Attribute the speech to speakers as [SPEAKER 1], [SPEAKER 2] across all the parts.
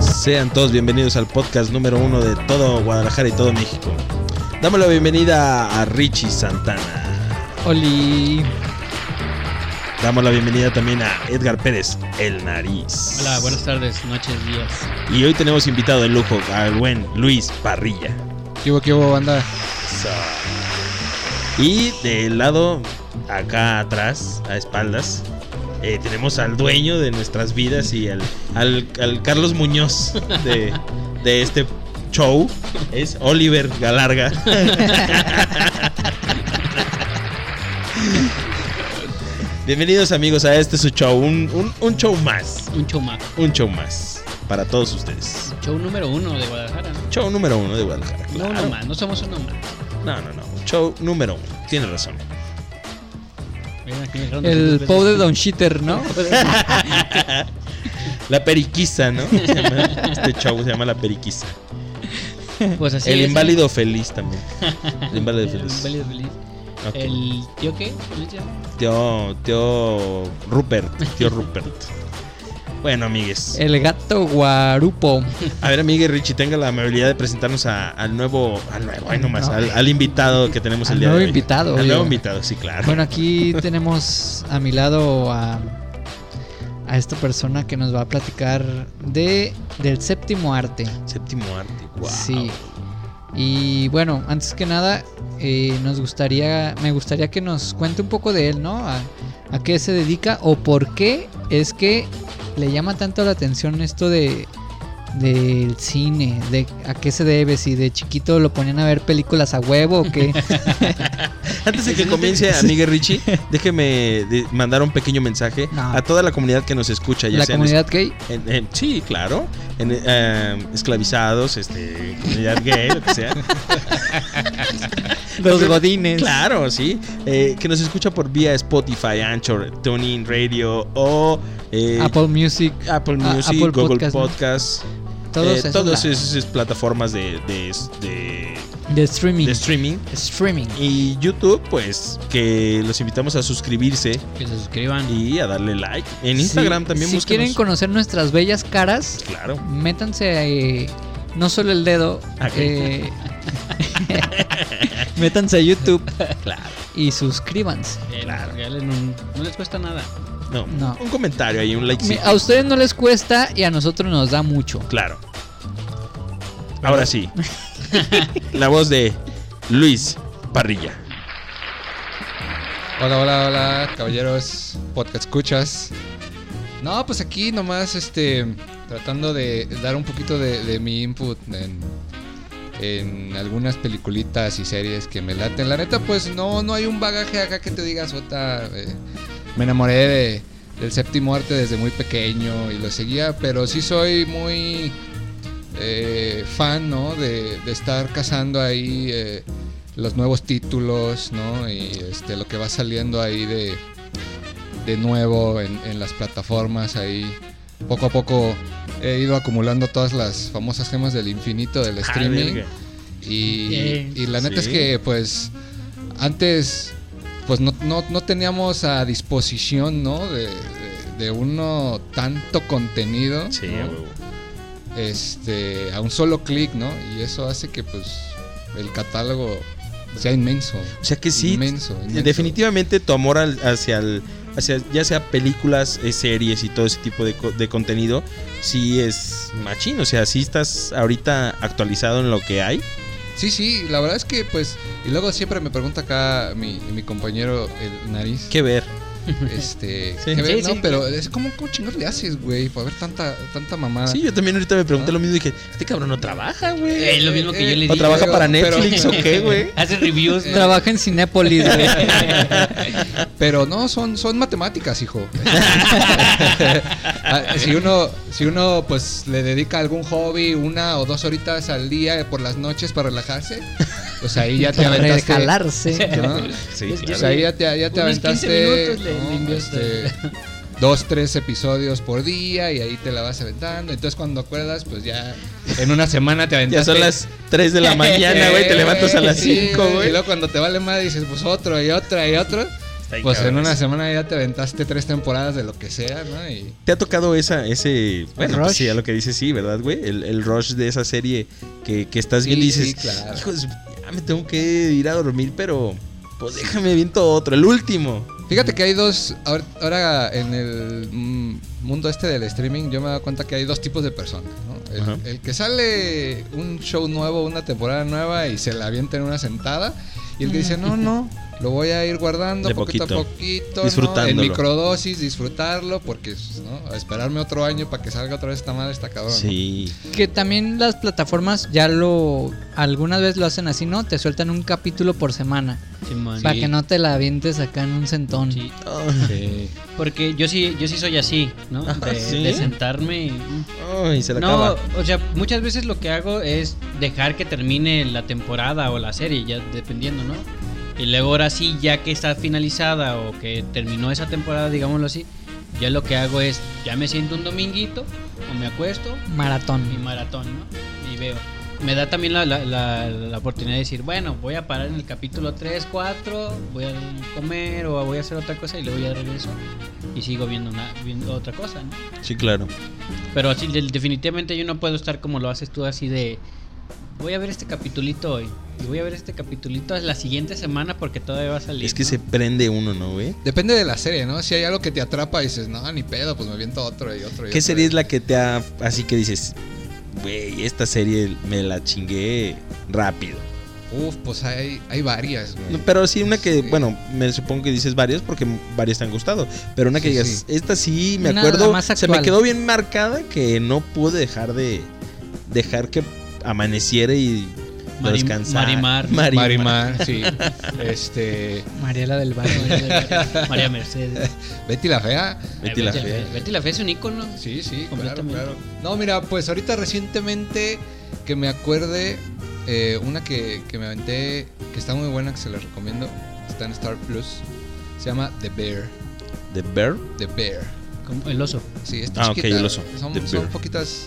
[SPEAKER 1] Sean todos bienvenidos al podcast número uno de todo Guadalajara y todo México. Damos la bienvenida a Richie Santana.
[SPEAKER 2] Oli.
[SPEAKER 1] Damos la bienvenida también a Edgar Pérez, el nariz.
[SPEAKER 3] Hola, buenas tardes, noches, días.
[SPEAKER 1] Y hoy tenemos invitado de lujo al buen Luis Parrilla.
[SPEAKER 2] ¿Qué hubo, qué hubo, banda?
[SPEAKER 1] Y del lado, acá atrás, a espaldas, eh, tenemos al dueño de nuestras vidas y al, al, al Carlos Muñoz de, de este show. Es Oliver Galarga. Bienvenidos amigos a este su show, un, un- un show más,
[SPEAKER 3] Un show más.
[SPEAKER 1] un show más para todos ustedes.
[SPEAKER 3] Show número uno de Guadalajara.
[SPEAKER 1] Show número uno de Guadalajara.
[SPEAKER 3] No
[SPEAKER 1] claro.
[SPEAKER 3] uno más, no somos uno más.
[SPEAKER 1] No, no, no. Show número uno. Tiene razón.
[SPEAKER 3] Miren, aquí me dejaron
[SPEAKER 2] El
[SPEAKER 3] dos
[SPEAKER 2] Pou de
[SPEAKER 3] veces.
[SPEAKER 2] Don Shitter, ¿no?
[SPEAKER 1] La periquisa, ¿no? Se llama- este show se llama La periquisa.
[SPEAKER 3] Pues así
[SPEAKER 1] el
[SPEAKER 3] es,
[SPEAKER 1] inválido feliz también. El
[SPEAKER 3] El
[SPEAKER 1] inválido feliz.
[SPEAKER 3] inválido feliz.
[SPEAKER 1] Ok.
[SPEAKER 3] El tío qué? ¿Cómo se llama?
[SPEAKER 1] Tío, tío Rupert. Tío Rupert. Bueno, amigues.
[SPEAKER 2] El gato guarupo.
[SPEAKER 1] A ver, amigue Richie, tenga la amabilidad de presentarnos a- al nuevo, al nuevo, ay, nomás,
[SPEAKER 2] No.
[SPEAKER 1] al, al invitado que tenemos
[SPEAKER 2] Al
[SPEAKER 1] el día
[SPEAKER 2] nuevo
[SPEAKER 1] de hoy.
[SPEAKER 2] invitado,
[SPEAKER 1] Al
[SPEAKER 2] oye.
[SPEAKER 1] nuevo invitado, sí, claro.
[SPEAKER 2] Bueno, aquí tenemos a mi lado a, a esta persona que nos va a platicar de del séptimo arte.
[SPEAKER 1] Séptimo arte, wow.
[SPEAKER 2] Sí. Y bueno, antes que nada, eh, nos gustaría, me gustaría que nos cuente un poco de él, ¿no? A, a qué se dedica o por qué es que le llama tanto la atención esto de del cine, de a qué se debe, si de chiquito lo ponían a ver películas a huevo o qué.
[SPEAKER 1] Antes de que comience, amigue Richie, déjeme de- mandar un pequeño mensaje
[SPEAKER 2] No.
[SPEAKER 1] a toda la comunidad que nos escucha, ya
[SPEAKER 2] la
[SPEAKER 1] sea en
[SPEAKER 2] comunidad gay.
[SPEAKER 1] En- en- sí, claro. En, eh, esclavizados, este, comunidad gay, lo que sea.
[SPEAKER 2] Los godines.
[SPEAKER 1] Claro, sí. Eh, que nos escucha por vía Spotify, Anchor, TuneIn Radio o eh, Apple,
[SPEAKER 2] Apple Music, ah,
[SPEAKER 1] Music,
[SPEAKER 2] Apple
[SPEAKER 1] Google
[SPEAKER 2] Podcast, ¿no?
[SPEAKER 1] Podcast.
[SPEAKER 2] todos
[SPEAKER 1] eh,
[SPEAKER 2] esos,
[SPEAKER 1] todas
[SPEAKER 2] la-
[SPEAKER 1] esas plataformas de, de- de-
[SPEAKER 2] de streaming.
[SPEAKER 1] de streaming.
[SPEAKER 2] streaming.
[SPEAKER 1] Y YouTube, pues, que los invitamos a suscribirse
[SPEAKER 3] Que se suscriban.
[SPEAKER 1] y a darle like. En Instagram
[SPEAKER 2] Si-
[SPEAKER 1] también
[SPEAKER 2] Si
[SPEAKER 1] búsquenos.
[SPEAKER 2] quieren conocer nuestras bellas caras,
[SPEAKER 1] Claro.
[SPEAKER 2] métanse eh, no solo el dedo,
[SPEAKER 1] Ok.
[SPEAKER 2] eh, métanse a YouTube
[SPEAKER 1] Claro.
[SPEAKER 2] y suscríbanse.
[SPEAKER 3] Eh,
[SPEAKER 1] Claro.
[SPEAKER 3] regalen un- no les cuesta nada.
[SPEAKER 1] No,
[SPEAKER 2] No.
[SPEAKER 1] Un comentario ahí, un like.
[SPEAKER 2] Me- A ustedes no les cuesta y a nosotros nos da mucho.
[SPEAKER 1] Claro. Ahora sí. La voz de Luis Parrilla.
[SPEAKER 4] Hola, hola, hola, caballeros, podcast escuchas. No, pues aquí nomás, este, tratando de dar un poquito de, de mi input en, en algunas peliculitas y series que me laten. La neta, pues no, no hay un bagaje acá que te digas, Ota, eh, me enamoré de- del séptimo arte desde muy pequeño y lo seguía, pero sí soy muy eh, fan, ¿no? De, de estar cazando ahí eh, los nuevos títulos, ¿no? Y este, lo que va saliendo ahí de, de nuevo en, en las plataformas ahí. Poco a poco he ido acumulando todas las famosas gemas del infinito del streaming. Y,
[SPEAKER 3] Eh,
[SPEAKER 4] y la neta
[SPEAKER 1] sí.
[SPEAKER 4] es que, pues, antes, pues no, no- no teníamos a disposición, ¿no? De, de- de uno tanto contenido.
[SPEAKER 1] Sí,
[SPEAKER 4] ¿no?
[SPEAKER 1] a huevo.
[SPEAKER 4] este, a un solo clic, ¿no? Y eso hace que pues el catálogo sea inmenso.
[SPEAKER 1] O sea que sí.
[SPEAKER 4] Inmenso, inmenso.
[SPEAKER 1] Definitivamente tu amor al- hacia el. Hacia, ya sea películas, eh, series y todo ese tipo de, co- de contenido, sí es machín. O sea, sí estás ahorita actualizado en lo que hay.
[SPEAKER 4] Sí, sí, la verdad es que pues y luego siempre me pregunta acá mi, mi compañero el nariz,
[SPEAKER 1] que ver?
[SPEAKER 4] este,
[SPEAKER 1] Sí.
[SPEAKER 4] ¿qué ves?
[SPEAKER 3] Sí,
[SPEAKER 4] no,
[SPEAKER 3] sí.
[SPEAKER 4] pero es como cómo chingados le haces, güey, para ver tanta tanta mamada.
[SPEAKER 1] Sí, yo también ahorita me pregunté
[SPEAKER 4] Ah.
[SPEAKER 1] lo mismo y dije: Este cabrón no trabaja, güey.
[SPEAKER 3] Eh, lo mismo que yo le
[SPEAKER 1] ¿O
[SPEAKER 3] dije.
[SPEAKER 1] trabaja
[SPEAKER 4] pero-
[SPEAKER 1] para
[SPEAKER 4] pero-
[SPEAKER 1] Netflix o qué, güey?
[SPEAKER 3] Hace reviews. ¿no?
[SPEAKER 2] Trabaja en Cinépolis, güey.
[SPEAKER 4] Pero no, son, son matemáticas, hijo. Ah, si uno, si uno pues le dedica a algún hobby una o dos horitas al día eh, por las noches para relajarse, pues ahí ya te
[SPEAKER 2] Para
[SPEAKER 4] aventaste.
[SPEAKER 2] regalarse.
[SPEAKER 4] ¿no?
[SPEAKER 1] Sí,
[SPEAKER 3] Es que
[SPEAKER 4] Pues
[SPEAKER 1] claro.
[SPEAKER 4] ahí ya te, ya te
[SPEAKER 3] Unos 15
[SPEAKER 4] aventaste
[SPEAKER 3] minutos le-
[SPEAKER 4] ¿no?
[SPEAKER 3] le invierte.
[SPEAKER 4] Este, dos, tres episodios por día y ahí te la vas aventando. Entonces cuando acuerdas, pues ya en una semana te
[SPEAKER 1] Ya
[SPEAKER 4] aventaste.
[SPEAKER 1] son las 3 de la mañana, güey. Te levantas a las
[SPEAKER 4] Sí,
[SPEAKER 1] 5,
[SPEAKER 4] Y
[SPEAKER 1] güey.
[SPEAKER 4] luego cuando te vale madre dices, pues otro y otra y otro.
[SPEAKER 1] Está bien
[SPEAKER 4] Pues en
[SPEAKER 1] cabrón
[SPEAKER 4] una
[SPEAKER 1] eso.
[SPEAKER 4] semana ya te aventaste tres temporadas de lo que sea, ¿no? Y
[SPEAKER 1] ¿Te ha tocado esa, ese. Bueno, pues
[SPEAKER 2] rush?
[SPEAKER 1] sí, a lo que dices, sí, ¿verdad, güey? El, el rush de esa serie que, que estás
[SPEAKER 4] Sí,
[SPEAKER 1] viendo y dices,
[SPEAKER 4] sí, claro.
[SPEAKER 1] hijo de su- ya me tengo que ir a dormir, pero. Pues déjame viento otro, el último.
[SPEAKER 4] Fíjate que hay dos, ahor- ahora en el mm, mundo este del streaming yo me he dado cuenta que hay dos tipos de personas. ¿no? El-
[SPEAKER 1] Ajá.
[SPEAKER 4] El, que sale un show nuevo, una temporada nueva y se la avienta en una sentada y el que dice, no, no, lo voy a ir guardando
[SPEAKER 1] De
[SPEAKER 4] poquito, a
[SPEAKER 1] poquito.
[SPEAKER 4] poquito, ¿no? en
[SPEAKER 1] Disfrutándolo.
[SPEAKER 4] microdosis, disfrutarlo, porque ¿no? esperarme otro año para que salga otra vez esta madre está cabrón. Oh, ¿no?
[SPEAKER 1] Sí.
[SPEAKER 2] Que también las plataformas ya lo. Algunas veces lo hacen así, ¿no? Te sueltan un capítulo por semana.
[SPEAKER 3] Simón.
[SPEAKER 2] Para que no te la avientes acá en un centón.
[SPEAKER 3] Sí,
[SPEAKER 1] Ay,
[SPEAKER 4] Sí.
[SPEAKER 3] Porque yo sí, yo sí soy así, ¿no?
[SPEAKER 1] Ah,
[SPEAKER 3] De,
[SPEAKER 1] ¿sí?
[SPEAKER 3] de sentarme. y-
[SPEAKER 1] ay, se la
[SPEAKER 3] No,
[SPEAKER 1] acaba.
[SPEAKER 3] o sea, muchas veces lo que hago es dejar que termine la temporada o la serie, ya dependiendo, ¿no? Y luego ahora sí, ya que está finalizada o que terminó esa temporada, digámoslo así, ya lo que hago es, ya me siento un dominguito o me acuesto mi
[SPEAKER 2] Maratón.
[SPEAKER 3] maratón, ¿no? Y veo. Me da también la, la- la- la oportunidad de decir, bueno, voy a parar en el capítulo 3, 4, voy a comer o voy a hacer otra cosa y luego ya regreso y sigo viendo, una, viendo otra cosa, ¿no?
[SPEAKER 1] Sí, claro.
[SPEAKER 3] Pero así, de- definitivamente yo no puedo estar como lo haces tú, así de, voy a ver este capitulito hoy y voy a ver este capitulito la siguiente semana porque todavía va a salir.
[SPEAKER 1] Es que
[SPEAKER 3] ¿no?
[SPEAKER 1] se prende uno, ¿no, güey?
[SPEAKER 4] Depende de la serie, ¿no? Si hay algo que te atrapa y dices, no, ni pedo, pues me aviento otro y otro. y
[SPEAKER 1] ¿Qué
[SPEAKER 4] otro".
[SPEAKER 1] serie es la que te ha. Así que dices, güey, esta serie me la chingué rápido?
[SPEAKER 4] Uf, pues hay, hay varias, güey.
[SPEAKER 1] No, Pero sí, una que,
[SPEAKER 4] Sí.
[SPEAKER 1] bueno, me supongo que dices varias porque varias te han gustado. Pero una que
[SPEAKER 4] Sí,
[SPEAKER 1] digas, esta sí, me
[SPEAKER 2] Una,
[SPEAKER 1] acuerdo,
[SPEAKER 2] la más
[SPEAKER 1] se me
[SPEAKER 2] actual.
[SPEAKER 1] quedó bien marcada que no pude dejar de. Dejar que amaneciera y
[SPEAKER 3] Marim-
[SPEAKER 1] descansar.
[SPEAKER 3] Marimar.
[SPEAKER 4] Marimar, sí. Este.
[SPEAKER 2] Mariela del Valle.
[SPEAKER 3] María- María Mercedes.
[SPEAKER 4] Betty la Fea.
[SPEAKER 1] Betty la Fea.
[SPEAKER 3] Betty la Fea es un ícono.
[SPEAKER 4] Sí, sí, claro,
[SPEAKER 3] Completamente.
[SPEAKER 4] claro. No, mira, pues ahorita recientemente que me acuerde, eh, una que, que me aventé, que está muy buena, que se la recomiendo, está en Star Plus, se llama The Bear.
[SPEAKER 1] The Bear.
[SPEAKER 4] The Bear.
[SPEAKER 3] Como el oso.
[SPEAKER 4] Sí, está
[SPEAKER 1] Ah, ok,
[SPEAKER 4] chiquita,
[SPEAKER 1] el oso. The
[SPEAKER 4] Son,
[SPEAKER 1] Bear.
[SPEAKER 4] son poquitas.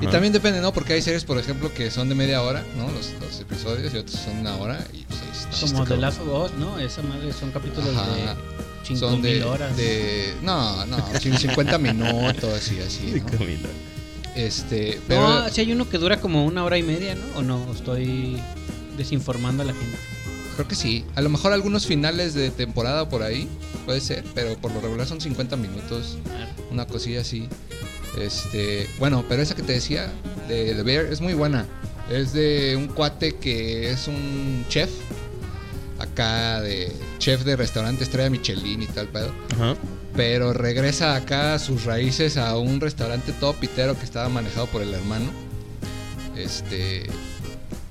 [SPEAKER 4] Y
[SPEAKER 1] Ajá.
[SPEAKER 4] también depende, ¿no? Porque hay series, por ejemplo, que son de media hora, ¿no? Los, los episodios y otros son una hora y pues ahí está.
[SPEAKER 3] Este, Como The
[SPEAKER 1] cabrón.
[SPEAKER 3] Last of Us, ¿no? Esa madre son capítulos
[SPEAKER 4] Ajá.
[SPEAKER 3] de 5
[SPEAKER 4] son
[SPEAKER 3] mil
[SPEAKER 4] de,
[SPEAKER 3] horas.
[SPEAKER 4] de- no, no, 50 minutos y así,
[SPEAKER 1] Ay,
[SPEAKER 4] ¿no?
[SPEAKER 1] Camila.
[SPEAKER 4] Este, pero
[SPEAKER 3] No, si hay uno que dura como una hora y media, ¿no? O no, ¿O estoy desinformando a la gente.
[SPEAKER 4] creo que sí. A lo mejor algunos finales de temporada por ahí, puede ser, pero por lo regular son 50 minutos, una cosilla así. Este, bueno, pero esa que te decía de The Bear es muy buena. Es de un cuate que es un chef acá de chef de restaurante Estrella Michelin y tal pedo.
[SPEAKER 1] Ajá.
[SPEAKER 4] Pero regresa acá a sus raíces a un restaurante todo pitero que estaba manejado por el hermano. Este.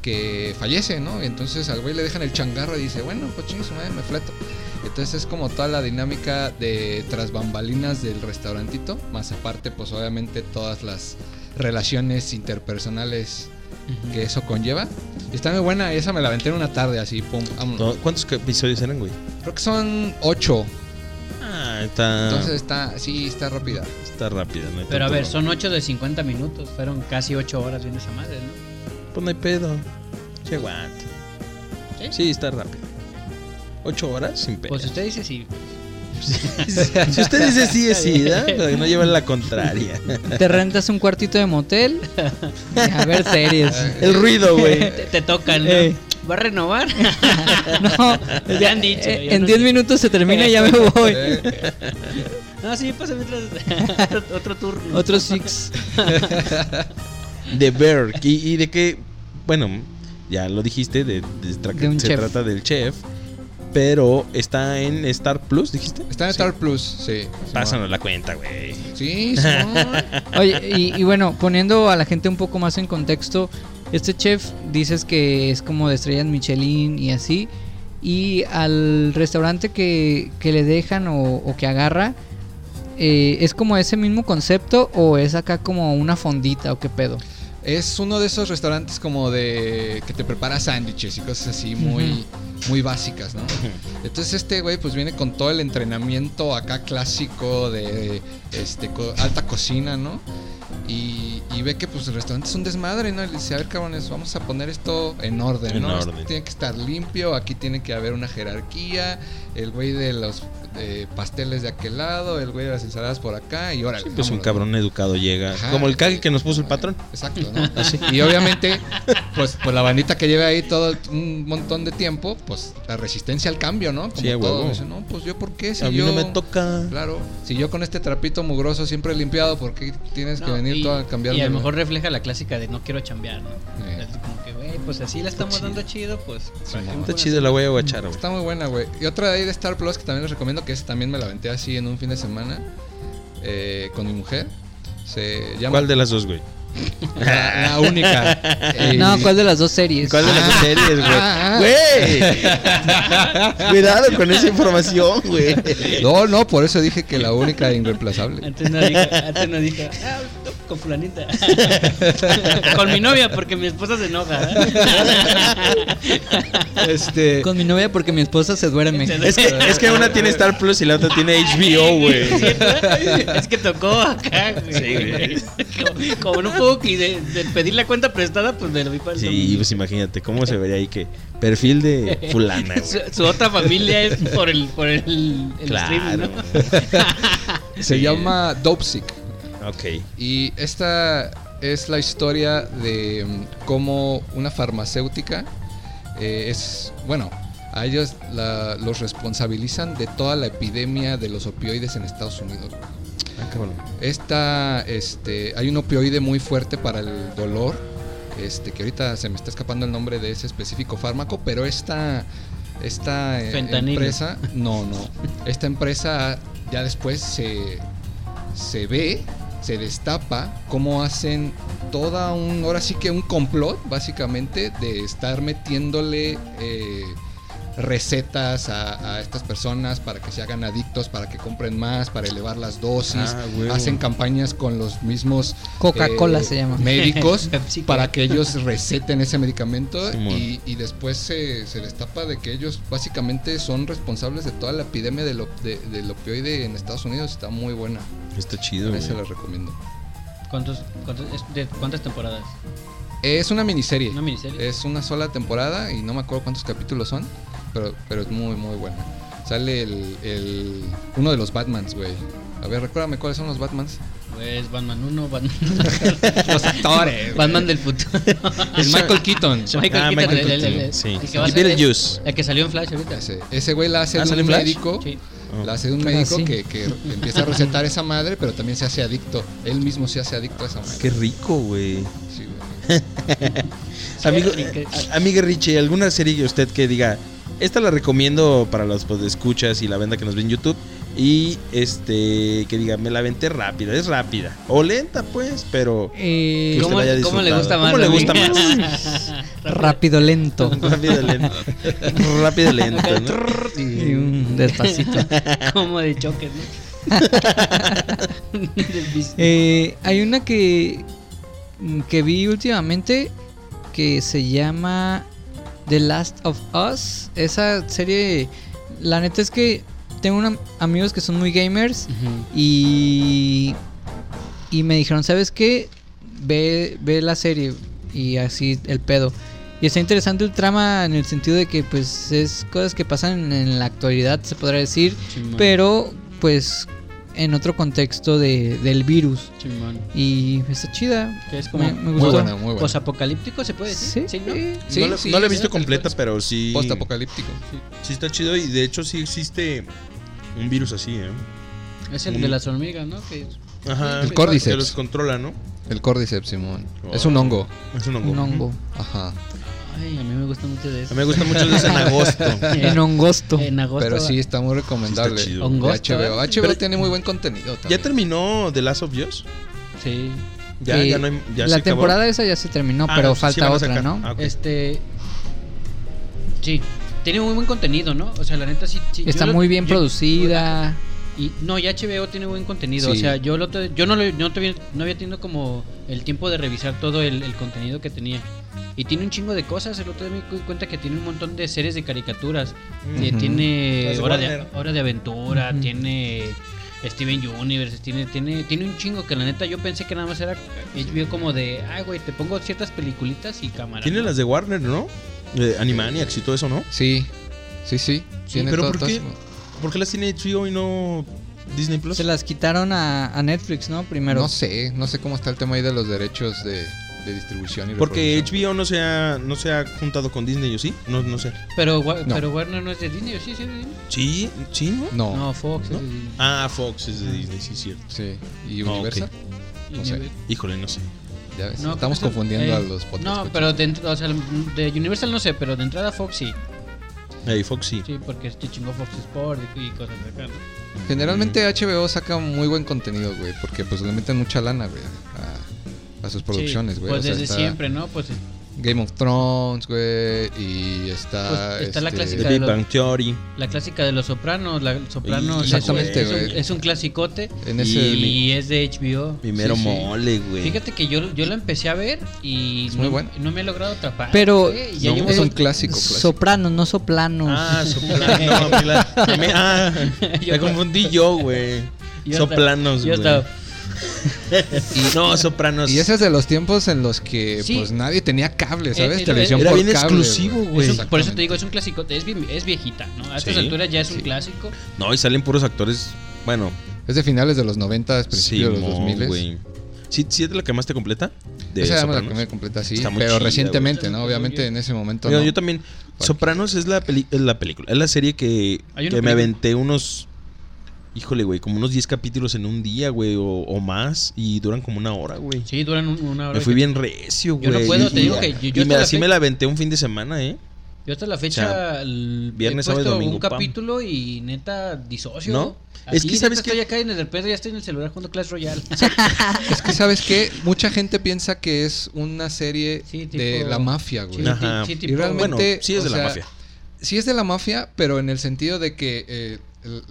[SPEAKER 4] Que fallece, ¿no? Y entonces al güey le dejan el changarro y dice, bueno, pues chingue su madre, me fleto. Entonces es como toda la dinámica de tras bambalinas del restaurantito, más aparte, pues obviamente todas las relaciones interpersonales que eso conlleva. Y está muy buena, esa me la aventé en una tarde así, pum, vámonos.
[SPEAKER 1] No, ¿Cuántos episodios eran, güey?
[SPEAKER 4] Creo que son ocho,
[SPEAKER 1] Ah, está.
[SPEAKER 4] entonces está, sí, está rápida.
[SPEAKER 1] está rápida, no hay
[SPEAKER 3] Pero a
[SPEAKER 1] tanto-
[SPEAKER 3] ver, son 8 de 50 minutos. Fueron casi 8 horas viendo esa madre, ¿no?
[SPEAKER 1] Pues no hay pedo. Che, aguanta.
[SPEAKER 3] ¿Sí?
[SPEAKER 1] Sí, está rápido. ¿Ocho horas? Sin pedo.
[SPEAKER 3] Pues usted dice sí.
[SPEAKER 1] si usted dice sí, es sí, ¿verdad? Para que no lleven la contraria.
[SPEAKER 2] Te rentas un cuartito de motel y a ver series.
[SPEAKER 1] El ruido, güey.
[SPEAKER 3] Te, te tocan, ¿no?
[SPEAKER 2] Eh.
[SPEAKER 3] ¿Va a renovar?
[SPEAKER 2] No,
[SPEAKER 3] Te han dicho.
[SPEAKER 2] eh,
[SPEAKER 3] ya
[SPEAKER 2] en
[SPEAKER 3] no-
[SPEAKER 2] 10 minutos se termina y ya me voy.
[SPEAKER 4] Eh,
[SPEAKER 3] No, sí, pásame otro, otro, otro turno.
[SPEAKER 2] Otro Six.
[SPEAKER 1] De Berg. ¿Y, y de qué? Bueno, ya lo dijiste, de, de tra-
[SPEAKER 2] De un
[SPEAKER 1] se
[SPEAKER 2] chef.
[SPEAKER 1] trata del chef. Pero está en Star Plus, dijiste.
[SPEAKER 4] Está en Star Plus, sí.
[SPEAKER 1] Pásanos la cuenta, güey.
[SPEAKER 4] Sí, Simón.
[SPEAKER 2] Oye, y, y bueno, poniendo a la gente un poco más en contexto, este chef dices que es como de estrellas Michelin y así. Y al restaurante que, que le dejan o, o que agarra, eh, ¿es como ese mismo concepto o es acá como una fondita o qué pedo?
[SPEAKER 4] Es uno de esos restaurantes como de que te prepara sándwiches y cosas así muy, muy básicas, ¿no? Entonces este güey pues viene con todo el entrenamiento acá clásico de este, co- alta cocina, ¿no? Y, y ve que pues el restaurante es un desmadre, ¿no? Y le dice, a ver, cabrones, vamos a poner esto en orden,
[SPEAKER 1] En
[SPEAKER 4] ¿no? Esto
[SPEAKER 1] orden.
[SPEAKER 4] tiene que estar limpio, aquí tiene que haber una jerarquía, el güey de los eh, pasteles de aquel lado, el güey de las ensaladas por acá, y órale.
[SPEAKER 1] Pues un
[SPEAKER 4] vámonos,
[SPEAKER 1] cabrón educado llega.
[SPEAKER 4] Ajá. Ah,
[SPEAKER 1] Como el cague que nos puso el patrón.
[SPEAKER 4] Exacto, ¿no? Y obviamente, pues, pues la bandita que lleva ahí todo un montón de tiempo, pues la resistencia al cambio, ¿no? Como
[SPEAKER 1] Sí, a
[SPEAKER 4] todo.
[SPEAKER 1] huevo.
[SPEAKER 4] Dice, no, pues yo por qué si
[SPEAKER 1] a mí
[SPEAKER 4] yo
[SPEAKER 1] no me toca.
[SPEAKER 4] Claro, si yo con este trapito mugroso siempre limpiado, ¿por qué tienes que
[SPEAKER 3] No,
[SPEAKER 4] venir
[SPEAKER 3] y,
[SPEAKER 4] todo a cambiar?
[SPEAKER 3] y a
[SPEAKER 4] de-
[SPEAKER 3] lo mejor refleja la clásica de no quiero chambear, ¿no?
[SPEAKER 4] Eh.
[SPEAKER 3] Es Como que, güey, pues así la estamos
[SPEAKER 1] chido.
[SPEAKER 3] dando chido, pues.
[SPEAKER 4] Sí,
[SPEAKER 3] ¿para qué me
[SPEAKER 4] está
[SPEAKER 1] Está
[SPEAKER 3] pones?
[SPEAKER 1] chido, la voy a guachar, güey.
[SPEAKER 4] Está muy buena, güey. Y otra de ahí de Star Plus que también les recomiendo, que es también me la aventé así en un fin de semana eh, con mi mujer. Se llama
[SPEAKER 1] ¿Cuál de las dos, güey?
[SPEAKER 4] la, la única. Eh,
[SPEAKER 2] No, ¿cuál de las dos series?
[SPEAKER 1] ¿Cuál de las dos series,
[SPEAKER 4] ah,
[SPEAKER 1] güey? ¡Güey! Cuidado con esa información, güey.
[SPEAKER 4] No, no, por eso dije que la única e irreemplazable.
[SPEAKER 3] Antes no dije, antes no dije, ah, no, con fulanita. con mi novia, porque mi esposa se enoja. ¿eh?
[SPEAKER 4] Este.
[SPEAKER 2] Ah, Con mi novia porque mi esposa se duerme.
[SPEAKER 3] Se
[SPEAKER 1] Es que, es que una tiene Star Plus y la otra tiene HBO, güey.
[SPEAKER 3] ¿eh? es que tocó acá, güey.
[SPEAKER 1] Sí, güey.
[SPEAKER 3] Como- Como no puedo qui- de, de pedir la cuenta prestada, pues me lo vi para el
[SPEAKER 1] Sí, pues imagínate, ¿cómo se vería ahí que perfil de fulana,
[SPEAKER 3] domingo. Su,
[SPEAKER 1] güey?
[SPEAKER 3] su otra familia es por el, por el, el streaming,
[SPEAKER 1] Claro.
[SPEAKER 3] ¿no?
[SPEAKER 4] Se
[SPEAKER 1] Sí.
[SPEAKER 4] llama Dopesick.
[SPEAKER 1] Ok.
[SPEAKER 4] Y esta es la historia de mm, cómo una farmacéutica eh, es, bueno, a ellos la- los responsabilizan de toda la epidemia de los opioides en Estados Unidos.
[SPEAKER 1] Ah,
[SPEAKER 4] Esta, este, hay un opioide muy fuerte para el dolor, este, que ahorita se me está escapando el nombre de ese específico fármaco, pero esta, esta eh,
[SPEAKER 3] Fentanilo.
[SPEAKER 4] empresa, no, no, esta empresa ya después se, se ve, se destapa cómo hacen toda un, ahora sí que un complot, básicamente, de estar metiéndole... eh, recetas a, a estas personas para que se hagan adictos, para que compren más, para elevar las dosis.
[SPEAKER 1] Ah, huevo.
[SPEAKER 4] Hacen campañas con los mismos eh,
[SPEAKER 2] Coca-Cola se llama.
[SPEAKER 4] médicos
[SPEAKER 3] Pepsi,
[SPEAKER 4] para que ellos receten ese medicamento
[SPEAKER 1] Simón.
[SPEAKER 4] y, y después se, se destapa de que ellos básicamente son responsables de toda la epidemia del, op- de- del opioide en Estados Unidos. Está muy buena.
[SPEAKER 1] Está chido, güey.
[SPEAKER 4] Esa se la recomiendo.
[SPEAKER 3] ¿Cuántos, cuántos- es de ¿Cuántas temporadas?
[SPEAKER 4] Es una miniserie.
[SPEAKER 3] ¿Una miniserie?
[SPEAKER 4] Es una sola temporada y no me acuerdo cuántos capítulos son, pero, pero es muy, muy buena. Sale el, el- uno de los Batmans, güey. A ver, recuérdame cuáles son los Batmans.
[SPEAKER 3] Pues Batman 1, Batman
[SPEAKER 4] Los actores.
[SPEAKER 3] Batman del futuro.
[SPEAKER 4] El Michael Keaton.
[SPEAKER 1] Ah,
[SPEAKER 3] Keaton,
[SPEAKER 1] Michael
[SPEAKER 3] el- el-
[SPEAKER 1] Keaton,
[SPEAKER 3] el-
[SPEAKER 1] sí.
[SPEAKER 3] el que va a
[SPEAKER 1] Y
[SPEAKER 3] ser-
[SPEAKER 1] Beetlejuice.
[SPEAKER 3] El que salió en Flash ahorita.
[SPEAKER 4] Ese, ese güey la hace
[SPEAKER 1] ¿Ah,
[SPEAKER 4] de
[SPEAKER 1] sale
[SPEAKER 4] un
[SPEAKER 1] Flash?
[SPEAKER 4] médico.
[SPEAKER 3] Sí.
[SPEAKER 4] La hace de un
[SPEAKER 2] Ah,
[SPEAKER 4] médico
[SPEAKER 2] sí.
[SPEAKER 4] que, que empieza a recetar esa madre, pero también se hace adicto. Él mismo se hace adicto a esa madre.
[SPEAKER 1] Ah, Qué rico, güey.
[SPEAKER 4] Sí, güey.
[SPEAKER 1] Amigo,
[SPEAKER 3] Sí, que-
[SPEAKER 1] a- amiga Richie, ¿alguna serie que usted que diga, esta la recomiendo para los podescuchas y la banda que nos ve en YouTube? Y este, que diga, me la venté rápida, es rápida. O lenta, pues, pero.
[SPEAKER 2] Eh,
[SPEAKER 1] que usted
[SPEAKER 3] ¿Cómo-
[SPEAKER 1] la haya
[SPEAKER 3] cómo le
[SPEAKER 1] disfrutado.
[SPEAKER 3] gusta más,
[SPEAKER 1] ¿Cómo le gusta
[SPEAKER 3] amigo?
[SPEAKER 1] más?
[SPEAKER 2] Rápido, lento.
[SPEAKER 1] Rápido y lento. Rápido y lento, ¿no?
[SPEAKER 2] Y un despacito.
[SPEAKER 3] Como de choque, ¿no? Del bis-
[SPEAKER 2] Eh, hay una que, mm, que vi últimamente que se llama The Last of Us. Esa serie, la neta es que tengo una- amigos que son muy gamers y, y me dijeron, ¿sabes qué? Ve, ve la serie y así el pedo. Y está interesante el trama en el sentido de que pues es cosas que pasan en la actualidad, se podrá decir,
[SPEAKER 3] Chimón,
[SPEAKER 2] pero pues en otro contexto de, del virus.
[SPEAKER 3] chimón.
[SPEAKER 2] Y está chida.
[SPEAKER 3] Que es como
[SPEAKER 2] Me, me
[SPEAKER 4] Muy
[SPEAKER 2] gustó.
[SPEAKER 4] buena, muy buena.
[SPEAKER 3] posapocalíptico, ¿se puede decir?
[SPEAKER 2] Sí.
[SPEAKER 3] ¿no?
[SPEAKER 4] Sí,
[SPEAKER 1] no, la-
[SPEAKER 4] sí,
[SPEAKER 1] no la he
[SPEAKER 4] sí,
[SPEAKER 1] visto
[SPEAKER 4] sí,
[SPEAKER 1] completa, pero sí.
[SPEAKER 4] Postapocalíptico.
[SPEAKER 1] Sí, está chido y de hecho sí existe un virus así, ¿eh?
[SPEAKER 3] Es el de las hormigas, ¿no? Que es-
[SPEAKER 1] Ajá.
[SPEAKER 4] El Cordyceps.
[SPEAKER 1] Que los controla, ¿no?
[SPEAKER 4] El Cordyceps, Simón. Es un hongo.
[SPEAKER 1] Es un hongo.
[SPEAKER 2] Un hongo.
[SPEAKER 4] Ajá.
[SPEAKER 3] Ay, a mí me gusta mucho de
[SPEAKER 1] A
[SPEAKER 3] eso.
[SPEAKER 1] mí me gusta mucho de eso en agosto.
[SPEAKER 2] En hongosto.
[SPEAKER 3] En agosto.
[SPEAKER 4] Pero sí, está muy recomendable.
[SPEAKER 1] Sí, está chido.
[SPEAKER 4] De
[SPEAKER 3] Hongosto,
[SPEAKER 4] HBO.
[SPEAKER 3] ¿eh?
[SPEAKER 4] HBO
[SPEAKER 1] Pero-
[SPEAKER 4] tiene muy buen contenido también.
[SPEAKER 1] ¿Ya terminó The Last of Us?
[SPEAKER 3] Sí.
[SPEAKER 1] Ya,
[SPEAKER 2] Eh,
[SPEAKER 1] ya no hay. Ya se
[SPEAKER 2] la
[SPEAKER 1] acabó.
[SPEAKER 2] temporada esa ya se terminó,
[SPEAKER 1] Ah,
[SPEAKER 2] pero
[SPEAKER 1] no, sí, sí
[SPEAKER 2] falta
[SPEAKER 1] van a
[SPEAKER 2] otra,
[SPEAKER 1] sacar.
[SPEAKER 2] ¿no?
[SPEAKER 1] Ah, ok.
[SPEAKER 3] Este. Sí. Tiene muy buen contenido, ¿no? O sea, la neta sí. sí, yo
[SPEAKER 2] está
[SPEAKER 3] lo-
[SPEAKER 2] muy bien
[SPEAKER 3] yo-
[SPEAKER 2] producida.
[SPEAKER 3] Y no, y HBO tiene buen contenido. O
[SPEAKER 4] Sí.
[SPEAKER 3] sea, yo, el otro- yo no, lo- no, tuvi- no había tenido como el tiempo de revisar todo el, el contenido que tenía. Y tiene un chingo de cosas. El otro día me di cuenta que tiene un montón de series de caricaturas.
[SPEAKER 1] Mm.
[SPEAKER 3] Eh,
[SPEAKER 4] Ujú.
[SPEAKER 3] Tiene
[SPEAKER 1] Las de
[SPEAKER 3] hora de,
[SPEAKER 1] Warner.
[SPEAKER 3] hora de aventura,
[SPEAKER 2] Ujú.
[SPEAKER 3] tiene Steven Universe, tiene, tiene, tiene un chingo que la neta yo pensé que nada más era HBO como de, ay güey, te pongo ciertas peliculitas y cámara.
[SPEAKER 1] Tiene
[SPEAKER 3] ¿no?".
[SPEAKER 1] las de Warner, ¿no? Eh, Animaniacs y todo eso, ¿no?
[SPEAKER 4] Sí, sí, sí.
[SPEAKER 1] Sí,
[SPEAKER 4] tiene
[SPEAKER 1] pero
[SPEAKER 4] todo-
[SPEAKER 1] ¿por
[SPEAKER 4] todas-
[SPEAKER 1] qué? ¿Por qué las tiene HBO y no Disney Plus?
[SPEAKER 2] Se las quitaron a, a Netflix, ¿no? Primero.
[SPEAKER 4] No sé, no sé cómo está el tema ahí de los derechos de, de distribución y
[SPEAKER 1] Porque
[SPEAKER 4] reproducción.
[SPEAKER 1] HBO no se ha, no se ha juntado con Disney, ¿o sí? No, no sé.
[SPEAKER 3] Pero, Wa-
[SPEAKER 4] No.
[SPEAKER 3] pero Warner no es de Disney, ¿o sí, sí es de Disney?
[SPEAKER 1] ¿Sí? ¿Sí, no?
[SPEAKER 4] No,
[SPEAKER 3] No, Fox es de Disney.
[SPEAKER 1] Ah, Fox es de Disney, sí, cierto.
[SPEAKER 4] sí. ¿Y
[SPEAKER 1] Ah,
[SPEAKER 4] Universal? no sé.
[SPEAKER 3] Univer-
[SPEAKER 1] Híjole, no sé.
[SPEAKER 4] Ya ves,
[SPEAKER 3] No,
[SPEAKER 4] estamos
[SPEAKER 3] creo que-
[SPEAKER 4] confundiendo
[SPEAKER 3] eh,
[SPEAKER 4] a los podcasts.
[SPEAKER 3] No, pero de, ent- o sea, de Universal no sé, pero de entrada Fox sí.
[SPEAKER 1] Hey, Fox sí.
[SPEAKER 3] Sí, porque este chingó Fox Sport y, y cosas de acá, ¿no?
[SPEAKER 4] Generalmente HBO saca muy buen contenido, güey, porque pues le meten mucha lana, güey, a, a sus producciones,
[SPEAKER 3] Sí,
[SPEAKER 4] güey.
[SPEAKER 3] Pues
[SPEAKER 4] O sea,
[SPEAKER 3] desde
[SPEAKER 4] está
[SPEAKER 3] siempre, ¿no? Pues, pues
[SPEAKER 4] Game of Thrones, güey, y está... este,
[SPEAKER 3] Pues, está la
[SPEAKER 1] The
[SPEAKER 3] clásica.
[SPEAKER 1] Big Bang Theory.
[SPEAKER 3] la clásica de los Sopranos, la Sopranos es, un-
[SPEAKER 4] Exactamente,
[SPEAKER 3] es un,
[SPEAKER 4] güey.
[SPEAKER 3] es un clasicote
[SPEAKER 4] En
[SPEAKER 3] y,
[SPEAKER 4] ese...
[SPEAKER 3] es de HBO.
[SPEAKER 1] Mi mero
[SPEAKER 4] Sí, sí.
[SPEAKER 1] mole, güey.
[SPEAKER 3] Fíjate que yo, yo la empecé a ver y
[SPEAKER 4] Es
[SPEAKER 3] no,
[SPEAKER 4] muy bueno.
[SPEAKER 3] no me he logrado atrapar.
[SPEAKER 2] Pero-
[SPEAKER 3] güey, ya
[SPEAKER 1] No,
[SPEAKER 3] llevo-
[SPEAKER 4] es un clásico, clásico.
[SPEAKER 2] Soprano, no soplano.
[SPEAKER 1] Ah, soplano. me la- ya me- ah,
[SPEAKER 3] Yo-
[SPEAKER 1] me confundí yo, güey.
[SPEAKER 3] yo hasta-
[SPEAKER 1] Soplanos,
[SPEAKER 3] yo
[SPEAKER 1] güey.
[SPEAKER 3] hasta-
[SPEAKER 1] No, sopranos.
[SPEAKER 4] Y ese es de los tiempos en los que
[SPEAKER 3] Sí.
[SPEAKER 4] pues nadie tenía cable, ¿sabes?
[SPEAKER 3] era-
[SPEAKER 4] Televisión
[SPEAKER 1] era
[SPEAKER 4] por
[SPEAKER 1] bien
[SPEAKER 4] cable,
[SPEAKER 1] exclusivo, güey.
[SPEAKER 3] es un- por eso
[SPEAKER 4] Exactamente.
[SPEAKER 3] te digo, es un clasicote, es, vie- es viejita, ¿no? A estas
[SPEAKER 1] Sí,
[SPEAKER 3] alturas ya es un
[SPEAKER 4] sí.
[SPEAKER 3] clásico.
[SPEAKER 1] No, y salen puros actores. Bueno,
[SPEAKER 4] Es de finales de los 90,
[SPEAKER 1] sí,
[SPEAKER 4] principios de los 2000.
[SPEAKER 1] güey. ¿Sí, sí es de la que más te completa? De
[SPEAKER 4] Esa me la
[SPEAKER 1] Sopranos.
[SPEAKER 4] comí completa, sí.
[SPEAKER 1] Está muy
[SPEAKER 4] Pero
[SPEAKER 1] chida,
[SPEAKER 4] recientemente,
[SPEAKER 3] güey.
[SPEAKER 4] ¿no? Obviamente en ese momento
[SPEAKER 1] Mira,
[SPEAKER 4] no.
[SPEAKER 1] Yo también.
[SPEAKER 4] Porque-
[SPEAKER 1] Sopranos es la, peli- es la película. Es la serie que,
[SPEAKER 3] Hay una
[SPEAKER 1] que me
[SPEAKER 3] película.
[SPEAKER 1] aventé unos. Híjole, güey, como unos 10 capítulos en un día, güey, o, o más. Y duran como una hora, güey.
[SPEAKER 3] Sí, duran un- una hora.
[SPEAKER 1] Me
[SPEAKER 3] y
[SPEAKER 1] fui
[SPEAKER 3] cacho.
[SPEAKER 1] bien recio,
[SPEAKER 3] Yo
[SPEAKER 1] güey.
[SPEAKER 3] no puedo,
[SPEAKER 1] y-
[SPEAKER 3] te
[SPEAKER 1] y-
[SPEAKER 3] digo que yo- yo
[SPEAKER 1] y me,
[SPEAKER 3] hasta la
[SPEAKER 1] así me
[SPEAKER 3] fecha-
[SPEAKER 1] la aventé un fin de semana, ¿eh?
[SPEAKER 3] Yo hasta la fecha
[SPEAKER 1] O sea,
[SPEAKER 3] el-
[SPEAKER 1] viernes,
[SPEAKER 3] he puesto
[SPEAKER 1] sábado y domingo,
[SPEAKER 3] un
[SPEAKER 1] pam.
[SPEAKER 3] capítulo y neta disocio.
[SPEAKER 1] ¿No?
[SPEAKER 3] Así,
[SPEAKER 1] Es que sabes
[SPEAKER 3] neta,
[SPEAKER 1] que-
[SPEAKER 3] estoy acá y de repente ya estoy en el celular jugando Clash Royale.
[SPEAKER 4] Es que, ¿sabes qué? Mucha gente piensa que es una serie
[SPEAKER 3] Sí, tipo-
[SPEAKER 4] de la mafia, güey.
[SPEAKER 3] Sí,
[SPEAKER 1] Ajá.
[SPEAKER 3] sí,
[SPEAKER 4] Y realmente-
[SPEAKER 1] Bueno, sí es
[SPEAKER 4] o
[SPEAKER 1] de la
[SPEAKER 4] sea,
[SPEAKER 1] mafia.
[SPEAKER 4] Sí es de la mafia, pero en el sentido de que eh,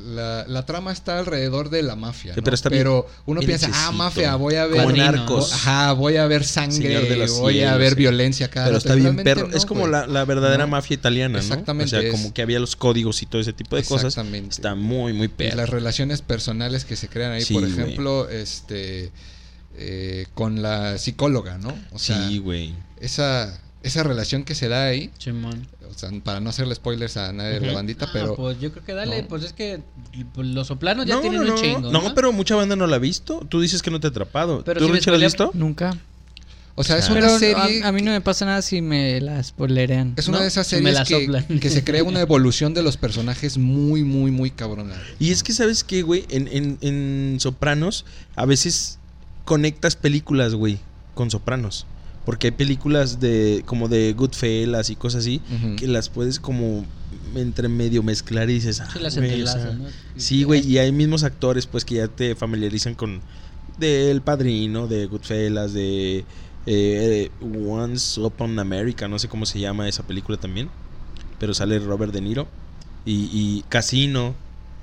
[SPEAKER 4] la, la trama está alrededor de la mafia.
[SPEAKER 1] Sí,
[SPEAKER 4] ¿no?
[SPEAKER 1] pero está bien-
[SPEAKER 4] uno
[SPEAKER 1] bien
[SPEAKER 4] piensa, ah,
[SPEAKER 1] hechecito.
[SPEAKER 4] mafia, voy a ver.
[SPEAKER 1] Como
[SPEAKER 3] Padrino,
[SPEAKER 1] narcos.
[SPEAKER 4] Ajá, voy a ver sangre,
[SPEAKER 1] Señor de los
[SPEAKER 4] voy a
[SPEAKER 1] cielos,
[SPEAKER 4] ver
[SPEAKER 1] sí.
[SPEAKER 4] violencia cada
[SPEAKER 1] Pero
[SPEAKER 4] rato.
[SPEAKER 1] está bien
[SPEAKER 4] Realmente
[SPEAKER 1] perro.
[SPEAKER 4] no,
[SPEAKER 1] es como
[SPEAKER 4] güey.
[SPEAKER 1] la, la verdadera
[SPEAKER 4] No.
[SPEAKER 1] mafia italiana, ¿no?
[SPEAKER 4] Exactamente,
[SPEAKER 1] O sea,
[SPEAKER 4] es-
[SPEAKER 1] como que había los códigos y todo ese tipo de cosas.
[SPEAKER 4] Exactamente.
[SPEAKER 1] Está muy, muy
[SPEAKER 4] Y
[SPEAKER 1] perro.
[SPEAKER 4] las relaciones personales que se crean ahí,
[SPEAKER 1] Sí,
[SPEAKER 4] por
[SPEAKER 1] güey.
[SPEAKER 4] ejemplo, este eh, con la psicóloga, ¿no? O sea,
[SPEAKER 1] sí, güey.
[SPEAKER 4] esa, esa relación que se da ahí,
[SPEAKER 3] Simón.
[SPEAKER 4] o sea, para no hacerle spoilers a nadie de la
[SPEAKER 1] Ujú.
[SPEAKER 4] bandita,
[SPEAKER 3] Ah,
[SPEAKER 4] pero
[SPEAKER 3] pues yo creo que dale,
[SPEAKER 4] no.
[SPEAKER 3] pues es que los soplanos ya tienen un chingo.
[SPEAKER 1] No, pero mucha banda no la ha visto. Tú dices que no te ha atrapado.
[SPEAKER 3] Pero
[SPEAKER 1] ¿Tú,
[SPEAKER 3] si me
[SPEAKER 1] Richard, la has
[SPEAKER 3] spoilea-
[SPEAKER 1] visto?
[SPEAKER 2] Nunca.
[SPEAKER 4] o sea, es
[SPEAKER 1] Pero
[SPEAKER 4] una
[SPEAKER 2] Pero
[SPEAKER 4] serie
[SPEAKER 2] a, a mí no me pasa nada si me la spoilerean.
[SPEAKER 4] es una
[SPEAKER 3] no,
[SPEAKER 4] de esas
[SPEAKER 3] si me
[SPEAKER 4] series
[SPEAKER 3] la
[SPEAKER 4] que,
[SPEAKER 3] soplan.
[SPEAKER 4] que se crea una evolución de los personajes muy, muy, muy cabrona.
[SPEAKER 1] Y es que, ¿sabes qué, güey? En, en, en Sopranos, a veces conectas películas, güey, con Sopranos. Porque hay películas de como de Goodfellas y cosas así
[SPEAKER 4] Ujú.
[SPEAKER 1] que las puedes como entre medio mezclar y dices, ah,
[SPEAKER 3] Sí, las
[SPEAKER 1] güey, o sea,
[SPEAKER 3] entrelazan, ¿no?
[SPEAKER 1] Sí, güey, y hay mismos actores, pues, que ya te familiarizan con del Padrino, de Goodfellas, de eh, Once Upon America, no sé cómo se llama esa película también, pero sale Robert De Niro y, y Casino,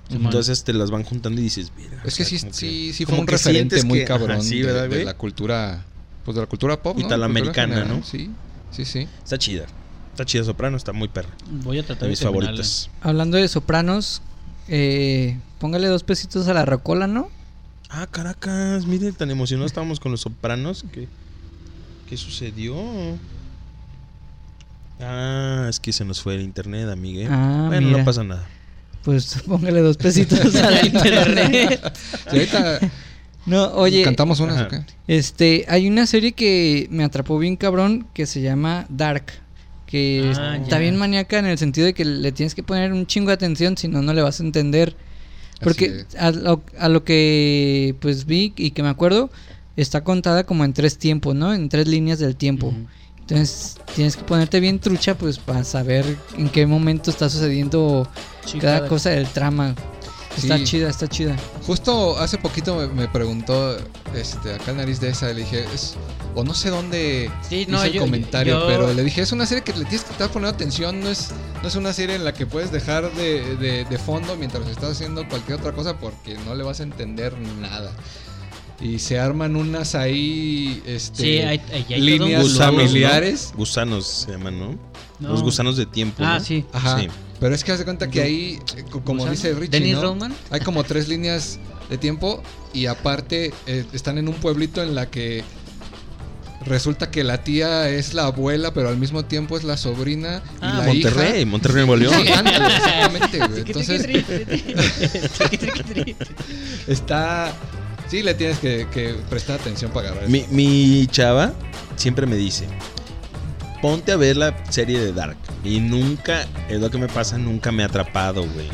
[SPEAKER 3] Simón.
[SPEAKER 1] entonces te las van juntando y dices, "Verga", o
[SPEAKER 4] Es que
[SPEAKER 1] sea,
[SPEAKER 4] sí,
[SPEAKER 1] como que-
[SPEAKER 4] sí, sí fue
[SPEAKER 1] como
[SPEAKER 4] un
[SPEAKER 1] que
[SPEAKER 4] referente
[SPEAKER 1] sientes
[SPEAKER 4] muy
[SPEAKER 1] que- ajá,
[SPEAKER 4] cabrón
[SPEAKER 1] sí,
[SPEAKER 4] de-
[SPEAKER 1] ¿verdad,
[SPEAKER 4] de,
[SPEAKER 1] güey?
[SPEAKER 4] la cultura, pues de la cultura pop, ¿no?
[SPEAKER 1] Italoamericana,
[SPEAKER 4] Cultura
[SPEAKER 1] ¿no?
[SPEAKER 4] Sí, sí, sí.
[SPEAKER 1] está chida, está chida Soprano, está muy perra,
[SPEAKER 3] Voy a tratar
[SPEAKER 1] de
[SPEAKER 3] de
[SPEAKER 1] mis
[SPEAKER 3] terminarla.
[SPEAKER 4] eh.
[SPEAKER 1] favoritas.
[SPEAKER 2] Hablando de sopranos, eh, póngale dos pesitos a la rocola, ¿no?
[SPEAKER 1] Ah, Caracas, miren, tan emocionados estábamos con los sopranos que. ¿Qué sucedió? Ah, es que se nos fue el internet, amigue.
[SPEAKER 2] Ah,
[SPEAKER 1] bueno,
[SPEAKER 2] mira.
[SPEAKER 1] no pasa nada.
[SPEAKER 2] Pues póngale dos pesitos a la internet.
[SPEAKER 4] Y ahorita
[SPEAKER 2] No, oye,
[SPEAKER 4] cantamos unas,
[SPEAKER 1] ajá.
[SPEAKER 4] ¿o qué?
[SPEAKER 2] este, hay una serie que me atrapó bien cabrón que se llama Dark. Que
[SPEAKER 3] Ah,
[SPEAKER 2] está
[SPEAKER 3] ya.
[SPEAKER 2] bien maníaca en el sentido de que le tienes que poner un chingo de atención, si no, no le vas a entender. Porque
[SPEAKER 4] Así
[SPEAKER 2] a lo, a lo que pues vi y que me acuerdo, está contada como en tres tiempos, ¿no? En tres líneas del tiempo.
[SPEAKER 3] Ujú.
[SPEAKER 2] Entonces tienes que ponerte bien trucha pues para saber en qué momento está sucediendo
[SPEAKER 3] Sí,
[SPEAKER 2] cada
[SPEAKER 3] cada-
[SPEAKER 2] cosa del trama. Está
[SPEAKER 4] Sí.
[SPEAKER 2] chida, está chida.
[SPEAKER 4] Justo hace poquito me, me preguntó este, acá el nariz de esa, le dije, es- o no sé dónde
[SPEAKER 3] Sí,
[SPEAKER 4] hice
[SPEAKER 3] no,
[SPEAKER 4] el
[SPEAKER 3] yo-
[SPEAKER 4] comentario,
[SPEAKER 3] yo-
[SPEAKER 4] pero le dije, es una serie que le tienes que estar poniendo atención, no es, no es una serie en la que puedes dejar de, de- de fondo mientras estás haciendo cualquier otra cosa porque no le vas a entender nada. Y se arman unas ahí, este,
[SPEAKER 3] Sí, hay, hay- hay
[SPEAKER 4] líneas
[SPEAKER 3] todo un
[SPEAKER 1] gusanos,
[SPEAKER 3] bulbo.
[SPEAKER 4] familiares.
[SPEAKER 1] Gusanos se llaman, ¿no?
[SPEAKER 3] No.
[SPEAKER 1] Los gusanos de tiempo.
[SPEAKER 3] Ah,
[SPEAKER 1] ¿no?
[SPEAKER 3] sí.
[SPEAKER 4] Ajá.
[SPEAKER 1] Sí.
[SPEAKER 4] Pero es que haz de cuenta que ahí, eh, co- como
[SPEAKER 3] ¿Cómo se
[SPEAKER 4] dice
[SPEAKER 3] llama?
[SPEAKER 4] Richie,
[SPEAKER 3] ¿Dennis
[SPEAKER 4] ¿no?
[SPEAKER 3] Rodman?
[SPEAKER 4] hay como tres líneas de tiempo y aparte eh, están en un pueblito en la que resulta que la tía es la abuela, pero al mismo tiempo es la sobrina. y
[SPEAKER 3] Ah,
[SPEAKER 4] la
[SPEAKER 1] Monterrey, Monterrey Nuevo
[SPEAKER 4] hija.
[SPEAKER 1] León.
[SPEAKER 4] Sí, ándale, exactamente, güey. Entonces está... Sí, le tienes que, que prestar atención para agarrar.
[SPEAKER 1] Mi, mi chava siempre me dice, ponte a ver la serie de Dark. Y nunca, es lo que me pasa, nunca me ha atrapado, güey.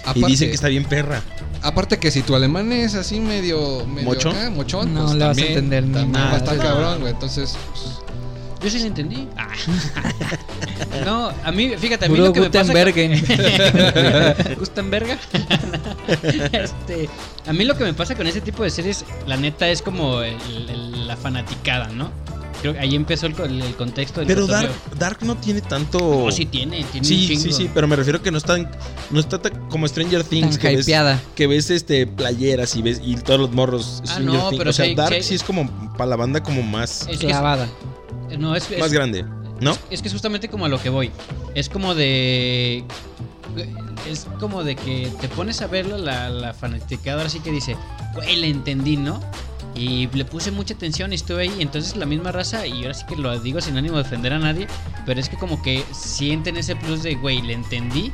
[SPEAKER 4] aparte,
[SPEAKER 1] Y dicen que está bien perra.
[SPEAKER 4] aparte que si tu alemán es así medio... medio
[SPEAKER 1] ¿Mocho?
[SPEAKER 4] acá, mochón,
[SPEAKER 2] No
[SPEAKER 4] pues
[SPEAKER 2] le vas a
[SPEAKER 4] también-
[SPEAKER 2] entender ni
[SPEAKER 4] también
[SPEAKER 2] nada.
[SPEAKER 4] Va a estar
[SPEAKER 2] No.
[SPEAKER 4] cabrón, güey. Entonces... pues,
[SPEAKER 3] Yo sí la entendí.
[SPEAKER 1] Ah.
[SPEAKER 3] No, a mí, fíjate, a mí
[SPEAKER 2] Puro
[SPEAKER 3] lo que me pasa.
[SPEAKER 2] Gutenbergen.
[SPEAKER 3] Gutenberga. este, a mí lo que me pasa con ese tipo de series, la neta, es como el- el- la fanaticada, ¿no? Creo que ahí empezó el, co- el- el contexto del
[SPEAKER 1] Pero
[SPEAKER 3] cotorreo.
[SPEAKER 1] Dark, Dark no tiene tanto...
[SPEAKER 3] No, sí tiene, tiene un
[SPEAKER 1] Sí,
[SPEAKER 3] chingo.
[SPEAKER 1] sí, sí, pero me refiero que no está, en- no está tan- como Stranger
[SPEAKER 2] Tan
[SPEAKER 1] Things, que ves,
[SPEAKER 2] hypeada.
[SPEAKER 1] que ves este playeras y ves y todos los morros
[SPEAKER 3] Ah,
[SPEAKER 1] Stranger
[SPEAKER 3] no,
[SPEAKER 1] Things.
[SPEAKER 3] pero
[SPEAKER 1] o sea,
[SPEAKER 3] sí hay-
[SPEAKER 1] Dark
[SPEAKER 3] sí
[SPEAKER 1] sí,
[SPEAKER 3] hay-
[SPEAKER 1] es como para la banda como más
[SPEAKER 3] Es que es-
[SPEAKER 2] Clavada.
[SPEAKER 3] no, es, es-
[SPEAKER 1] más grande, ¿no?
[SPEAKER 3] Es, es que es justamente como a lo que voy. Es como de. Es como de que te pones a verlo, la, la fanaticada ahora sí que dice, güey, le entendí, ¿no? Y le puse mucha atención y estuve ahí. Entonces la misma raza, y ahora sí que lo digo sin ánimo de ofender a nadie, pero es que como que sienten ese plus de, güey, le entendí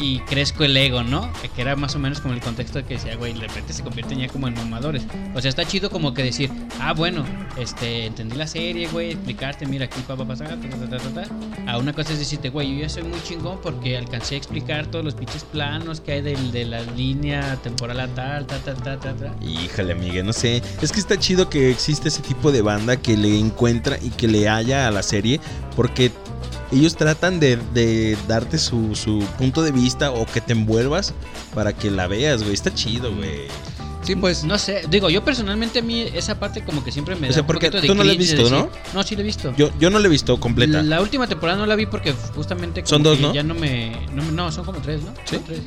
[SPEAKER 3] y crezco el ego, ¿no? Que era más o menos como el contexto que decía, güey, de repente se convierten ya como en mamadores. O sea, está chido como que decir, ah, bueno, este, entendí la serie, güey, explicarte, mira, aquí papá pasa, ta, ta, ta, ta, ta. A una cosa es decirte, güey, yo ya soy muy chingón porque alcancé a explicar todos los pinches planos que hay del, de la línea temporal a tal, ta, ta, ta, ta, ta.
[SPEAKER 1] Híjole, amiga, no sé. Es que está chido que existe ese tipo de banda que le encuentra y que le haya a la serie, porque ellos tratan de, de darte su, su punto de vista o que te envuelvas para que la veas, güey. Está chido, güey.
[SPEAKER 4] sí, pues...
[SPEAKER 3] No sé, digo, yo personalmente a mí esa parte como que siempre me
[SPEAKER 1] O
[SPEAKER 3] da
[SPEAKER 1] sea,
[SPEAKER 3] un
[SPEAKER 1] porque
[SPEAKER 3] poquito de
[SPEAKER 1] tú no la has
[SPEAKER 3] cringe de
[SPEAKER 1] visto,
[SPEAKER 3] decir- No, sí la he visto.
[SPEAKER 1] Yo, yo no la he visto completa.
[SPEAKER 3] La última temporada no la vi porque justamente como
[SPEAKER 1] Son dos,
[SPEAKER 3] que
[SPEAKER 1] ¿no?
[SPEAKER 3] ya no me, no me- no, son como tres, ¿no?
[SPEAKER 1] Sí.
[SPEAKER 3] Son tres.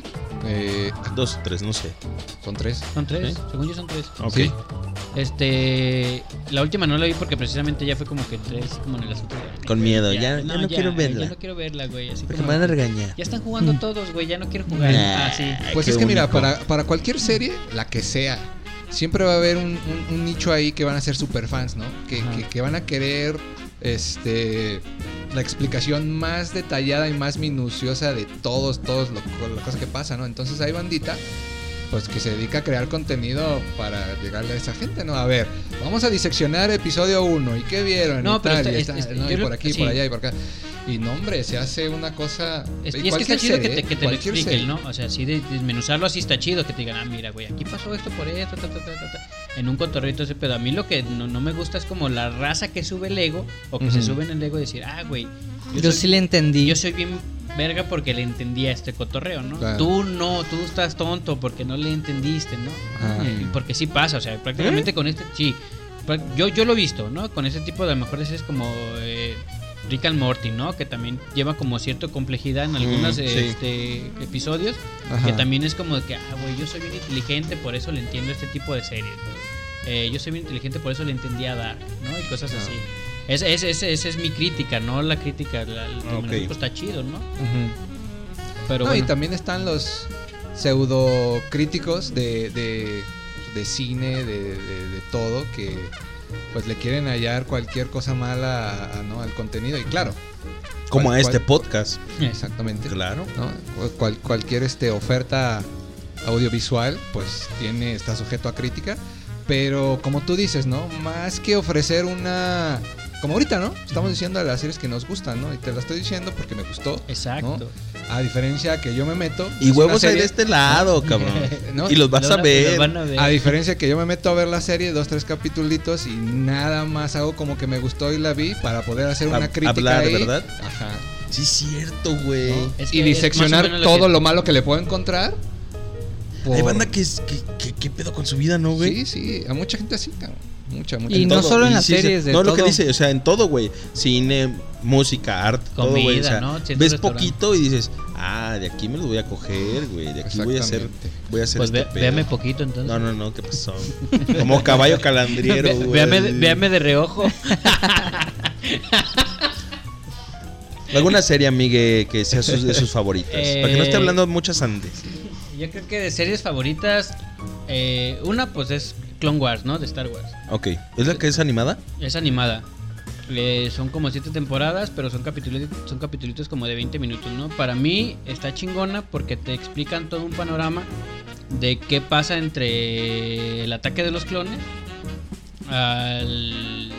[SPEAKER 4] eh,
[SPEAKER 1] Dos o tres, no sé.
[SPEAKER 4] son tres.
[SPEAKER 3] Son tres,
[SPEAKER 1] ¿Sí? Oh.
[SPEAKER 3] según yo son tres.
[SPEAKER 1] Ok.
[SPEAKER 4] Sí.
[SPEAKER 3] Este, la última no la vi porque precisamente ya fue como que entré así como en el asunto. de, "Ay,
[SPEAKER 1] Con
[SPEAKER 3] güey,
[SPEAKER 1] miedo, ya- ya no quiero verla".
[SPEAKER 3] Ya no quiero verla, güey, así
[SPEAKER 1] Porque
[SPEAKER 3] como-
[SPEAKER 1] me van a regañar.
[SPEAKER 3] Ya están jugando
[SPEAKER 2] Mm.
[SPEAKER 3] todos, güey, ya no quiero jugar.
[SPEAKER 1] Nah,
[SPEAKER 3] Ah, sí.
[SPEAKER 1] ay,
[SPEAKER 4] Pues
[SPEAKER 1] qué
[SPEAKER 4] es que mira,
[SPEAKER 1] único.
[SPEAKER 4] para, para cualquier serie, la que sea, siempre va a haber un, un- un nicho ahí que van a ser superfans, ¿no? Que,
[SPEAKER 3] Ajá.
[SPEAKER 4] que- que van a querer este la explicación más detallada y más minuciosa de todos, todos lo, las cosas que pasa, ¿no? Entonces hay bandita pues que se dedica a crear contenido para llegarle a esa gente, ¿no? A ver, vamos a diseccionar episodio 1 y qué vieron,
[SPEAKER 3] No,
[SPEAKER 4] y
[SPEAKER 3] pero
[SPEAKER 4] tal,
[SPEAKER 3] está-
[SPEAKER 4] y,
[SPEAKER 3] es-
[SPEAKER 4] tal,
[SPEAKER 3] es-
[SPEAKER 4] ¿no?
[SPEAKER 3] yo
[SPEAKER 4] y
[SPEAKER 3] lo-
[SPEAKER 4] por aquí, y
[SPEAKER 3] sí.
[SPEAKER 4] por allá y por acá. Y no, hombre, se hace una cosa...
[SPEAKER 3] Es, y es que
[SPEAKER 4] y
[SPEAKER 3] está
[SPEAKER 4] cualquier
[SPEAKER 3] chido que
[SPEAKER 4] serie,
[SPEAKER 3] te,
[SPEAKER 4] ¿eh?
[SPEAKER 3] que te lo
[SPEAKER 4] Cualquier
[SPEAKER 3] expliquen,
[SPEAKER 4] serie.
[SPEAKER 3] ¿no? O sea, así de desmenuzarlo así está chido que te digan, ah, mira, güey, aquí pasó esto por esto, ta, ta, ta, ta, ta", En un cotorrito ese pedo. A mí lo que no, no me gusta es como la raza que sube el ego o que se
[SPEAKER 4] Ujú.
[SPEAKER 3] sube en el ego y decir, ah, güey,
[SPEAKER 2] Yo,
[SPEAKER 3] soy-
[SPEAKER 2] sí le entendí.
[SPEAKER 3] yo soy bien verga porque le entendía este cotorreo, ¿no?
[SPEAKER 4] Claro.
[SPEAKER 3] Tú no, tú estás tonto porque no le entendiste, ¿no?
[SPEAKER 4] Ajá.
[SPEAKER 3] Eh, Porque sí pasa, o sea, prácticamente con este, sí, pra- yo, yo lo he visto, ¿no? Con ese tipo de a lo mejor es como eh, Rick and Morty, ¿no? Que también lleva como cierta complejidad en algunos
[SPEAKER 1] Mm,
[SPEAKER 3] eh,
[SPEAKER 1] sí.
[SPEAKER 3] este, episodios, que
[SPEAKER 4] Ajá.
[SPEAKER 3] también es como de que, ah, güey, yo soy bien inteligente, por eso le entiendo este tipo de series, ¿no? Eh, yo soy bien inteligente, por eso le entendí a Dark, ¿no? Y cosas
[SPEAKER 4] Ah.
[SPEAKER 3] así. Esa es, es, es, es mi crítica, no la crítica. La, el
[SPEAKER 1] Ah, ok.
[SPEAKER 3] terminología, pues, está chido, ¿no?
[SPEAKER 4] Ujú.
[SPEAKER 3] Pero
[SPEAKER 4] no,
[SPEAKER 3] bueno.
[SPEAKER 4] y también están los pseudo críticos de, de, de cine, de, de- de todo, que pues le quieren hallar cualquier cosa mala a- a, ¿no? al contenido. Y claro,
[SPEAKER 1] Como a
[SPEAKER 4] ¿Cuál-
[SPEAKER 1] este
[SPEAKER 4] cuál?
[SPEAKER 1] podcast.
[SPEAKER 4] exactamente.
[SPEAKER 1] Claro.
[SPEAKER 4] ¿no? Cu- cual- cualquier este, oferta audiovisual pues tiene, está sujeto a crítica. Pero como tú dices, ¿no? Más que ofrecer una... Como ahorita, ¿no? Estamos diciendo a las series que nos gustan, ¿no? Y te la estoy diciendo porque me gustó.
[SPEAKER 3] Exacto.
[SPEAKER 4] ¿no? A diferencia que yo me meto.
[SPEAKER 1] Y
[SPEAKER 4] es una
[SPEAKER 1] huevos hay de
[SPEAKER 4] serie-
[SPEAKER 1] este lado, cabrón.
[SPEAKER 4] ¿no?
[SPEAKER 1] Y los vas
[SPEAKER 3] Lo
[SPEAKER 1] a
[SPEAKER 3] van
[SPEAKER 1] ver.
[SPEAKER 3] lo van a ver. Pues
[SPEAKER 4] A diferencia que yo me meto a ver la serie, dos, tres capítulos y nada más hago como que me gustó y la vi para poder hacer una
[SPEAKER 1] Hab-
[SPEAKER 4] crítica.
[SPEAKER 1] hablar,
[SPEAKER 4] ahí.
[SPEAKER 1] ¿verdad?
[SPEAKER 4] Ajá.
[SPEAKER 1] Sí, cierto, güey.
[SPEAKER 4] ¿no?
[SPEAKER 3] Es
[SPEAKER 4] y
[SPEAKER 3] que
[SPEAKER 4] diseccionar
[SPEAKER 3] es más o menos lo
[SPEAKER 4] todo
[SPEAKER 3] que-
[SPEAKER 4] lo malo que le puedo encontrar.
[SPEAKER 1] Hay
[SPEAKER 4] por-
[SPEAKER 1] banda que es. que- que- ¿Qué pedo con su vida, no, güey?
[SPEAKER 4] Sí, sí, a mucha gente así, cabrón. Mucha, mucha.
[SPEAKER 2] Y
[SPEAKER 4] gente.
[SPEAKER 2] no
[SPEAKER 1] todo,
[SPEAKER 2] solo en
[SPEAKER 1] y
[SPEAKER 2] las
[SPEAKER 1] sí, sí,
[SPEAKER 2] series, de
[SPEAKER 1] No, lo que
[SPEAKER 2] todo.
[SPEAKER 1] dice, o sea, en todo, güey. Cine, música, arte, todo, güey. O
[SPEAKER 3] Comida,
[SPEAKER 1] sea,
[SPEAKER 3] ¿no? Siendo
[SPEAKER 1] ves
[SPEAKER 3] restaurante.
[SPEAKER 1] poquito y dices, ah, de aquí me lo voy a coger, güey. De aquí voy a hacer,
[SPEAKER 4] Exactamente.
[SPEAKER 1] voy a hacer
[SPEAKER 3] Pues
[SPEAKER 1] este
[SPEAKER 3] ve-
[SPEAKER 1] pedo.
[SPEAKER 3] véame poquito entonces.
[SPEAKER 1] No, no, no, ¿qué pasó? Como caballo calandriero,
[SPEAKER 3] Ve-
[SPEAKER 1] güey.
[SPEAKER 3] véame, de- véame de reojo.
[SPEAKER 1] Alguna serie, amigue, que sea sus- de sus favoritas.
[SPEAKER 3] Eh.
[SPEAKER 1] Para que no esté hablando muchas antes.
[SPEAKER 3] Yo creo que de series favoritas, eh, una pues es Clone Wars, ¿no? De Star Wars.
[SPEAKER 1] Ok. ¿Es la que es animada?
[SPEAKER 3] Es animada. Eh, son como siete temporadas, pero son capítulos son capítulos como de 20 minutos, ¿no? Para mí está chingona porque te explican todo un panorama de qué pasa entre el ataque de los clones al-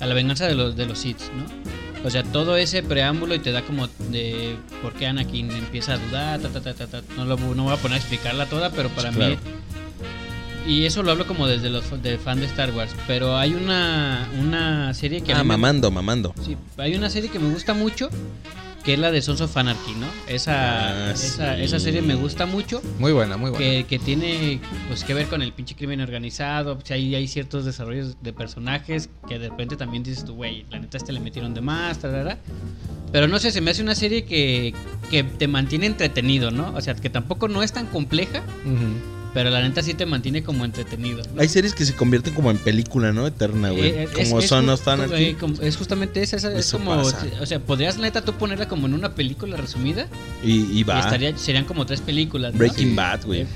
[SPEAKER 3] a la venganza de los de los Sith, ¿no? O sea, todo ese preámbulo y te da como de por qué Anakin empieza a dudar, ta, ta, ta, ta, ta. No, lo, no voy a poner a explicarla toda, pero para
[SPEAKER 1] Sí, claro.
[SPEAKER 3] mí y eso lo hablo como desde los de fan de Star Wars, pero hay una, una serie que a
[SPEAKER 1] Ah,
[SPEAKER 3] mí me-
[SPEAKER 1] mamando, mamando.
[SPEAKER 3] sí, hay una serie que me gusta mucho, que es la de Sons of Anarchy, ¿no? Esa,
[SPEAKER 1] Ah,
[SPEAKER 3] esa,
[SPEAKER 1] sí.
[SPEAKER 3] esa serie me gusta mucho,
[SPEAKER 4] Muy buena, muy buena.
[SPEAKER 3] que, que tiene pues que ver con el pinche crimen organizado, o sea, ahí hay ciertos desarrollos de personajes que de repente también dices tú, güey, la neta este le metieron de más, tarara. Pero no sé, se me hace una serie que, que te mantiene entretenido, ¿no? O sea, que tampoco no es tan compleja,
[SPEAKER 4] Ujú.
[SPEAKER 3] pero la neta sí te mantiene como entretenido. ¿no?
[SPEAKER 1] Hay series que se convierten como en película, ¿no? Eterna, Ah, güey.
[SPEAKER 3] Eh, eh,
[SPEAKER 1] como
[SPEAKER 3] es- es
[SPEAKER 1] Son
[SPEAKER 3] ju-
[SPEAKER 1] of Anarchy.
[SPEAKER 3] eh, como- Es justamente esa, esa- es
[SPEAKER 1] Eso
[SPEAKER 3] como,
[SPEAKER 1] pasa.
[SPEAKER 3] o sea, podrías neta tú ponerla como en una película resumida
[SPEAKER 1] Y, y
[SPEAKER 3] y
[SPEAKER 1] va.
[SPEAKER 3] estaría, serían como tres películas. ¿no?
[SPEAKER 1] Breaking
[SPEAKER 4] Sí.
[SPEAKER 1] Bad, güey.
[SPEAKER 3] Eh,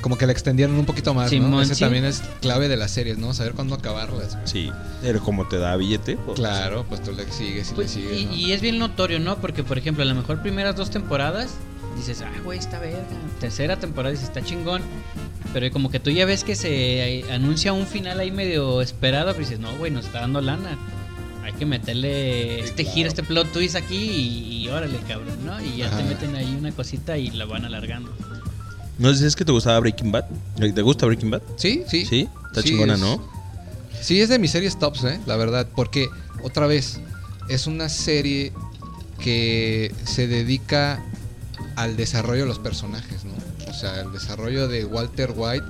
[SPEAKER 4] Como que la extendieron un poquito más, ¿no?
[SPEAKER 3] Simón,
[SPEAKER 4] Ese
[SPEAKER 3] sí.
[SPEAKER 4] también es clave de las series, ¿no? Saber cuándo acabarlas.
[SPEAKER 1] Sí. Pero como te da billete, pues,
[SPEAKER 4] Claro, pues tú le sigues y
[SPEAKER 3] Pues,
[SPEAKER 4] le sigues,
[SPEAKER 3] y,
[SPEAKER 4] ¿no?
[SPEAKER 3] y es bien notorio, ¿no? Porque, por ejemplo, a lo mejor primeras dos temporadas dices, ah, güey, está verga. Tercera temporada dices, está chingón. Pero como que tú ya ves que se eh, anuncia un final ahí medio esperado, pero dices, no, güey, nos está dando lana. Hay que meterle
[SPEAKER 4] Sí,
[SPEAKER 3] este
[SPEAKER 4] claro.
[SPEAKER 3] giro, este plot twist aquí y, y órale, cabrón, ¿no? Y ya
[SPEAKER 4] Ajá.
[SPEAKER 3] te meten ahí una cosita y la van alargando.
[SPEAKER 1] ¿No dices que te gustaba Breaking Bad? Eh, ¿Te gusta Breaking Bad?
[SPEAKER 4] Sí, sí.
[SPEAKER 1] Sí. Está
[SPEAKER 4] Sí,
[SPEAKER 1] chingona,
[SPEAKER 4] es-
[SPEAKER 1] ¿no?
[SPEAKER 4] Sí, es de mis series tops, ¿eh? la verdad. Porque, otra vez, es una serie que se dedica al desarrollo de los personajes, ¿no? O sea, el desarrollo de Walter White.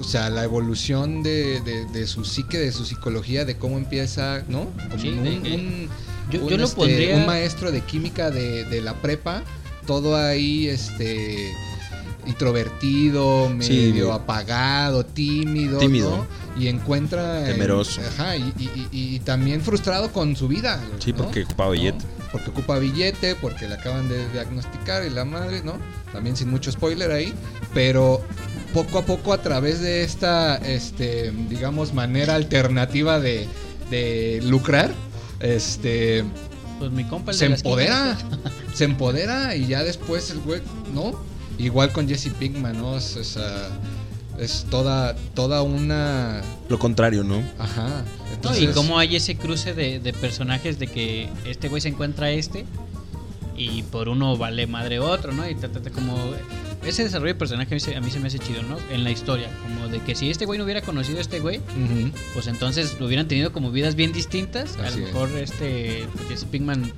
[SPEAKER 4] O sea, la evolución de, de- de su psique, de su psicología, de cómo empieza, ¿no? Como
[SPEAKER 3] Sí,
[SPEAKER 4] un,
[SPEAKER 3] de que-
[SPEAKER 4] un-
[SPEAKER 3] Yo,
[SPEAKER 4] un,
[SPEAKER 3] yo lo
[SPEAKER 4] este,
[SPEAKER 3] pondría.
[SPEAKER 4] un maestro de química de, de la prepa, todo ahí, este, introvertido,
[SPEAKER 1] Sí,
[SPEAKER 4] medio
[SPEAKER 1] de-
[SPEAKER 4] apagado, tímido,
[SPEAKER 1] Tímido.
[SPEAKER 4] ¿no? y encuentra
[SPEAKER 1] Temeroso.
[SPEAKER 4] ajá, y, y- y- y también frustrado con su vida.
[SPEAKER 1] Sí,
[SPEAKER 4] ¿no?
[SPEAKER 1] porque ocupaba billete.
[SPEAKER 4] ¿no? Porque ocupa billete, porque le acaban de diagnosticar y la madre, ¿no? También sin mucho spoiler ahí, pero poco a poco a través de esta, este, digamos, manera alternativa de, de lucrar, este,
[SPEAKER 3] Pues mi compa el de
[SPEAKER 4] se
[SPEAKER 3] las
[SPEAKER 4] empodera,
[SPEAKER 3] quince.
[SPEAKER 4] se empodera y ya después el güey, ¿no? Igual con Jesse Pinkman, ¿no? Es, es, ah, es toda, toda una...
[SPEAKER 1] Lo contrario, ¿no?
[SPEAKER 4] Ajá.
[SPEAKER 3] No,
[SPEAKER 4] Entonces,
[SPEAKER 3] y cómo hay ese cruce de, de personajes de que este güey se encuentra a este y por uno vale madre otro, ¿no? Y ta, ta, ta, como ese desarrollo de personaje a mí se- a mí se me hace chido, ¿no? En la historia, como de que si este güey no hubiera conocido a este güey,
[SPEAKER 4] Ujú.
[SPEAKER 3] pues entonces hubieran tenido como vidas bien distintas. a
[SPEAKER 4] Así
[SPEAKER 3] lo
[SPEAKER 4] es.
[SPEAKER 3] mejor este pues, Jesse Pinkman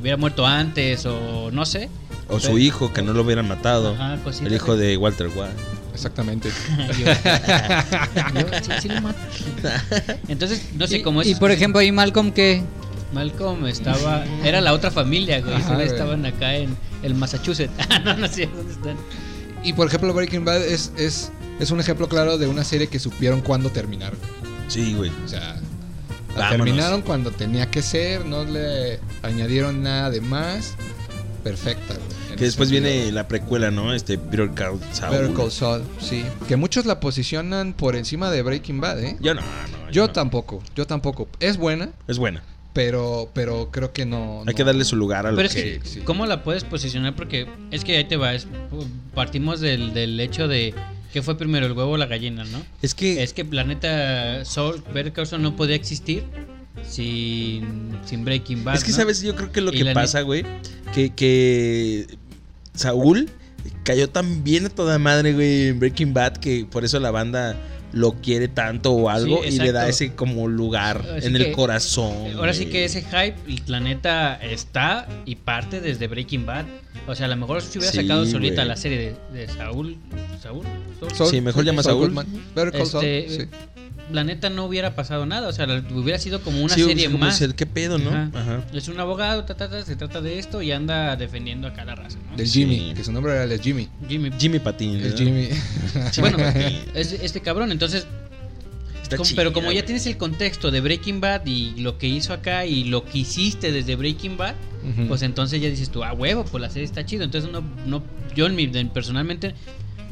[SPEAKER 3] hubiera muerto antes o no sé.
[SPEAKER 1] O su
[SPEAKER 3] Pero-
[SPEAKER 1] hijo, que no lo hubieran matado.
[SPEAKER 3] Ajá, cositas
[SPEAKER 1] El hijo de Walter White.
[SPEAKER 4] Exactamente.
[SPEAKER 3] Yo- yo- sí, sí lo mato. Entonces, no sé
[SPEAKER 2] Y-
[SPEAKER 3] cómo es.
[SPEAKER 2] Y por ejemplo, ahí Malcolm que
[SPEAKER 3] Malcolm estaba. Era la otra familia, güey.
[SPEAKER 4] Ajá, güey.
[SPEAKER 3] Estaban acá en el Massachusetts. Ah, no, no sé dónde están.
[SPEAKER 4] Y por ejemplo, Breaking Bad es, es, es un ejemplo claro de una serie que supieron cuándo terminar.
[SPEAKER 1] Sí, güey.
[SPEAKER 4] O sea, la
[SPEAKER 1] Vámonos.
[SPEAKER 4] terminaron cuando tenía que ser, no le añadieron nada de más. Perfecta. güey, en
[SPEAKER 1] Que
[SPEAKER 4] ese
[SPEAKER 1] después
[SPEAKER 4] sentido.
[SPEAKER 1] viene la precuela, ¿no? Este, Peter Call Saul.
[SPEAKER 4] Better Call Saul, sí. Que muchos la posicionan por encima de Breaking Bad, ¿eh?
[SPEAKER 1] Yo no, no.
[SPEAKER 4] Yo
[SPEAKER 1] no.
[SPEAKER 4] tampoco, yo tampoco. Es buena,
[SPEAKER 1] Es buena.
[SPEAKER 4] pero, pero creo que no.
[SPEAKER 1] Hay
[SPEAKER 4] no.
[SPEAKER 1] que darle su lugar a lo
[SPEAKER 3] Pero es
[SPEAKER 1] que.
[SPEAKER 3] que,
[SPEAKER 4] sí.
[SPEAKER 3] ¿cómo la puedes posicionar? Porque es que ahí te va. es- partimos del, del hecho de. ¿Qué fue primero, el huevo o la gallina, no?
[SPEAKER 1] Es que.
[SPEAKER 3] Es que Planeta Soul, Better Call Saul no podía existir sin, sin Breaking Bad.
[SPEAKER 1] Es que,
[SPEAKER 3] ¿no?
[SPEAKER 1] ¿sabes? Yo creo que lo
[SPEAKER 3] Y
[SPEAKER 1] que
[SPEAKER 3] la neta-
[SPEAKER 1] pasa, güey, que, que Saúl cayó tan bien a toda madre, güey, en Breaking Bad, que por eso la banda lo quiere tanto o algo
[SPEAKER 3] Sí,
[SPEAKER 1] y le da
[SPEAKER 3] exacto.
[SPEAKER 1] ese como lugar
[SPEAKER 3] Así
[SPEAKER 1] en el
[SPEAKER 3] que-
[SPEAKER 1] corazón.
[SPEAKER 3] Ahora sí que
[SPEAKER 1] güey.
[SPEAKER 3] ese hype, el planeta está y parte desde Breaking Bad. O sea, a lo mejor si hubiera
[SPEAKER 1] Sí,
[SPEAKER 3] sacado solita
[SPEAKER 1] güey.
[SPEAKER 3] la serie de, de Saúl, Saúl, Saúl,
[SPEAKER 4] Saul,
[SPEAKER 1] Sí, mejor llama a Saul.
[SPEAKER 4] Goodman. Better Call Saul,
[SPEAKER 3] Este,
[SPEAKER 4] sí.
[SPEAKER 3] planeta no hubiera pasado nada. O sea, la- hubiera sido como una
[SPEAKER 1] Sí,
[SPEAKER 3] serie
[SPEAKER 1] como
[SPEAKER 3] más.
[SPEAKER 1] decir, ¿Qué pedo, no?
[SPEAKER 3] Ajá.
[SPEAKER 1] Ajá.
[SPEAKER 3] Es un abogado, ta, ta, ta, se trata de esto y anda defendiendo acá la raza. ¿no?
[SPEAKER 4] Del
[SPEAKER 1] Sí.
[SPEAKER 4] Jimmy, que su nombre era el Jimmy.
[SPEAKER 3] Jimmy.
[SPEAKER 1] Jimmy Patín.
[SPEAKER 4] El
[SPEAKER 1] ¿verdad?
[SPEAKER 4] Jimmy.
[SPEAKER 3] Bueno, es- este cabrón, entonces
[SPEAKER 1] está
[SPEAKER 3] Com-
[SPEAKER 1] chida,
[SPEAKER 3] pero como
[SPEAKER 1] güey.
[SPEAKER 3] ya tienes el contexto de Breaking Bad y lo que hizo acá y lo que hiciste desde Breaking Bad,
[SPEAKER 4] Ujú.
[SPEAKER 3] pues entonces ya dices tú, ah, huevo, pues la serie está chida. Entonces no, no, yo en mi- de- personalmente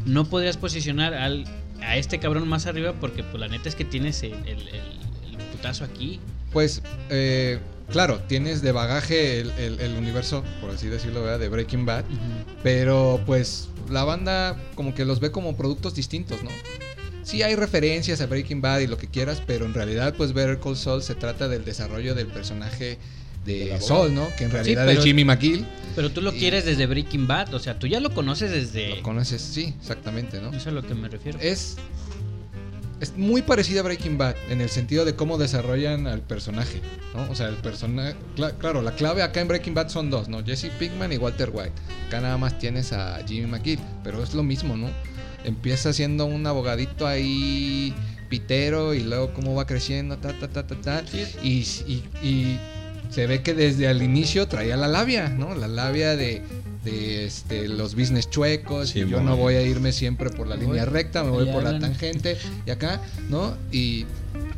[SPEAKER 3] no podrías posicionar al, a este cabrón más arriba porque pues la neta es que tienes el, el- el- el putazo aquí.
[SPEAKER 4] Pues, eh, claro, tienes de bagaje el, el- el universo, por así decirlo, ¿verdad? de Breaking Bad. Pero pues la banda como que los ve como productos distintos, ¿no? Sí hay referencias a Breaking Bad y lo que quieras, pero en realidad pues Better Call Saul se trata del desarrollo del personaje
[SPEAKER 1] Del
[SPEAKER 4] de
[SPEAKER 1] abogado.
[SPEAKER 4] Saul, ¿no? Que en realidad
[SPEAKER 3] pero-
[SPEAKER 4] es Jimmy McGill.
[SPEAKER 3] Pero tú lo
[SPEAKER 4] Y-
[SPEAKER 3] quieres desde Breaking Bad, o sea, tú ya lo conoces desde...
[SPEAKER 4] Lo Eh, conoces, sí, exactamente, ¿no?
[SPEAKER 3] Eso es a lo que me refiero.
[SPEAKER 4] Es, es muy parecida a Breaking Bad en el sentido de cómo desarrollan al personaje, ¿no? O sea, el personaje... claro, la clave acá en Breaking Bad son dos, ¿no? Jesse Pinkman y Walter White. Acá nada más tienes a Jimmy McGill, pero es lo mismo, ¿no? Empieza siendo un abogadito ahí pitero y luego cómo va creciendo, ta, ta, ta, ta, ta.
[SPEAKER 3] Sí, es-
[SPEAKER 4] Y, y- y se ve que desde el inicio traía la labia, ¿no? La labia de, de, este, los business chuecos.
[SPEAKER 1] Sí,
[SPEAKER 4] y yo
[SPEAKER 1] mon.
[SPEAKER 4] no voy a irme siempre por la
[SPEAKER 3] Me
[SPEAKER 4] línea
[SPEAKER 3] voy-
[SPEAKER 4] recta, me voy
[SPEAKER 3] ya
[SPEAKER 4] por la
[SPEAKER 3] hablan.
[SPEAKER 4] tangente y acá, ¿no? Y,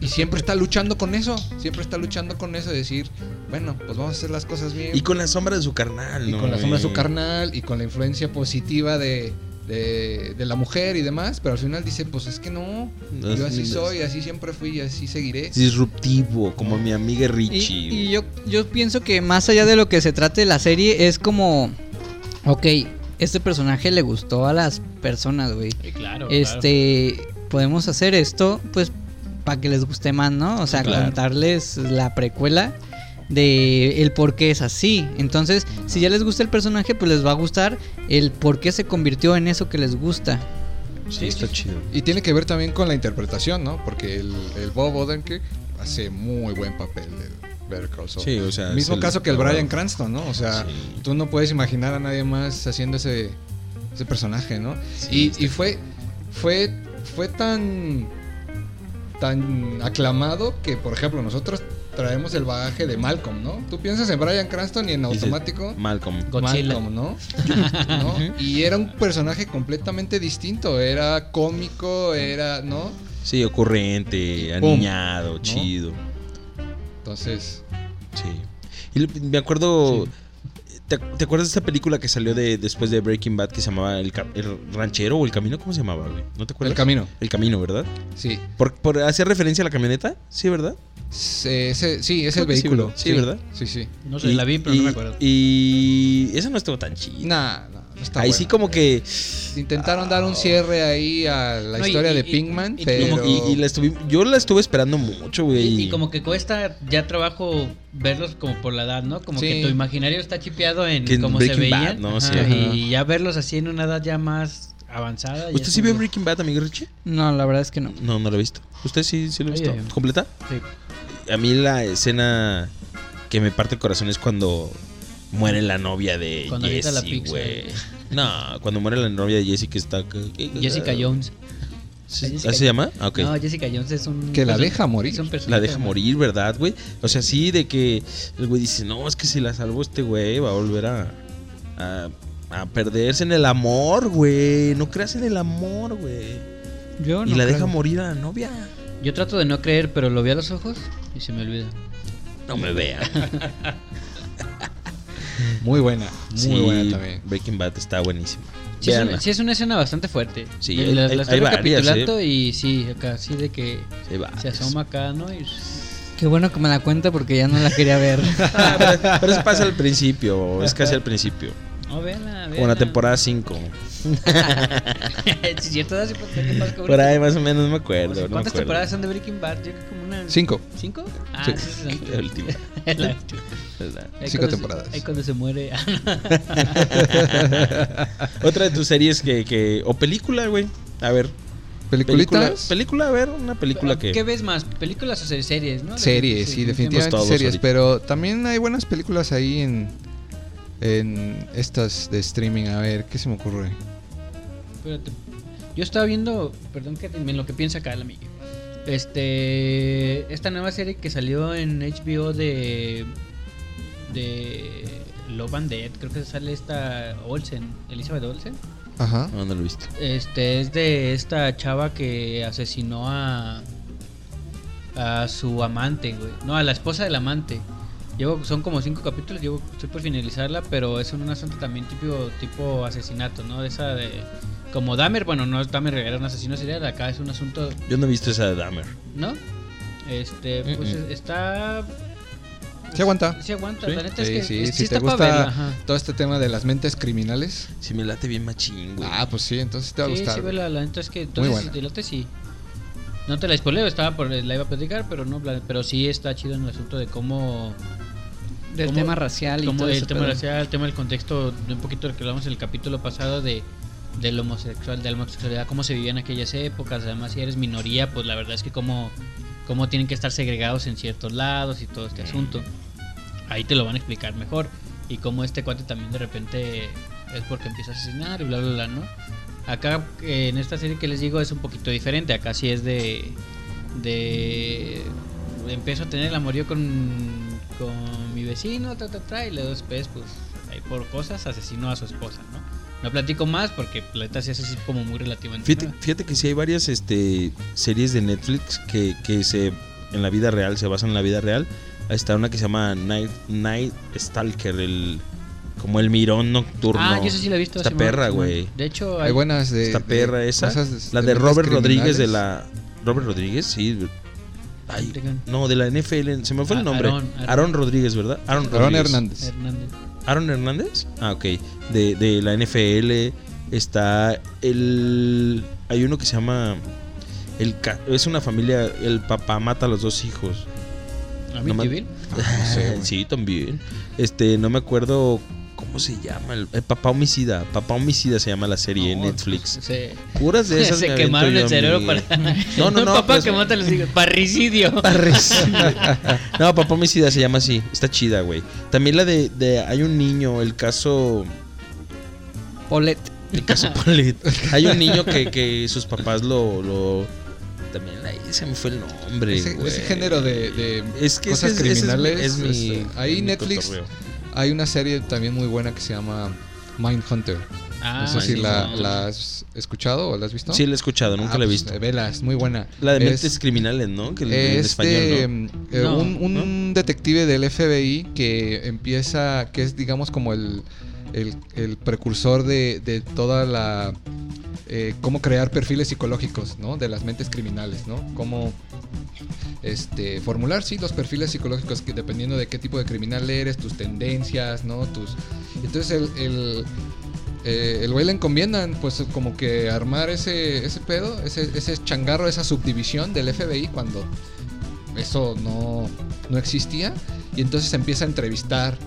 [SPEAKER 4] y siempre está luchando con eso. Siempre está luchando con eso. de Decir, bueno, pues vamos a hacer las cosas bien.
[SPEAKER 1] Y con la sombra de su carnal,
[SPEAKER 4] Y
[SPEAKER 1] ¿no,
[SPEAKER 4] con la sombra de su
[SPEAKER 1] güey?
[SPEAKER 4] carnal y con la influencia positiva de, de- de la mujer y demás. Pero al final dice, pues es que no.
[SPEAKER 1] Las
[SPEAKER 4] yo así
[SPEAKER 1] lindas.
[SPEAKER 4] soy, así siempre fui y así seguiré.
[SPEAKER 1] Disruptivo, como mi amiga
[SPEAKER 2] Y,
[SPEAKER 1] Richie.
[SPEAKER 2] y
[SPEAKER 1] güey.
[SPEAKER 2] yo, yo pienso que más allá de lo que se trate la serie, es como. Ok, este personaje le gustó a las personas, güey.
[SPEAKER 3] Sí, claro. claro.
[SPEAKER 2] Este. Podemos hacer esto, pues, para que les guste más, ¿no? O sea,
[SPEAKER 1] Claro.
[SPEAKER 2] contarles la precuela de el por qué es así. Entonces, si ya les gusta el personaje, pues les va a gustar el por qué se convirtió en eso que les gusta.
[SPEAKER 1] Sí, está chido.
[SPEAKER 4] Y tiene que ver también con la interpretación, ¿no? Porque el, el Bob Odenkirk hace muy buen papel de Better Call Saul.
[SPEAKER 1] Sí, o sea,
[SPEAKER 4] Mismo
[SPEAKER 1] es el-
[SPEAKER 4] caso que el Brian Cranston, ¿no? O sea,
[SPEAKER 1] Sí.
[SPEAKER 4] tú no puedes imaginar a nadie más haciendo ese, ese personaje, ¿no?
[SPEAKER 1] Sí,
[SPEAKER 4] y y fue, fue, fue tan, tan aclamado que, por ejemplo, nosotros traemos el bagaje de Malcolm, ¿no? Tú piensas en Brian Cranston y en
[SPEAKER 1] Dices,
[SPEAKER 4] automático...
[SPEAKER 1] Malcolm.
[SPEAKER 3] Godzilla.
[SPEAKER 4] Malcolm, ¿no? ¿No? Y era un personaje completamente distinto, era cómico, era, ¿no?
[SPEAKER 1] Sí, ocurrente,
[SPEAKER 4] Y pum,
[SPEAKER 1] aniñado, chido.
[SPEAKER 4] Entonces,
[SPEAKER 1] Sí. Y lo- me acuerdo. ¿te, te acuerdas de esta película que salió de, después de Breaking Bad que se llamaba el, Ca- el Ranchero o El Camino? ¿Cómo se llamaba, güey? ¿No te acuerdas?
[SPEAKER 4] el camino,
[SPEAKER 1] El Camino, ¿verdad?
[SPEAKER 4] sí.
[SPEAKER 1] ¿Por, por hacer referencia a la camioneta? Sí, ¿verdad?
[SPEAKER 4] Se- ese- sí, es
[SPEAKER 1] Creo
[SPEAKER 4] el
[SPEAKER 1] que sí,
[SPEAKER 4] vehículo.
[SPEAKER 1] ¿verdad? Sí, ¿verdad?
[SPEAKER 4] Sí, sí.
[SPEAKER 3] No sé, la vi, pero
[SPEAKER 1] y,
[SPEAKER 3] no me acuerdo.
[SPEAKER 1] Y esa no estuvo tan chida.
[SPEAKER 4] Nah, nah, no está
[SPEAKER 1] Ahí
[SPEAKER 4] buena.
[SPEAKER 1] sí como que...
[SPEAKER 4] Intentaron dar
[SPEAKER 1] Ah.
[SPEAKER 4] un cierre ahí a la
[SPEAKER 3] No, y-
[SPEAKER 4] historia
[SPEAKER 3] y-
[SPEAKER 4] de
[SPEAKER 3] y-
[SPEAKER 4] Pinkman,
[SPEAKER 3] y-
[SPEAKER 1] como-
[SPEAKER 4] pero...
[SPEAKER 1] y, y la estuve, yo la estuve esperando mucho, güey.
[SPEAKER 3] Y, y como que cuesta ya trabajo verlos como por la edad, ¿no? Como
[SPEAKER 4] Sí.
[SPEAKER 3] que tu imaginario está chipeado en
[SPEAKER 1] Que en
[SPEAKER 3] cómo se
[SPEAKER 1] Breaking Bad,
[SPEAKER 3] veían.
[SPEAKER 1] ¿no?
[SPEAKER 3] Ajá,
[SPEAKER 1] Sí.
[SPEAKER 3] y ya verlos así en una edad ya más avanzada. ya
[SPEAKER 1] ¿Usted
[SPEAKER 3] es
[SPEAKER 1] sí
[SPEAKER 3] como
[SPEAKER 1] vio
[SPEAKER 3] de-
[SPEAKER 1] Breaking Bad, amigo Richie?
[SPEAKER 2] No, la verdad es que no.
[SPEAKER 1] No, no lo he visto. ¿Usted sí, sí lo ha
[SPEAKER 3] Ay,
[SPEAKER 1] visto?
[SPEAKER 3] ay, ay.
[SPEAKER 1] ¿Completa?
[SPEAKER 3] Sí.
[SPEAKER 1] A mí la escena que me parte el corazón es cuando muere la novia de
[SPEAKER 3] Cuando avienta la
[SPEAKER 1] Jesse,
[SPEAKER 3] pizza.
[SPEAKER 1] güey. No, cuando muere la novia de Jesse que está... acá.
[SPEAKER 3] Jessica Jones.
[SPEAKER 1] ¿Sí-
[SPEAKER 3] Jessica
[SPEAKER 1] ¿Ah, se llama? Ah, Ok.
[SPEAKER 3] No, Jessica Jones es un.
[SPEAKER 4] Que la
[SPEAKER 3] es un-
[SPEAKER 4] deja morir.
[SPEAKER 3] es un personaje,
[SPEAKER 1] La deja
[SPEAKER 3] ¿no?
[SPEAKER 1] morir, ¿verdad, güey? O sea, sí, de que el güey dice, no, es que si la salvo este güey va a volver a, a, a perderse en el amor, güey. No creas en el amor, güey.
[SPEAKER 2] Yo
[SPEAKER 1] y
[SPEAKER 2] no
[SPEAKER 1] la
[SPEAKER 2] creo.
[SPEAKER 1] deja morir a la novia.
[SPEAKER 3] Yo trato de no creer, pero lo vi a los ojos y se me olvida.
[SPEAKER 1] No me vea.
[SPEAKER 4] Muy buena, muy
[SPEAKER 1] Sí,
[SPEAKER 4] buena también.
[SPEAKER 1] Breaking Bad está buenísima.
[SPEAKER 3] Sí es,
[SPEAKER 1] Véanla.
[SPEAKER 3] una, sí es una escena bastante fuerte.
[SPEAKER 1] Sí,
[SPEAKER 3] Y
[SPEAKER 1] hay-
[SPEAKER 3] la,
[SPEAKER 1] hay-
[SPEAKER 3] la estoy
[SPEAKER 1] hay varias, ¿eh? Ah,
[SPEAKER 3] recapitulando y sí, acá, sí de que
[SPEAKER 1] Ahí va.
[SPEAKER 3] se asoma acá, ¿no? Y-
[SPEAKER 2] Qué bueno que me la cuenta porque ya no la quería ver.
[SPEAKER 1] Ah, pero, pero eso pasa al principio, es casi al principio.
[SPEAKER 3] No, véanla,
[SPEAKER 1] Como la
[SPEAKER 3] véanla.
[SPEAKER 1] temporada 5.
[SPEAKER 3] Si cierto, da, sí, pues, ¿qué pasa con
[SPEAKER 1] Por ahí más o menos no me acuerdo.
[SPEAKER 3] O sea,
[SPEAKER 1] no me
[SPEAKER 3] ¿Cuántas
[SPEAKER 1] acuerdo.
[SPEAKER 3] temporadas son de Breaking Bad? Yo creo que como una.
[SPEAKER 4] Cinco.
[SPEAKER 3] ¿Cinco? Ah,
[SPEAKER 1] Sí,
[SPEAKER 3] sí, sí, sí.
[SPEAKER 1] la última.
[SPEAKER 3] La-
[SPEAKER 1] ¿verdad?
[SPEAKER 3] ahí cuando se-
[SPEAKER 4] Cinco temporadas.
[SPEAKER 3] ahí cuando se muere.
[SPEAKER 1] Otra de tus series que, que o película, güey. A ver, película,
[SPEAKER 4] ¿Peliculitas?
[SPEAKER 1] película, a ver, una película que
[SPEAKER 3] ¿Qué ves más? ¿Películas o se- series? ¿no?
[SPEAKER 4] Series, sí,
[SPEAKER 1] definitivamente.
[SPEAKER 4] definitivamente
[SPEAKER 1] todos
[SPEAKER 4] series,
[SPEAKER 1] ahorita.
[SPEAKER 4] pero también hay buenas películas ahí en en estas de streaming, a ver, ¿qué se me ocurre?
[SPEAKER 3] Espérate. Yo estaba viendo, perdón que en lo que piensa acá el amigo. Este, esta nueva serie que salió en HBO de de Love and Dead, creo que sale esta Olsen, Elizabeth Olsen.
[SPEAKER 4] Ajá.
[SPEAKER 1] No, no lo he visto.
[SPEAKER 3] Este es de esta chava que asesinó a a su amante, güey. No, a la esposa del amante. Llevo, son como cinco capítulos, llevo, estoy por finalizarla, pero es un asunto también tipo, tipo asesinato, ¿no? De esa de. Como Dahmer, bueno, no Dahmer era un asesino serial, acá es un asunto,
[SPEAKER 1] Yo no he visto esa de Dahmer.
[SPEAKER 3] ¿no? Este, pues
[SPEAKER 4] Mm-mm.
[SPEAKER 3] está.
[SPEAKER 4] Se aguanta.
[SPEAKER 3] Se aguanta,
[SPEAKER 4] Sí,
[SPEAKER 3] la neta es
[SPEAKER 4] sí,
[SPEAKER 3] que
[SPEAKER 4] sí,
[SPEAKER 3] es-
[SPEAKER 4] si
[SPEAKER 3] sí
[SPEAKER 4] te
[SPEAKER 3] está pa'
[SPEAKER 4] gusta-
[SPEAKER 3] verla, ajá.
[SPEAKER 4] Todo este tema de las mentes criminales.
[SPEAKER 1] Si me late bien machín, güey.
[SPEAKER 4] Ah, pues sí, entonces te va a
[SPEAKER 3] Sí,
[SPEAKER 4] gustar.
[SPEAKER 3] sí,
[SPEAKER 4] güey.
[SPEAKER 3] vela, la neta es que entonces si
[SPEAKER 4] buena.
[SPEAKER 3] te late, sí. No te la spoileo, estaba por la iba a platicar, pero no, la- pero sí está chido en el asunto de cómo
[SPEAKER 2] Del
[SPEAKER 3] ¿Cómo-
[SPEAKER 2] tema racial y
[SPEAKER 3] como
[SPEAKER 2] todo
[SPEAKER 3] el
[SPEAKER 2] ese
[SPEAKER 3] tema
[SPEAKER 2] pedo.
[SPEAKER 3] racial, el tema del contexto, de un poquito lo que hablamos en el capítulo pasado de del homosexual, de la homosexualidad, cómo se vivía en aquellas épocas, además si eres minoría, pues la verdad es que cómo, cómo tienen que estar segregados en ciertos lados y todo
[SPEAKER 4] Mm.
[SPEAKER 3] este asunto. Ahí te lo van a explicar mejor. Y cómo este cuate también de repente es porque empieza a asesinar y bla, bla, bla, ¿no? Acá eh, en esta serie que les digo es un poquito diferente, acá sí es de... de empiezo a tener el amorío con, con mi vecino, ta, ta, ta, y le doy después, pues, ahí por cosas, asesino a su esposa, ¿no? No platico más porque la neta sí es así como muy relativamente.
[SPEAKER 1] Fíjate,
[SPEAKER 3] nueva.
[SPEAKER 1] fíjate que sí hay varias este, series de Netflix que, que se en la vida real, se basan en la vida real. Ahí está una que se llama Night, Night Stalker, el, como el mirón nocturno.
[SPEAKER 3] Ah, yo sé si la he visto.
[SPEAKER 1] Esta
[SPEAKER 3] Simón,
[SPEAKER 1] perra,
[SPEAKER 3] Simón.
[SPEAKER 1] güey.
[SPEAKER 3] De hecho,
[SPEAKER 4] Hay
[SPEAKER 3] hay-
[SPEAKER 4] buenas de.
[SPEAKER 1] Esta
[SPEAKER 4] de
[SPEAKER 1] perra esa.
[SPEAKER 4] cosas
[SPEAKER 1] la de
[SPEAKER 4] mentes
[SPEAKER 1] Robert Rodríguez de
[SPEAKER 4] criminales.
[SPEAKER 1] la... Robert Rodríguez, sí. Ay,
[SPEAKER 3] Rodríguez.
[SPEAKER 1] no, de la NFL, se me fue
[SPEAKER 3] A-
[SPEAKER 1] el nombre.
[SPEAKER 3] Ah, Aaron,
[SPEAKER 1] Aaron,
[SPEAKER 3] Aaron.
[SPEAKER 1] Rodríguez, ¿verdad? Aaron,
[SPEAKER 4] Aaron
[SPEAKER 1] Rodríguez.
[SPEAKER 4] Hernández.
[SPEAKER 3] Hernández.
[SPEAKER 1] Aaron Hernández. Ah, ok. De, de la NFL. Está el. Hay uno que se llama. El, ca- es una familia. El papá mata a los dos hijos.
[SPEAKER 3] Amityville.
[SPEAKER 4] Ah, No sé, güey.
[SPEAKER 1] sí, también. Este, no me acuerdo. ¿Cómo se llama? El, el papá homicida. Papá homicida se llama la serie en
[SPEAKER 3] No,
[SPEAKER 1] Netflix.
[SPEAKER 3] Se,
[SPEAKER 1] Puras de esas.
[SPEAKER 3] se
[SPEAKER 1] me
[SPEAKER 3] quemaron el
[SPEAKER 1] avento yo,
[SPEAKER 3] cerebro
[SPEAKER 1] amigo.
[SPEAKER 3] para.
[SPEAKER 1] No, no,
[SPEAKER 3] Un
[SPEAKER 1] no,
[SPEAKER 3] Papá
[SPEAKER 1] pues-
[SPEAKER 3] que mata a los hijos. Parricidio.
[SPEAKER 1] No, papá homicida se llama así. Está chida, güey. También la de, de. Hay un niño, el caso.
[SPEAKER 2] Paulette.
[SPEAKER 1] El caso Paulette. Hay un niño que, que sus papás lo, lo. También ahí se me fue el nombre.
[SPEAKER 4] Ese,
[SPEAKER 1] güey.
[SPEAKER 4] ese género de, de
[SPEAKER 1] Es que
[SPEAKER 4] cosas
[SPEAKER 1] ese es- ese es mi-
[SPEAKER 4] criminales.
[SPEAKER 1] es mi-
[SPEAKER 4] este, ahí
[SPEAKER 1] mi
[SPEAKER 4] Netflix
[SPEAKER 1] cotorreo.
[SPEAKER 4] hay una serie también muy buena que se llama Mindhunter.
[SPEAKER 3] Ah,
[SPEAKER 4] no sé si
[SPEAKER 1] sí,
[SPEAKER 4] la,
[SPEAKER 1] no.
[SPEAKER 4] la has escuchado o la has visto.
[SPEAKER 1] Sí, la he escuchado, nunca
[SPEAKER 4] Ah,
[SPEAKER 1] la he
[SPEAKER 4] pues,
[SPEAKER 1] visto.
[SPEAKER 4] eh, Vela, es muy buena.
[SPEAKER 1] La de
[SPEAKER 4] Es-
[SPEAKER 1] mentes criminales, ¿no? Que en- en
[SPEAKER 4] este,
[SPEAKER 1] español.
[SPEAKER 4] eh,
[SPEAKER 3] No,
[SPEAKER 4] un, un detective del FBI que empieza, que es digamos como el, el- el precursor de, de toda la... eh, cómo crear perfiles psicológicos, ¿no? De las mentes criminales, ¿no? Cómo este, formular, sí, los perfiles psicológicos que dependiendo de qué tipo de criminal eres, tus tendencias, ¿no? Tus... Entonces el... el eh, el güey le encomiendan, pues, como que armar ese, ese pedo, ese, ese changarro, esa subdivisión del FBI cuando eso no, no existía. Y entonces empieza a entrevistar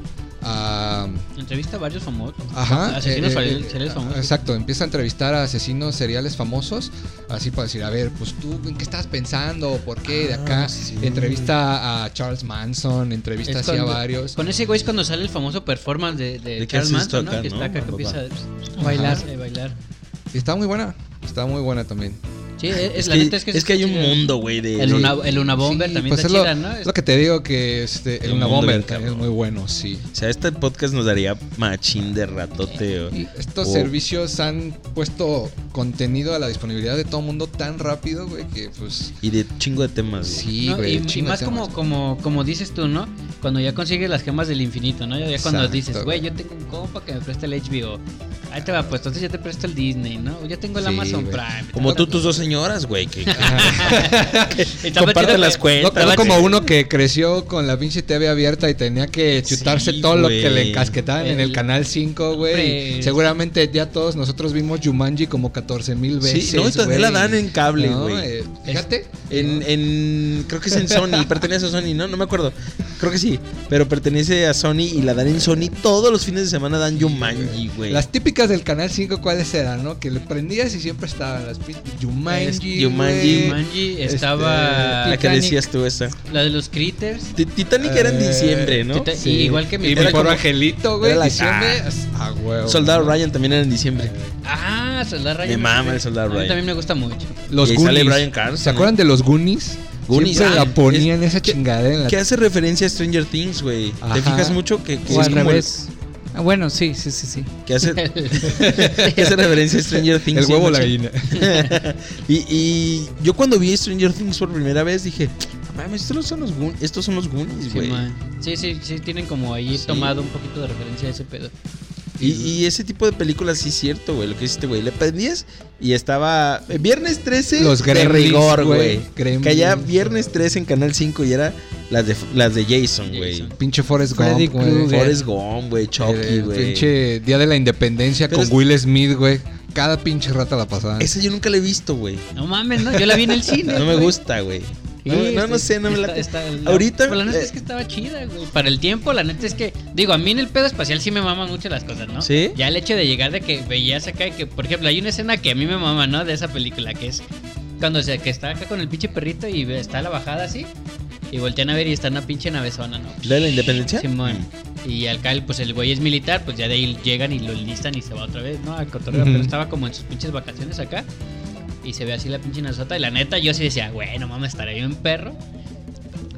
[SPEAKER 4] a.
[SPEAKER 3] Entrevista a varios famosos.
[SPEAKER 4] Ajá.
[SPEAKER 3] Asesinos
[SPEAKER 4] eh, eh,
[SPEAKER 3] seriales- seriales famosos.
[SPEAKER 4] Exacto, empieza a entrevistar a asesinos seriales famosos, así para decir, a ver, pues tú, ¿en qué estás pensando? ¿O ¿Por qué? De acá.
[SPEAKER 1] Ah, sí.
[SPEAKER 4] Entrevista a Charles Manson, entrevista
[SPEAKER 3] Es
[SPEAKER 4] así a
[SPEAKER 3] cuando-
[SPEAKER 4] varios.
[SPEAKER 3] Con ese güey es cuando sale el famoso performance de,
[SPEAKER 1] ¿De
[SPEAKER 3] de,
[SPEAKER 1] qué
[SPEAKER 3] Charles
[SPEAKER 1] haces esto
[SPEAKER 3] Manson, ¿no?
[SPEAKER 1] acá,
[SPEAKER 3] Que
[SPEAKER 1] no?
[SPEAKER 3] está acá que
[SPEAKER 1] Papá.
[SPEAKER 3] empieza a
[SPEAKER 2] Bailar.
[SPEAKER 3] a bailar.
[SPEAKER 4] Y está muy buena, está muy buena también.
[SPEAKER 3] Sí, es,
[SPEAKER 1] Es,
[SPEAKER 3] la
[SPEAKER 1] que,
[SPEAKER 3] neta es que
[SPEAKER 1] es que hay un
[SPEAKER 3] chida.
[SPEAKER 1] mundo, güey, de.
[SPEAKER 3] El
[SPEAKER 1] de-
[SPEAKER 3] Una, el Una Bomber
[SPEAKER 4] Sí,
[SPEAKER 3] también
[SPEAKER 4] pues
[SPEAKER 3] está
[SPEAKER 4] es lo-
[SPEAKER 3] chida, ¿no?
[SPEAKER 4] Es lo que te digo que este, el
[SPEAKER 1] El
[SPEAKER 4] Una
[SPEAKER 1] mundo
[SPEAKER 4] Bomber
[SPEAKER 1] del
[SPEAKER 4] también es
[SPEAKER 1] cabrón.
[SPEAKER 4] muy bueno, sí.
[SPEAKER 1] O sea, este podcast nos daría machín de ratoteo.
[SPEAKER 4] Estos
[SPEAKER 1] Oh.
[SPEAKER 4] servicios han puesto contenido a la disponibilidad de todo mundo tan rápido, güey, que pues
[SPEAKER 1] Y de chingo de temas, güey.
[SPEAKER 4] sí,
[SPEAKER 3] No,
[SPEAKER 4] güey.
[SPEAKER 3] y- y,
[SPEAKER 4] chingo de
[SPEAKER 3] más
[SPEAKER 4] temas.
[SPEAKER 3] como, como, como dices tú, ¿no? Cuando ya consigues las gemas del infinito, ¿no? Ya ya cuando
[SPEAKER 4] Exacto,
[SPEAKER 3] dices, güey,
[SPEAKER 4] güey.
[SPEAKER 3] yo tengo un compa que me presta el HBO. Ahí te va, pues entonces ya te presto el Disney, ¿no? Ya tengo el
[SPEAKER 4] Sí,
[SPEAKER 3] Amazon
[SPEAKER 4] güey.
[SPEAKER 3] Prime.
[SPEAKER 1] Como tú, tus dos señoras, güey. Que, que
[SPEAKER 3] Y está
[SPEAKER 1] comparte
[SPEAKER 3] chido
[SPEAKER 1] las
[SPEAKER 3] que-
[SPEAKER 1] cuentas.
[SPEAKER 4] No, no
[SPEAKER 1] güey.
[SPEAKER 4] como uno que creció con la pinche TV abierta y tenía que
[SPEAKER 1] Sí,
[SPEAKER 4] chutarse todo lo que le
[SPEAKER 1] güey.
[SPEAKER 4] encasquetaban en el
[SPEAKER 3] El-
[SPEAKER 4] canal 5, güey.
[SPEAKER 3] Hombre.
[SPEAKER 4] Seguramente ya todos nosotros vimos Jumanji como 14 mil veces.
[SPEAKER 1] Sí, no, y todavía
[SPEAKER 4] güey.
[SPEAKER 1] la dan en cable,
[SPEAKER 4] No,
[SPEAKER 1] güey.
[SPEAKER 4] eh, fíjate.
[SPEAKER 1] En, en- creo que es en Sony, pertenece a Sony, ¿no? No me acuerdo. Creo que sí, pero pertenece a Sony y la dan en Sony. Todos los fines de semana dan Yumanji, güey.
[SPEAKER 4] Las típicas del canal 5, ¿cuáles eran, no? Que le prendías y siempre estaban las pinches Jumanji.
[SPEAKER 1] Es- Jumanji,
[SPEAKER 4] güey.
[SPEAKER 3] Jumanji
[SPEAKER 4] Este,
[SPEAKER 3] estaba
[SPEAKER 1] La que
[SPEAKER 2] Titanic.
[SPEAKER 1] decías tú esa.
[SPEAKER 3] la de los critters.
[SPEAKER 1] Ti- Titanic era en
[SPEAKER 4] Eh,
[SPEAKER 1] diciembre, ¿no?
[SPEAKER 3] Tita- y igual que mi
[SPEAKER 4] Y
[SPEAKER 1] Era
[SPEAKER 4] mi
[SPEAKER 1] como-
[SPEAKER 4] pobre angelito, güey.
[SPEAKER 1] era la-
[SPEAKER 4] Diciembre. Ah, huevo.
[SPEAKER 1] Soldado Ryan también era en diciembre.
[SPEAKER 3] Ah, Soldado Ryan.
[SPEAKER 1] Me mama el Soldado
[SPEAKER 3] A mí
[SPEAKER 1] Ryan.
[SPEAKER 3] también me gusta mucho.
[SPEAKER 4] Los
[SPEAKER 1] Y ahí
[SPEAKER 4] Goonies.
[SPEAKER 1] sale Bryan Cranston. eh.
[SPEAKER 4] ¿Se acuerdan de los Goonies?
[SPEAKER 1] Goonies,
[SPEAKER 4] Siempre
[SPEAKER 1] ah,
[SPEAKER 4] la ponían esa
[SPEAKER 1] ¿qué-
[SPEAKER 4] chingadera en la
[SPEAKER 1] Que hace referencia a Stranger Things, güey.
[SPEAKER 4] Ajá.
[SPEAKER 1] ¿Te fijas mucho que, que
[SPEAKER 2] o
[SPEAKER 1] es
[SPEAKER 2] al
[SPEAKER 1] como el-
[SPEAKER 2] revés. Ah, bueno, sí, sí, sí, sí.
[SPEAKER 1] que hace, que hace referencia a Stranger Things.
[SPEAKER 4] El huevo
[SPEAKER 1] sí,
[SPEAKER 4] la
[SPEAKER 1] macho.
[SPEAKER 4] gallina.
[SPEAKER 1] y, y yo cuando vi Stranger Things por primera vez dije, ¿a Mames, estos son los, Goon- estos son los Goonies,
[SPEAKER 3] Sí,
[SPEAKER 1] güey.
[SPEAKER 3] man. sí, sí, sí, tienen como ahí
[SPEAKER 1] Sí.
[SPEAKER 3] tomado un poquito de referencia a ese pedo.
[SPEAKER 1] Y, y ese tipo de películas sí es cierto, güey. Lo que hiciste, güey. Le prendías y estaba. eh, Viernes 13
[SPEAKER 4] Los
[SPEAKER 1] de
[SPEAKER 4] Gremlins,
[SPEAKER 1] rigor,
[SPEAKER 4] güey.
[SPEAKER 1] güey.
[SPEAKER 4] Gremlins.
[SPEAKER 1] Que allá viernes 13 en Canal 5 y era las de, las de Jason, güey.
[SPEAKER 3] Jason.
[SPEAKER 4] Pinche Forrest
[SPEAKER 2] Freddy
[SPEAKER 4] Gump, güey.
[SPEAKER 2] Krueger.
[SPEAKER 1] Forrest Gump, güey. Chucky,
[SPEAKER 4] El
[SPEAKER 1] güey.
[SPEAKER 4] Pinche Día de la Independencia
[SPEAKER 1] Pero
[SPEAKER 4] con
[SPEAKER 1] es-
[SPEAKER 4] Will Smith, güey. Cada pinche rata la pasaban.
[SPEAKER 1] Esa yo nunca la he visto, güey.
[SPEAKER 3] No mames, no, yo la vi en el cine.
[SPEAKER 1] No me
[SPEAKER 3] güey.
[SPEAKER 1] gusta, güey. No,
[SPEAKER 3] Sí,
[SPEAKER 1] no, no
[SPEAKER 3] este,
[SPEAKER 1] sé, no me la.
[SPEAKER 3] está- está- la-
[SPEAKER 1] Ahorita-
[SPEAKER 3] Pero la neta
[SPEAKER 1] eh.
[SPEAKER 3] es que estaba chida, güey. Para el tiempo, la neta es que. Digo, a mí en el pedo espacial sí me maman mucho las cosas, ¿no?
[SPEAKER 1] ¿Sí?
[SPEAKER 3] Ya el hecho de llegar de que veías acá y que, por ejemplo, hay una escena que a mí me mama, ¿no? De esa película, que es cuando se, que está acá con el pinche perrito y ve- está la bajada así. Y voltean a ver y está una pinche navezona, ¿no?
[SPEAKER 1] ¿La de la independencia?
[SPEAKER 3] Simón. Y acá, el- pues el güey es militar, pues ya de ahí llegan y lo listan y se va otra vez, ¿no? Al cotorreo,
[SPEAKER 4] Ujú.
[SPEAKER 3] pero estaba como en sus pinches vacaciones acá. Y se ve así la pinche nazota. Y la neta, yo sí decía, bueno, mames, estaré bien perro.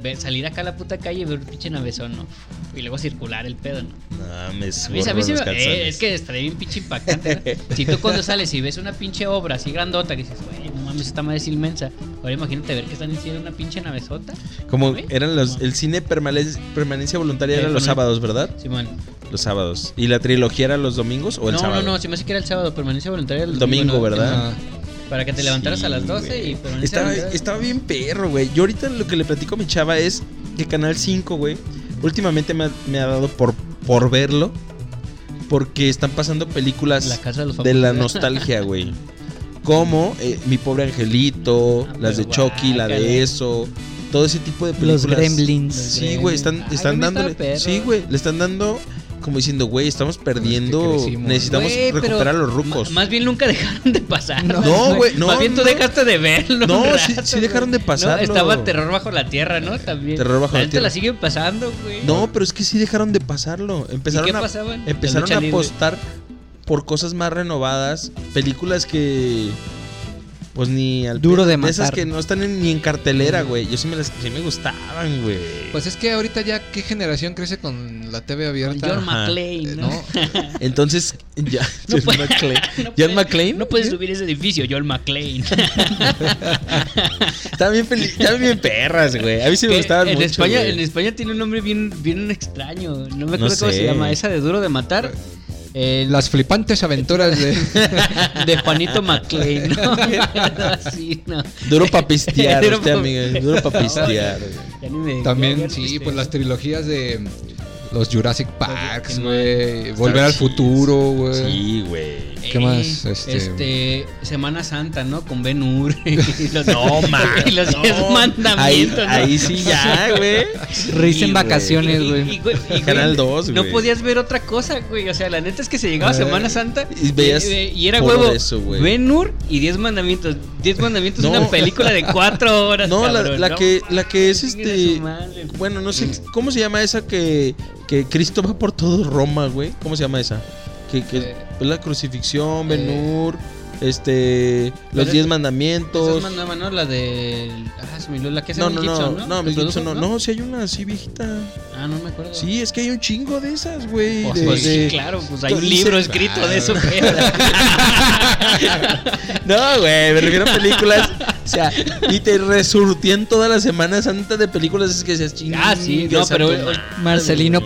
[SPEAKER 3] Ve- salir acá a la puta calle y ver un pinche navezón, ¿no? Y luego circular el pedo, ¿no?
[SPEAKER 1] No, me
[SPEAKER 3] A mí, a
[SPEAKER 1] subo
[SPEAKER 3] mí
[SPEAKER 1] los
[SPEAKER 3] se me-
[SPEAKER 1] calzones.
[SPEAKER 3] eh, es que estaría bien pinche impactante. ¿no? si tú cuando sales y ves una pinche obra así grandota que dices, güey, no mames, esta madre es inmensa. Ahora imagínate ver que están haciendo una pinche navezota.
[SPEAKER 1] Como
[SPEAKER 3] ¿Güey?
[SPEAKER 1] eran los. El cine permane- permanencia voluntaria
[SPEAKER 3] Eh,
[SPEAKER 1] era los
[SPEAKER 3] permane-
[SPEAKER 1] sábados, ¿verdad?
[SPEAKER 3] Simón.
[SPEAKER 1] Los sábados. ¿Y la trilogía era los domingos o el
[SPEAKER 3] no,
[SPEAKER 1] sábado?
[SPEAKER 3] no, no, se me hace que era el sábado, permanencia voluntaria era el
[SPEAKER 1] El domingo,
[SPEAKER 3] ¿no?
[SPEAKER 1] ¿verdad?
[SPEAKER 4] Ah,
[SPEAKER 3] Para que te levantaras
[SPEAKER 1] Sí,
[SPEAKER 3] a las 12
[SPEAKER 1] güey.
[SPEAKER 3] y permanencia
[SPEAKER 1] estaba,
[SPEAKER 3] voluntaria.
[SPEAKER 1] estaba bien perro, güey. Yo ahorita lo que le platico a mi chava es que Canal 5, güey, últimamente me ha, me ha dado por, por verlo. Porque están pasando películas
[SPEAKER 3] La casa de los
[SPEAKER 1] de la
[SPEAKER 3] famosos.
[SPEAKER 1] nostalgia, güey. Como eh, Mi Pobre Angelito,
[SPEAKER 3] Ah,
[SPEAKER 1] las de
[SPEAKER 3] pero
[SPEAKER 1] Chucky, la de
[SPEAKER 3] guácala.
[SPEAKER 1] Eso, todo ese tipo de películas.
[SPEAKER 2] Los Gremlins.
[SPEAKER 1] Sí, güey, están,
[SPEAKER 3] Ay,
[SPEAKER 1] están
[SPEAKER 3] también
[SPEAKER 1] dándole.
[SPEAKER 3] estaba perro. Pues
[SPEAKER 1] Sí, güey, le están dando como diciendo, güey, estamos perdiendo.
[SPEAKER 4] crecimos.
[SPEAKER 1] necesitamos
[SPEAKER 3] Güey, pero
[SPEAKER 1] recuperar a los
[SPEAKER 3] Ma-
[SPEAKER 1] rucos.
[SPEAKER 3] Más bien nunca dejaron de pasar.
[SPEAKER 2] No,
[SPEAKER 1] güey, no,
[SPEAKER 3] Más bien tú
[SPEAKER 1] no.
[SPEAKER 3] dejaste de verlo.
[SPEAKER 1] No,
[SPEAKER 3] un
[SPEAKER 1] sí-
[SPEAKER 3] rato,
[SPEAKER 1] sí dejaron de
[SPEAKER 3] güey.
[SPEAKER 1] pasarlo.
[SPEAKER 3] estaba Terror Bajo la Tierra, ¿no? También.
[SPEAKER 1] Terror Bajo la
[SPEAKER 3] neta
[SPEAKER 1] Tierra.
[SPEAKER 3] la siguen pasando, güey.
[SPEAKER 1] No, pero es que sí dejaron de pasarlo. Empezaron
[SPEAKER 3] ¿Y qué
[SPEAKER 1] a,
[SPEAKER 3] pasaban? La
[SPEAKER 1] empezaron
[SPEAKER 3] lucha
[SPEAKER 1] a
[SPEAKER 3] libre.
[SPEAKER 1] apostar por cosas más renovadas, películas que pues ni al
[SPEAKER 2] Duro de
[SPEAKER 1] de esas
[SPEAKER 2] matar.
[SPEAKER 1] que no están en- ni en cartelera, güey. Yo sí me las sí me gustaban, güey.
[SPEAKER 4] Pues es que ahorita ya, ¿qué generación crece con la TV
[SPEAKER 3] Con
[SPEAKER 4] abierta?
[SPEAKER 3] John
[SPEAKER 1] Ajá.
[SPEAKER 4] Eh,
[SPEAKER 3] McClane, ¿no?
[SPEAKER 4] No,
[SPEAKER 1] Entonces, ya John
[SPEAKER 3] puede-
[SPEAKER 1] McClane.
[SPEAKER 3] No
[SPEAKER 1] John
[SPEAKER 3] puede-
[SPEAKER 1] McClane.
[SPEAKER 3] No puedes subir ese edificio, John McClane.
[SPEAKER 1] Está bien feliz, está bien perras, güey. A mí sí me
[SPEAKER 3] Que
[SPEAKER 1] gustaban
[SPEAKER 3] en
[SPEAKER 1] mucho.
[SPEAKER 3] España,
[SPEAKER 1] güey.
[SPEAKER 3] en España tiene un nombre bien, bien extraño. No me
[SPEAKER 1] No
[SPEAKER 3] acuerdo cómo
[SPEAKER 1] sé. Pues,
[SPEAKER 3] se llama. Esa de Duro de Matar. Eh,
[SPEAKER 4] las flipantes aventuras de.
[SPEAKER 3] de Juanito McLean, ¿no? Así, no.
[SPEAKER 1] Duro para pistear,
[SPEAKER 3] Duro
[SPEAKER 1] usted,
[SPEAKER 3] pa-
[SPEAKER 1] amigo. Duro para pistear. güey.
[SPEAKER 3] Ya ni me- este, ya- ya
[SPEAKER 4] También,
[SPEAKER 3] no
[SPEAKER 4] sí,
[SPEAKER 1] este,
[SPEAKER 3] sé.
[SPEAKER 4] pues las trilogías de los Jurassic Parks,
[SPEAKER 3] Simón.
[SPEAKER 4] güey. Volver al futuro, güey.
[SPEAKER 1] Sí, güey.
[SPEAKER 4] ¿Qué más? Este-
[SPEAKER 3] este, Semana Santa, ¿no? Con Ben Hur. y los-
[SPEAKER 1] No, man.
[SPEAKER 3] Y los
[SPEAKER 1] no.
[SPEAKER 3] diez
[SPEAKER 1] Ahí,
[SPEAKER 3] mandamientos. ¿no?
[SPEAKER 1] ahí sí ya, güey.
[SPEAKER 2] Risa
[SPEAKER 1] Sí,
[SPEAKER 2] en
[SPEAKER 3] Y-
[SPEAKER 2] vacaciones,
[SPEAKER 3] y-
[SPEAKER 2] güey.
[SPEAKER 3] y, güey, y, güey,
[SPEAKER 1] Canal 2,
[SPEAKER 3] No
[SPEAKER 1] güey.
[SPEAKER 3] podías ver otra cosa, güey. O sea, la neta es que se llegaba
[SPEAKER 1] Eh,
[SPEAKER 3] Semana Santa
[SPEAKER 1] y veías
[SPEAKER 3] y era
[SPEAKER 1] puro
[SPEAKER 3] huevo.
[SPEAKER 1] de eso, güey.
[SPEAKER 3] ben Hur y Diez Mandamientos. Diez Mandamientos es
[SPEAKER 1] No.
[SPEAKER 3] una película de cuatro horas.
[SPEAKER 1] No, la,
[SPEAKER 3] cabrón,
[SPEAKER 1] la
[SPEAKER 3] no
[SPEAKER 1] que, la que es
[SPEAKER 3] mames, chingue
[SPEAKER 1] este.
[SPEAKER 3] su madre.
[SPEAKER 1] Bueno, no sé. ¿Cómo se llama esa que, que Cristo va por todo Roma, güey? ¿Cómo se llama esa? Que, que
[SPEAKER 4] Eh,
[SPEAKER 1] la crucifixión,
[SPEAKER 4] eh.
[SPEAKER 1] Benur, este. Los
[SPEAKER 3] es-
[SPEAKER 1] diez
[SPEAKER 3] Esa es
[SPEAKER 1] mandamientos.
[SPEAKER 3] más nueva, ¿no? La de. Ah, se me olvidó, La que hace
[SPEAKER 1] No,
[SPEAKER 3] Mel
[SPEAKER 1] no, no,
[SPEAKER 3] Gibson,
[SPEAKER 1] no,
[SPEAKER 3] ¿no?
[SPEAKER 1] no,
[SPEAKER 3] ¿Que
[SPEAKER 1] Mel
[SPEAKER 3] produjo,
[SPEAKER 1] Gibson no, no, si hay una así viejita.
[SPEAKER 3] Ah, no me acuerdo.
[SPEAKER 1] Sí, es que hay un chingo de esas, güey.
[SPEAKER 3] Pues,
[SPEAKER 1] de-
[SPEAKER 3] pues, sí,
[SPEAKER 1] de- ah,
[SPEAKER 3] claro, pues hay un
[SPEAKER 1] Dice-
[SPEAKER 3] libro escrito de eso.
[SPEAKER 4] Claro.
[SPEAKER 3] pero-
[SPEAKER 1] No, güey, me refiero a películas. o sea, y te resurtían toda la Semana Santa de películas. Es que seas
[SPEAKER 3] ah, sí, no, pero.
[SPEAKER 2] Marcelino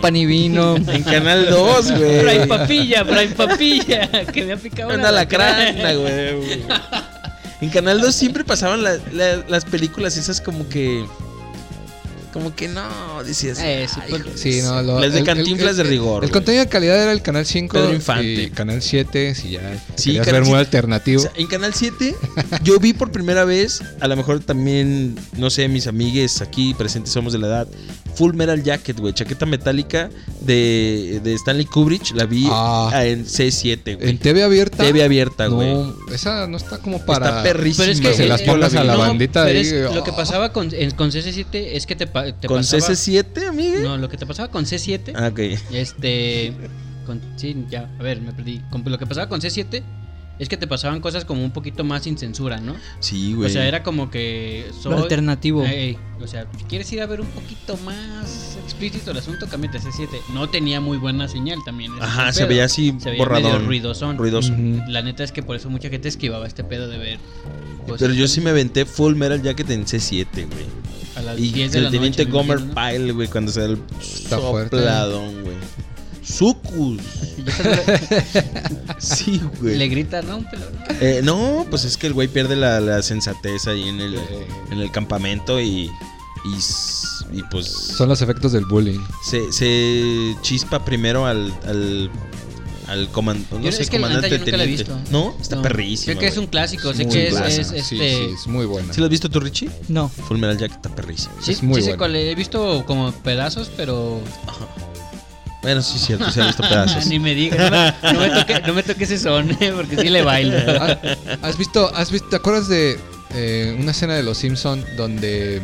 [SPEAKER 2] Panivino.
[SPEAKER 1] En Canal 2,
[SPEAKER 3] Pero hay
[SPEAKER 1] güey.
[SPEAKER 3] papilla, pero hay papilla. Que me ha picado
[SPEAKER 1] Una lacrana, güey. En Canal 2 siempre pasaban la- la- las películas esas como que. Como que no, decías.
[SPEAKER 3] Eh, sí,
[SPEAKER 1] "Ay,
[SPEAKER 3] porque-
[SPEAKER 1] joder,
[SPEAKER 4] Sí, no, lo-
[SPEAKER 1] Las de
[SPEAKER 4] el- el-
[SPEAKER 1] Cantinflas de
[SPEAKER 4] el-
[SPEAKER 1] rigor. güey.
[SPEAKER 4] El contenido de calidad era el canal 5
[SPEAKER 1] Pedro Infante.
[SPEAKER 4] y canal 7, si ya
[SPEAKER 1] Sí,
[SPEAKER 4] querías
[SPEAKER 1] Canal
[SPEAKER 4] ver
[SPEAKER 1] siete.
[SPEAKER 4] muy
[SPEAKER 1] O
[SPEAKER 4] alternativo.
[SPEAKER 1] sea, en Canal 7 yo vi por primera vez, a lo mejor también, no sé, mis amigues aquí presentes somos de la edad, Full Metal Jacket, güey, chaqueta metálica de, de Stanley Kubrick, la vi
[SPEAKER 4] Ah.
[SPEAKER 1] ah, en C7, güey.
[SPEAKER 4] en TV abierta.
[SPEAKER 1] TV abierta, güey.
[SPEAKER 4] no, esa no está como para
[SPEAKER 1] Está perrísima.
[SPEAKER 3] Pero es que
[SPEAKER 4] Se las
[SPEAKER 3] eh,
[SPEAKER 4] pongas a la
[SPEAKER 3] no,
[SPEAKER 4] bandita
[SPEAKER 3] pero
[SPEAKER 4] ahí,
[SPEAKER 3] es-
[SPEAKER 4] oh.
[SPEAKER 3] Lo que pasaba con, en- con CC7 es que te, pa- te
[SPEAKER 1] ¿Con
[SPEAKER 3] pasaba.
[SPEAKER 1] CC7, amigue?
[SPEAKER 3] No, lo que te pasaba con C7
[SPEAKER 1] Ah, ok.
[SPEAKER 3] Este. Con, sí, ya, a ver, me perdí. Con- lo que pasaba con C7 es que te pasaban cosas como un poquito más sin censura, ¿no?
[SPEAKER 1] Sí, güey.
[SPEAKER 3] O sea, era como que.
[SPEAKER 2] Lo alternativo.
[SPEAKER 3] Ey, o sea, si quieres ir a ver un poquito más explícito el asunto, cámbiate a C7. No tenía muy buena señal también. ese
[SPEAKER 1] Ajá,
[SPEAKER 3] es
[SPEAKER 1] se
[SPEAKER 3] el
[SPEAKER 1] veía
[SPEAKER 3] pedo.
[SPEAKER 1] así
[SPEAKER 3] Se veía
[SPEAKER 1] borradón.
[SPEAKER 3] medio ruidosón.
[SPEAKER 1] ruidoso.
[SPEAKER 4] Ujú.
[SPEAKER 3] La neta es que por eso mucha gente esquivaba este pedo de ver. cosas
[SPEAKER 1] Pero yo sí me aventé Full Metal Jacket en C7, güey.
[SPEAKER 3] A las
[SPEAKER 1] Y
[SPEAKER 3] 10 de
[SPEAKER 1] el
[SPEAKER 3] la
[SPEAKER 1] teniente
[SPEAKER 3] noche. me
[SPEAKER 1] Gomer
[SPEAKER 3] imagino, ¿no?
[SPEAKER 1] Pyle, güey, cuando se da el
[SPEAKER 4] fuerte.
[SPEAKER 1] sopladón, güey. Sucus. sí, güey.
[SPEAKER 3] Le grita, no, pero.
[SPEAKER 1] Eh, no, pues es que el güey pierde la, la sensatez ahí en el, en el campamento y, y, s- y pues
[SPEAKER 4] Son los efectos del bullying.
[SPEAKER 1] se, se chispa primero al, al, al coman- pues, no
[SPEAKER 3] Yo-
[SPEAKER 1] sé,
[SPEAKER 3] es que la neta
[SPEAKER 1] comandante
[SPEAKER 3] yo nunca la he
[SPEAKER 1] teniente.
[SPEAKER 3] visto.
[SPEAKER 1] No, está
[SPEAKER 3] No,
[SPEAKER 1] perrísimo.
[SPEAKER 3] Creo que es un
[SPEAKER 1] güey.
[SPEAKER 3] clásico. Sé
[SPEAKER 1] Muy
[SPEAKER 3] que es,
[SPEAKER 1] clásico.
[SPEAKER 3] es, este.
[SPEAKER 4] Sí, sí, es muy buena.
[SPEAKER 1] ¿Sí lo has visto tú, Richie?
[SPEAKER 2] No.
[SPEAKER 1] Full Metal Jacket está perrísimo.
[SPEAKER 3] Sí,
[SPEAKER 4] Es muy
[SPEAKER 3] sí sé
[SPEAKER 4] bueno.
[SPEAKER 3] cuál, he visto como pedazos, pero
[SPEAKER 1] Bueno, sí, es cierto, se ha visto pedazos.
[SPEAKER 3] ni me digas. No me, no me toque, no me toque ese son, porque sí le bailo.
[SPEAKER 4] ¿Has, has visto, has visto, ¿te acuerdas de eh, una escena de Los Simpson donde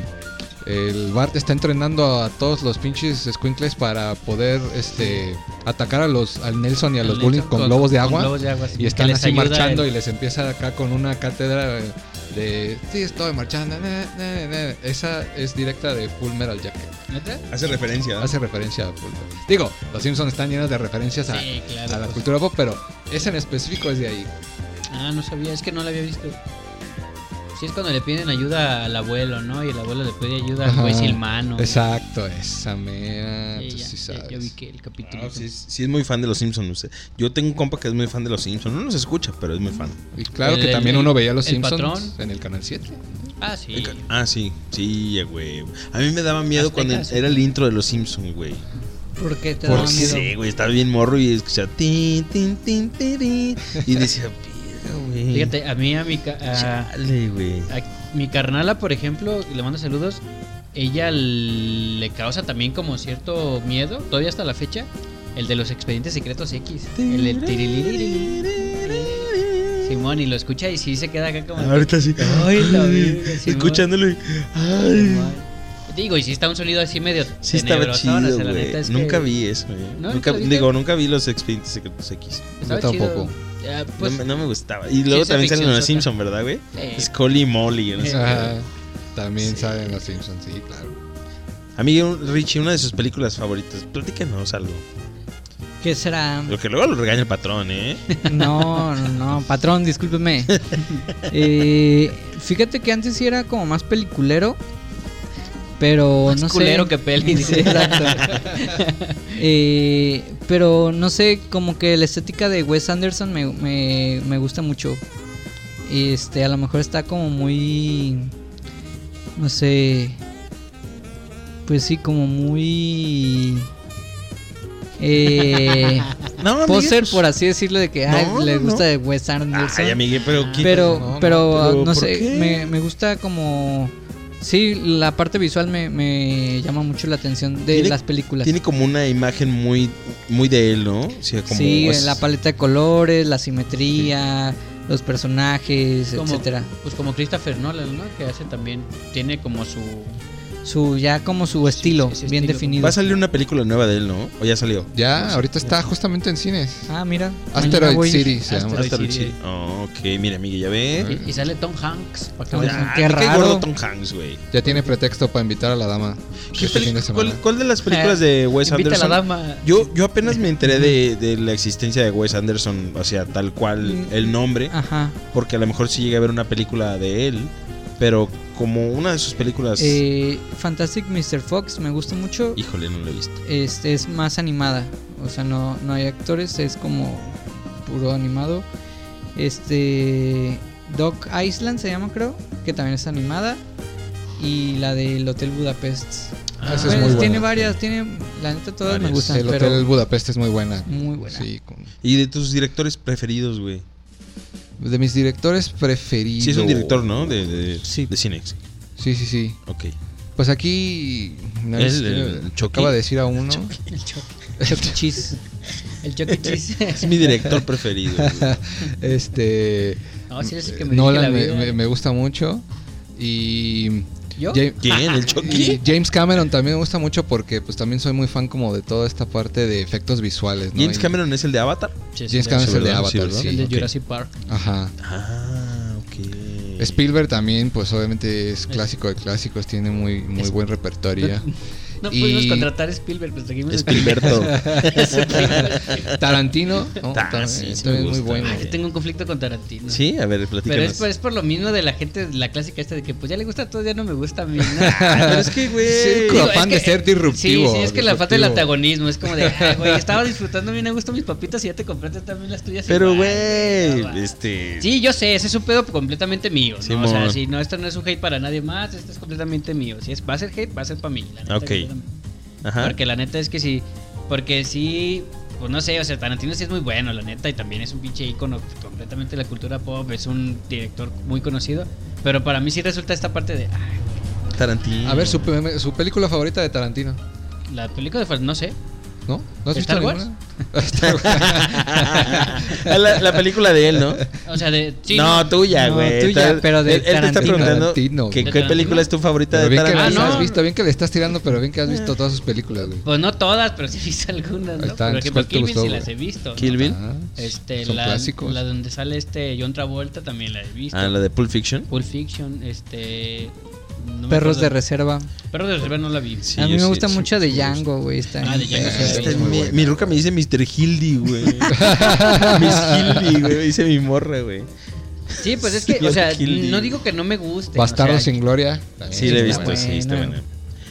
[SPEAKER 4] el Bart está entrenando a todos los pinches squinkles para poder este atacar a los al Nelson y a los bullies con, globos de agua?
[SPEAKER 3] globos de agua, sí,
[SPEAKER 4] y
[SPEAKER 3] que
[SPEAKER 4] están
[SPEAKER 3] les
[SPEAKER 4] así
[SPEAKER 3] ayuda
[SPEAKER 4] marchando
[SPEAKER 3] el-
[SPEAKER 4] y les empieza acá con una cátedra eh, de sí estoy marchando. na, na, na". Esa es directa de Full Metal Jacket.
[SPEAKER 3] ¿Neta?
[SPEAKER 1] Hace referencia. ¿no?
[SPEAKER 4] Hace referencia a Full Metal. Digo, los Simpsons están llenos de referencias a,
[SPEAKER 3] Sí, claro.
[SPEAKER 4] a la
[SPEAKER 3] pues.
[SPEAKER 4] cultura pop, pero esa en específico es de ahí.
[SPEAKER 3] Ah, no sabía, es que no la había visto. Sí, es cuando le piden ayuda al abuelo, ¿no? Y el abuelo le pide ayuda al
[SPEAKER 4] Ajá,
[SPEAKER 3] juez Silmano.
[SPEAKER 4] Exacto, esa mera.
[SPEAKER 3] Sí,
[SPEAKER 4] tú
[SPEAKER 3] ya,
[SPEAKER 4] sí
[SPEAKER 3] ya- ya
[SPEAKER 4] sabes.
[SPEAKER 3] vi que el capítulo.
[SPEAKER 1] No, Ah, sí, es- sí es muy fan de los Simpsons. usted. Yo tengo un compa que es muy fan de los Simpsons. No nos escucha, pero es muy fan.
[SPEAKER 4] Y claro
[SPEAKER 3] El-
[SPEAKER 4] que
[SPEAKER 3] el-
[SPEAKER 4] también uno veía a los
[SPEAKER 3] el
[SPEAKER 4] Simpsons
[SPEAKER 3] patrón.
[SPEAKER 4] en el canal 7.
[SPEAKER 3] Ah, sí.
[SPEAKER 1] Ah, sí, sí, güey. A mí me daba miedo cuando
[SPEAKER 3] Aztecas.
[SPEAKER 1] era el intro de los Simpsons, güey.
[SPEAKER 2] ¿Por qué te
[SPEAKER 4] ¿Por
[SPEAKER 2] daba
[SPEAKER 4] qué?
[SPEAKER 1] Sí,
[SPEAKER 2] miedo?
[SPEAKER 1] güey, estaba bien morro y escuchaba tin, tin, tin, tirín. Y decía, "Verga, güey.
[SPEAKER 3] Fíjate, a mí, a mi, ca- a,
[SPEAKER 1] Chale, güey.
[SPEAKER 3] a mi carnala, por ejemplo, le mando saludos. Ella l- le causa también como cierto miedo, todavía hasta la fecha, el de los expedientes secretos X. El del tiriliriri. Simón, y lo escucha y sí se queda acá como.
[SPEAKER 1] Ahorita sí.
[SPEAKER 3] Ay, la verga, Simón.
[SPEAKER 1] Escuchándolo y. Ay.
[SPEAKER 3] Simón. Digo, y si está un sonido así medio.
[SPEAKER 1] Sí estaba
[SPEAKER 3] tenebrosón, o sea,
[SPEAKER 1] chido,
[SPEAKER 3] la
[SPEAKER 1] güey.
[SPEAKER 3] neta es que
[SPEAKER 1] Nunca vi eso, güey.
[SPEAKER 3] ¿No?
[SPEAKER 1] Nunca,
[SPEAKER 3] ¿Nunca viste?
[SPEAKER 1] digo, nunca vi los expedientes secretos X.
[SPEAKER 3] estaba
[SPEAKER 4] Yo
[SPEAKER 3] chido.
[SPEAKER 4] tampoco.
[SPEAKER 3] Ya,
[SPEAKER 1] No
[SPEAKER 3] pues,
[SPEAKER 1] me- no, me gustaba. Y luego
[SPEAKER 3] esa
[SPEAKER 1] también salen
[SPEAKER 3] ficción
[SPEAKER 1] los
[SPEAKER 3] sota.
[SPEAKER 1] Simpsons, ¿verdad, güey?
[SPEAKER 3] eh,
[SPEAKER 1] Es Scully y Molly. no sé.
[SPEAKER 4] Ajá, También
[SPEAKER 1] Sí.
[SPEAKER 4] saben los Simpsons, sí, claro.
[SPEAKER 1] A mí, un- Richie, una de sus películas favoritas. Platícanos algo.
[SPEAKER 2] ¿Qué será?
[SPEAKER 1] Lo que luego lo regaña el patrón, ¿eh?
[SPEAKER 2] No, no, no, patrón, discúlpeme. Eh, fíjate que antes sí era como más peliculero, pero
[SPEAKER 3] más
[SPEAKER 2] no
[SPEAKER 3] culero
[SPEAKER 2] sé.
[SPEAKER 3] que peli.
[SPEAKER 2] Sí, exacto. Eh, pero no sé, como que la estética de Wes Anderson me, me- me gusta mucho. Este, a lo mejor está como muy. No sé. Pues sí, como muy. Eh,
[SPEAKER 1] No,
[SPEAKER 2] poser, por así decirlo, de que ay,
[SPEAKER 1] No,
[SPEAKER 2] le
[SPEAKER 1] no,
[SPEAKER 2] gusta de Wes Anderson.
[SPEAKER 1] Ay, amigue, pero.
[SPEAKER 3] Ah.
[SPEAKER 1] ¿qué-
[SPEAKER 2] pero,
[SPEAKER 4] no,
[SPEAKER 2] no,
[SPEAKER 4] no,
[SPEAKER 2] pero,
[SPEAKER 1] pero
[SPEAKER 2] no
[SPEAKER 1] ¿por qué?
[SPEAKER 2] sé, me, me gusta como... Sí, la parte visual me, me llama mucho la atención de
[SPEAKER 1] Tiene-
[SPEAKER 2] las películas.
[SPEAKER 1] Tiene como una imagen muy, muy de él, ¿no? O sea, como
[SPEAKER 2] sí,
[SPEAKER 1] es-
[SPEAKER 2] la paleta de colores, la simetría, los personajes,
[SPEAKER 3] Como-
[SPEAKER 2] etcétera.
[SPEAKER 3] Pues como Christopher Nolan, ¿no? Que hace también. Tiene como su.
[SPEAKER 2] Su ya como su estilo
[SPEAKER 3] ese
[SPEAKER 2] bien
[SPEAKER 3] estilo.
[SPEAKER 2] definido.
[SPEAKER 1] Va a salir una película nueva de él, ¿no? O ya salió.
[SPEAKER 4] Ya, ahorita está justamente en cines.
[SPEAKER 2] Ah, mira. mañana
[SPEAKER 4] Asteroid
[SPEAKER 2] voy.
[SPEAKER 4] City se llama.
[SPEAKER 3] Asteroid-
[SPEAKER 1] Hasta
[SPEAKER 3] sí,
[SPEAKER 1] Richie.
[SPEAKER 3] sí.
[SPEAKER 1] Oh, ok, mira, amigue, ya ve.
[SPEAKER 3] Y, y sale Tom Hanks. ¿Para qué
[SPEAKER 2] Tom
[SPEAKER 3] voy a-
[SPEAKER 2] Hanks.
[SPEAKER 1] Ah,
[SPEAKER 2] qué
[SPEAKER 1] me cae gordo
[SPEAKER 2] raro.
[SPEAKER 1] Tom Hanks, güey.
[SPEAKER 4] Ya tiene pretexto para invitar a la dama
[SPEAKER 1] ¿Qué
[SPEAKER 4] este
[SPEAKER 1] peli-
[SPEAKER 4] fin de semana.
[SPEAKER 1] ¿Cuál, cuál de las películas de Wes
[SPEAKER 3] Invita a la
[SPEAKER 1] Anderson?
[SPEAKER 3] dama.
[SPEAKER 1] Yo, yo apenas me enteré de, de la existencia de Wes Anderson, o sea, tal cual
[SPEAKER 2] Mm.
[SPEAKER 1] el nombre,
[SPEAKER 2] Ajá.
[SPEAKER 1] porque a lo mejor sí llegué a ver una película de él, pero como una de sus películas,
[SPEAKER 2] Eh, Fantastic Mr. Fox me gusta mucho.
[SPEAKER 1] híjole, no lo he visto.
[SPEAKER 2] este es más animada. O sea, no, no hay actores, es como puro animado. Este. Doc Island se llama, creo, que también es animada. Y la del Hotel Budapest.
[SPEAKER 4] Ah, esa es
[SPEAKER 2] Bueno,
[SPEAKER 4] muy buena.
[SPEAKER 2] tiene varias, tiene. La neta, todas
[SPEAKER 1] Varias.
[SPEAKER 2] me gustan,
[SPEAKER 4] El
[SPEAKER 2] pero.
[SPEAKER 4] Hotel Budapest es muy buena.
[SPEAKER 2] Muy buena.
[SPEAKER 4] Sí, con-
[SPEAKER 1] Y de tus directores preferidos, güey.
[SPEAKER 4] De mis directores preferidos.
[SPEAKER 1] Sí, es un director, ¿no? De, de,
[SPEAKER 2] Sí.
[SPEAKER 1] de Cinex.
[SPEAKER 4] Sí, sí, sí.
[SPEAKER 1] Ok.
[SPEAKER 4] Pues aquí. no,
[SPEAKER 1] El-
[SPEAKER 4] es-
[SPEAKER 1] el- el Chucky.
[SPEAKER 4] acaba de decir a uno.
[SPEAKER 3] El Chucky-
[SPEAKER 2] Chuck E. Cheese.
[SPEAKER 3] El Chucky Cheese.
[SPEAKER 1] Es mi director preferido. güey.
[SPEAKER 4] este.
[SPEAKER 3] No, sí, es el que me
[SPEAKER 4] Nolan
[SPEAKER 3] dirige la
[SPEAKER 4] me,
[SPEAKER 3] vida.
[SPEAKER 4] me- me gusta mucho. Y
[SPEAKER 2] ¿Yo?
[SPEAKER 4] Ja-
[SPEAKER 1] ¿Quién? ¿El
[SPEAKER 4] y
[SPEAKER 1] Chucky?
[SPEAKER 4] James Cameron también me gusta mucho porque pues también soy muy fan como de toda esta parte de efectos visuales, ¿no?
[SPEAKER 1] ¿James
[SPEAKER 4] Y-
[SPEAKER 1] Cameron es el de Avatar?
[SPEAKER 3] Sí,
[SPEAKER 4] James
[SPEAKER 3] sí,
[SPEAKER 4] Cameron es el de
[SPEAKER 1] ¿verdad?
[SPEAKER 4] Avatar,
[SPEAKER 1] ¿verdad?
[SPEAKER 4] sí.
[SPEAKER 3] el de
[SPEAKER 1] Ok.
[SPEAKER 3] Jurassic Park.
[SPEAKER 4] Ajá.
[SPEAKER 1] Ah, ok.
[SPEAKER 4] Spielberg también, pues obviamente es clásico de clásicos, tiene muy, muy
[SPEAKER 3] Es-
[SPEAKER 4] buen repertorio.
[SPEAKER 3] No
[SPEAKER 4] Y-
[SPEAKER 3] pudimos contratar a Spielberg, pues trajimos a
[SPEAKER 1] Spielberto.
[SPEAKER 4] Tarantino, ¿no?
[SPEAKER 1] Ah,
[SPEAKER 4] Tar-
[SPEAKER 1] sí, sí
[SPEAKER 4] también
[SPEAKER 1] me
[SPEAKER 4] muy
[SPEAKER 1] gusta.
[SPEAKER 4] bueno.
[SPEAKER 3] Ay, yo tengo un conflicto con Tarantino.
[SPEAKER 1] Sí, a ver,
[SPEAKER 3] Pero es,
[SPEAKER 1] platícanos.
[SPEAKER 3] por- es por lo mismo de la gente, la clásica esta de que pues ya le gusta a todos, ya no me gusta a mí. ¿no?
[SPEAKER 1] Ah, pero es que,
[SPEAKER 4] Sí,
[SPEAKER 1] güey.
[SPEAKER 3] Digo,
[SPEAKER 4] afán de ser disruptivo,
[SPEAKER 3] Sí, sí, es que la falta del
[SPEAKER 4] disruptivo.
[SPEAKER 3] antagonismo es como de, "Ay, güey, estaba disfrutando bien a gusto mis papitas y ya te compraste también las tuyas.
[SPEAKER 1] Pero,
[SPEAKER 3] igual, güey,
[SPEAKER 1] güey.
[SPEAKER 3] no va".
[SPEAKER 1] Este.
[SPEAKER 3] Sí, yo sé, ese es un pedo completamente mío. ¿no? O sea,
[SPEAKER 1] Simón.
[SPEAKER 3] si no, esto no es un hate para nadie más, esto es completamente mío. Si es, va a ser hate, va a ser para mí. la neta,
[SPEAKER 1] Ok.
[SPEAKER 3] completamente.
[SPEAKER 1] Ajá.
[SPEAKER 3] Porque la neta es que sí, porque sí, pues no sé, o sea, Tarantino sí es muy bueno, la neta, y también es un pinche ícono completamente de la cultura pop, es un director muy conocido, pero para mí sí resulta esta parte de, ah, ay,
[SPEAKER 1] Tarantino.
[SPEAKER 4] A ver, su, pe- su película favorita de Tarantino,
[SPEAKER 3] la película de Ford, no sé,
[SPEAKER 4] ¿no? ¿No has visto
[SPEAKER 3] ¿Star Wars?
[SPEAKER 4] ninguna? Star Wars.
[SPEAKER 1] la, la película de él, ¿no?
[SPEAKER 3] o sea, de... sí,
[SPEAKER 1] no, tuya,
[SPEAKER 2] No,
[SPEAKER 1] güey.
[SPEAKER 2] tuya,
[SPEAKER 1] Está-
[SPEAKER 2] pero de
[SPEAKER 1] él, él te está
[SPEAKER 2] Tarantino.
[SPEAKER 1] preguntando que-
[SPEAKER 4] Tarantino,
[SPEAKER 1] ¿qué,
[SPEAKER 3] güé. ¿De
[SPEAKER 1] película
[SPEAKER 3] Tarantino?
[SPEAKER 1] es tu favorita
[SPEAKER 4] Pero
[SPEAKER 1] de
[SPEAKER 4] bien que
[SPEAKER 3] Ah,
[SPEAKER 4] las
[SPEAKER 1] Tarantino.
[SPEAKER 3] no.
[SPEAKER 4] has visto, bien que le estás tirando, pero bien que has
[SPEAKER 3] Ah.
[SPEAKER 4] visto todas sus películas, güey.
[SPEAKER 3] Pues no todas, pero sí he visto algunas, ¿no?
[SPEAKER 4] Ahí
[SPEAKER 3] Por
[SPEAKER 4] está, entonces,
[SPEAKER 3] ejemplo,
[SPEAKER 4] ¿cuál te
[SPEAKER 3] Kill Bill
[SPEAKER 4] gustó,
[SPEAKER 3] sí
[SPEAKER 4] güey?
[SPEAKER 3] las he visto. ¿no?
[SPEAKER 1] Kill Bill.
[SPEAKER 4] Ah,
[SPEAKER 3] Este,
[SPEAKER 4] son
[SPEAKER 3] la,
[SPEAKER 4] clásicos.
[SPEAKER 3] la donde sale este John Travolta también la he visto.
[SPEAKER 1] Ah, la de Pulp Fiction.
[SPEAKER 3] Pulp Fiction, este... no me
[SPEAKER 2] Perros de
[SPEAKER 3] acuerdo.
[SPEAKER 2] reserva.
[SPEAKER 3] Perros de reserva no la vi.
[SPEAKER 1] Sí,
[SPEAKER 2] a mí
[SPEAKER 1] yo
[SPEAKER 2] me
[SPEAKER 1] sí-
[SPEAKER 2] gusta
[SPEAKER 1] sí,
[SPEAKER 2] mucho
[SPEAKER 1] me
[SPEAKER 2] de
[SPEAKER 1] gusta.
[SPEAKER 2] Django, güey. Está
[SPEAKER 3] Ah, de
[SPEAKER 2] bien
[SPEAKER 3] Django,
[SPEAKER 2] perro.
[SPEAKER 3] sí,
[SPEAKER 1] Este,
[SPEAKER 3] sí.
[SPEAKER 1] mi,
[SPEAKER 4] buena.
[SPEAKER 1] mi ruca me dice Mr. Hildy, güey. Miss Hildy, güey. me Dice mi morra, güey.
[SPEAKER 3] Sí, pues es que, o
[SPEAKER 1] Los
[SPEAKER 3] sea,
[SPEAKER 1] Kill Bill.
[SPEAKER 3] no digo que no me guste.
[SPEAKER 4] Bastardo
[SPEAKER 3] o sea,
[SPEAKER 4] sin gloria. también
[SPEAKER 1] Sí,
[SPEAKER 4] es
[SPEAKER 1] la he
[SPEAKER 4] muy
[SPEAKER 1] visto,
[SPEAKER 4] buena.
[SPEAKER 1] sí, está
[SPEAKER 2] buena.
[SPEAKER 1] buena.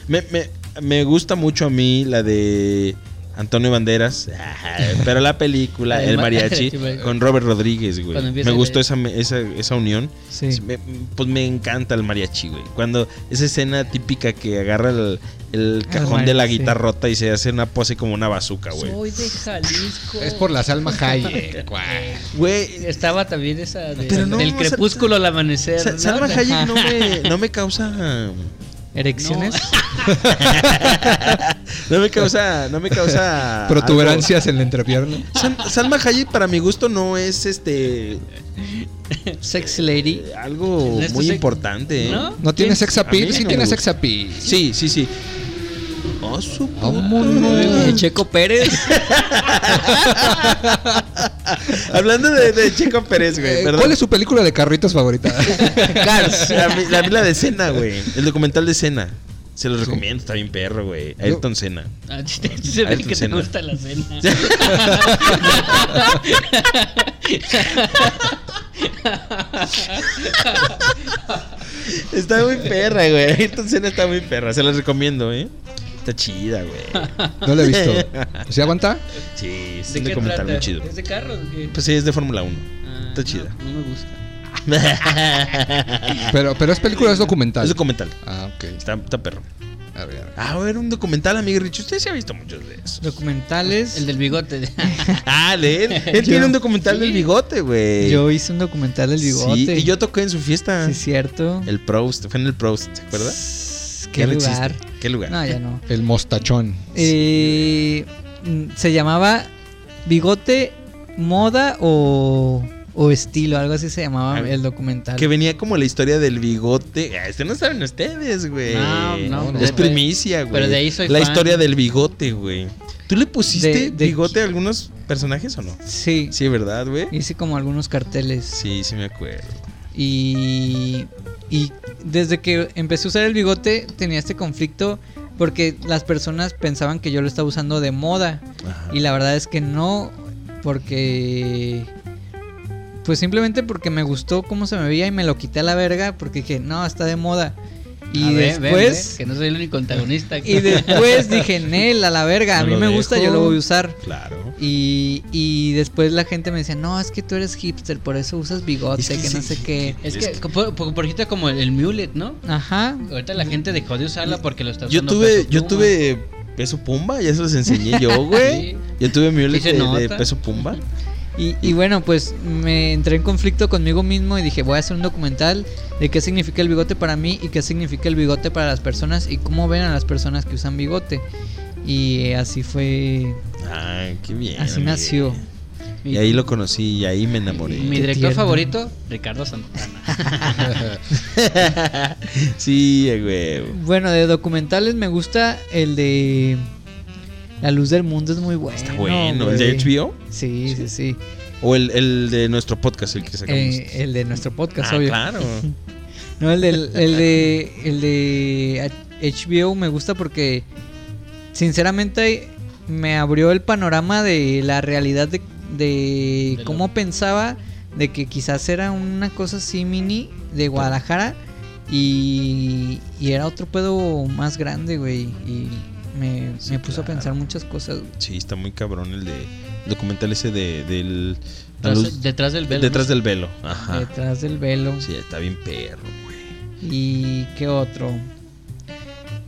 [SPEAKER 1] Me, me, me gusta mucho a mí la de Antonio Banderas, pero la película,
[SPEAKER 3] El
[SPEAKER 1] El
[SPEAKER 3] ma-
[SPEAKER 1] Mariachi,
[SPEAKER 3] Sí, güey.
[SPEAKER 1] con Robert Rodríguez, güey.
[SPEAKER 3] Cuando empieza
[SPEAKER 1] Me
[SPEAKER 3] el-
[SPEAKER 1] gustó esa, me- esa, esa unión.
[SPEAKER 2] Sí.
[SPEAKER 1] Sí, me- pues me encanta el mariachi, güey. Cuando esa escena típica que agarra el, el
[SPEAKER 3] Ah,
[SPEAKER 1] cajón de la
[SPEAKER 2] mariachi.
[SPEAKER 1] guitarrota y se hace una pose como una bazuca, güey.
[SPEAKER 3] Soy de Jalisco.
[SPEAKER 4] Es por la Salma Hayek, güey.
[SPEAKER 1] Güey,
[SPEAKER 3] Estaba también esa de-
[SPEAKER 1] Pero no,
[SPEAKER 3] del
[SPEAKER 1] Sal-
[SPEAKER 3] crepúsculo al amanecer.
[SPEAKER 1] Sa-
[SPEAKER 3] ¿no?
[SPEAKER 1] Salma
[SPEAKER 3] La-
[SPEAKER 1] Hayek no me, no me causa.
[SPEAKER 2] ¿Erecciones?
[SPEAKER 1] No me causa. No me causa.
[SPEAKER 4] Protuberancias en la entrepierna.
[SPEAKER 1] algo. Sal- Salma Hayek, para mi gusto, no es este.
[SPEAKER 2] Sexy Lady.
[SPEAKER 1] Algo
[SPEAKER 3] ¿No es tu
[SPEAKER 1] muy
[SPEAKER 3] sex-
[SPEAKER 1] importante. ¿eh?
[SPEAKER 3] ¿no?
[SPEAKER 4] este ¿No tiene sex
[SPEAKER 1] A mí
[SPEAKER 4] appeal? Sí
[SPEAKER 1] no
[SPEAKER 4] tiene
[SPEAKER 1] me
[SPEAKER 4] sex appeal.
[SPEAKER 1] Sí, sí, sí. Oh, su
[SPEAKER 3] Eh,
[SPEAKER 2] De
[SPEAKER 4] Vámonos.
[SPEAKER 2] Checo Pérez.
[SPEAKER 1] Hablando de, de Checo Pérez, güey,
[SPEAKER 4] Eh,
[SPEAKER 1] perdón.
[SPEAKER 4] ¿Cuál es su película de carritos favorita?
[SPEAKER 1] Cars? La, vi- la vi la de Cena, güey. El documental de Cena. Se los recomiendo, está bien perro, güey. Ayrton Senna.
[SPEAKER 3] Ah, Se ve
[SPEAKER 1] Ayrton
[SPEAKER 3] que te
[SPEAKER 1] Senna.
[SPEAKER 3] gusta la cena.
[SPEAKER 1] Está muy perra, güey. Ayrton Senna está muy perra. Se los recomiendo, ¿eh? Está chida, güey.
[SPEAKER 4] No la he visto. ¿Se aguanta?
[SPEAKER 1] Sí, es
[SPEAKER 3] ¿De
[SPEAKER 1] un
[SPEAKER 3] qué
[SPEAKER 1] documental
[SPEAKER 3] trata?
[SPEAKER 1] muy chido.
[SPEAKER 3] ¿Es de carros? o qué?
[SPEAKER 1] Pues sí, es de Fórmula 1.
[SPEAKER 3] Ah,
[SPEAKER 1] está
[SPEAKER 3] no,
[SPEAKER 1] chida.
[SPEAKER 3] No, me gusta.
[SPEAKER 4] Pero, pero es película, o es documental.
[SPEAKER 1] es documental.
[SPEAKER 4] Ah, ok.
[SPEAKER 1] Está, está perro.
[SPEAKER 4] A ver, a ver.
[SPEAKER 1] Ah, A ver, un documental, amigo Rich. Usted se ha visto muchos de esos.
[SPEAKER 2] Documentales.
[SPEAKER 3] El del bigote.
[SPEAKER 1] Ah, de él. Él
[SPEAKER 2] Yo-
[SPEAKER 1] tiene un documental
[SPEAKER 3] sí.
[SPEAKER 1] del bigote, güey.
[SPEAKER 2] Yo hice un documental del bigote.
[SPEAKER 1] Sí, y yo toqué en su fiesta.
[SPEAKER 2] Sí, es cierto.
[SPEAKER 1] El Proust. Fue en el Proust, ¿te acuerdas?
[SPEAKER 2] Sss,
[SPEAKER 1] Ya
[SPEAKER 2] Qué
[SPEAKER 1] no existe.
[SPEAKER 2] lugar.
[SPEAKER 1] ¿Qué lugar?
[SPEAKER 2] No, ya no.
[SPEAKER 4] El mostachón.
[SPEAKER 2] Eh, mm, se llamaba Bigote, Moda o, o Estilo, algo así se llamaba
[SPEAKER 1] Ah,
[SPEAKER 2] el documental.
[SPEAKER 1] Que venía como la historia del bigote. Ah, Este no saben ustedes, güey.
[SPEAKER 3] No, no,
[SPEAKER 4] no.
[SPEAKER 1] Es primicia, güey.
[SPEAKER 3] Pero de ahí soy
[SPEAKER 1] La
[SPEAKER 3] fan.
[SPEAKER 1] historia del bigote, güey. ¿Tú le pusiste
[SPEAKER 2] De- de-
[SPEAKER 1] bigote a algunos personajes o no?
[SPEAKER 2] Sí,
[SPEAKER 1] Sí, ¿verdad, güey?
[SPEAKER 2] hice como algunos carteles.
[SPEAKER 1] Sí, sí me acuerdo.
[SPEAKER 2] Y, y desde que empecé a usar el bigote tenía este conflicto porque las personas pensaban que yo lo estaba usando de moda.
[SPEAKER 1] Ajá.
[SPEAKER 2] Y la verdad es que no, porque... Pues simplemente porque me gustó cómo se me veía y me lo quité a la verga porque dije, no, está de moda. Y
[SPEAKER 3] A ver, ven,
[SPEAKER 2] después...
[SPEAKER 3] ven, que no soy el único antagonista.
[SPEAKER 2] Y después dije, Nel, a la verga, a
[SPEAKER 1] No
[SPEAKER 2] mí
[SPEAKER 1] lo
[SPEAKER 2] me gusta,
[SPEAKER 1] dejo.
[SPEAKER 2] yo lo voy a usar.
[SPEAKER 1] Claro.
[SPEAKER 2] Y, y después la gente me decía, no, es que tú eres hipster, por eso usas bigote,
[SPEAKER 1] Es que
[SPEAKER 2] que, no
[SPEAKER 1] sí.
[SPEAKER 2] sé qué.
[SPEAKER 3] Es que, por, por, por ejemplo, como el, el mulet, ¿no?
[SPEAKER 2] Ajá.
[SPEAKER 3] Ahorita la gente dejó de usarla porque lo está
[SPEAKER 1] Yo
[SPEAKER 3] usando.
[SPEAKER 1] tuve,
[SPEAKER 3] Peso
[SPEAKER 1] yo
[SPEAKER 3] Pluma.
[SPEAKER 1] tuve peso pumba, ya se los enseñé yo, güey.
[SPEAKER 3] Sí.
[SPEAKER 1] Yo tuve mi
[SPEAKER 3] Sí se
[SPEAKER 1] de, de
[SPEAKER 3] nota.
[SPEAKER 1] peso pumba.
[SPEAKER 2] Y, y bueno, pues me entré en conflicto conmigo mismo y dije, voy a hacer un documental de qué significa el bigote para mí y qué significa el bigote para las personas y cómo ven a las personas que usan bigote. Y eh, así fue,
[SPEAKER 1] Ah, qué bien.
[SPEAKER 2] así
[SPEAKER 1] amigo.
[SPEAKER 2] nació.
[SPEAKER 1] Y ahí lo conocí y ahí me enamoré.
[SPEAKER 3] Mi
[SPEAKER 2] Qué
[SPEAKER 3] director
[SPEAKER 2] tierno.
[SPEAKER 3] favorito, Ricardo Santana.
[SPEAKER 1] sí, a huevo.
[SPEAKER 2] Bueno, de documentales me gusta el de La luz del mundo es muy bueno.
[SPEAKER 1] Está bueno. ¿El
[SPEAKER 2] güey.
[SPEAKER 1] de HBO?
[SPEAKER 2] Sí, sí, sí.
[SPEAKER 1] ¿O el, el de nuestro podcast, el que sacamos?
[SPEAKER 2] Eh, el de nuestro podcast,
[SPEAKER 1] Ah,
[SPEAKER 2] obvio.
[SPEAKER 1] claro.
[SPEAKER 2] No, el, del- el de el de HBO me gusta porque sinceramente me abrió el panorama de la realidad de, de
[SPEAKER 3] De
[SPEAKER 2] cómo pensaba de que quizás era una cosa así mini de Guadalajara y, y era otro pedo más grande, güey. Y me,
[SPEAKER 1] Sí,
[SPEAKER 2] me puso a
[SPEAKER 1] claro.
[SPEAKER 2] pensar muchas cosas. güey.
[SPEAKER 1] Sí, está muy cabrón el de el documental ese de del la
[SPEAKER 3] Tras-
[SPEAKER 1] luz-
[SPEAKER 3] detrás del velo.
[SPEAKER 1] detrás
[SPEAKER 3] ¿no? Eh,
[SPEAKER 1] del velo. Ajá.
[SPEAKER 2] Detrás del velo.
[SPEAKER 1] Sí, está bien perro, güey.
[SPEAKER 2] ¿Y qué otro?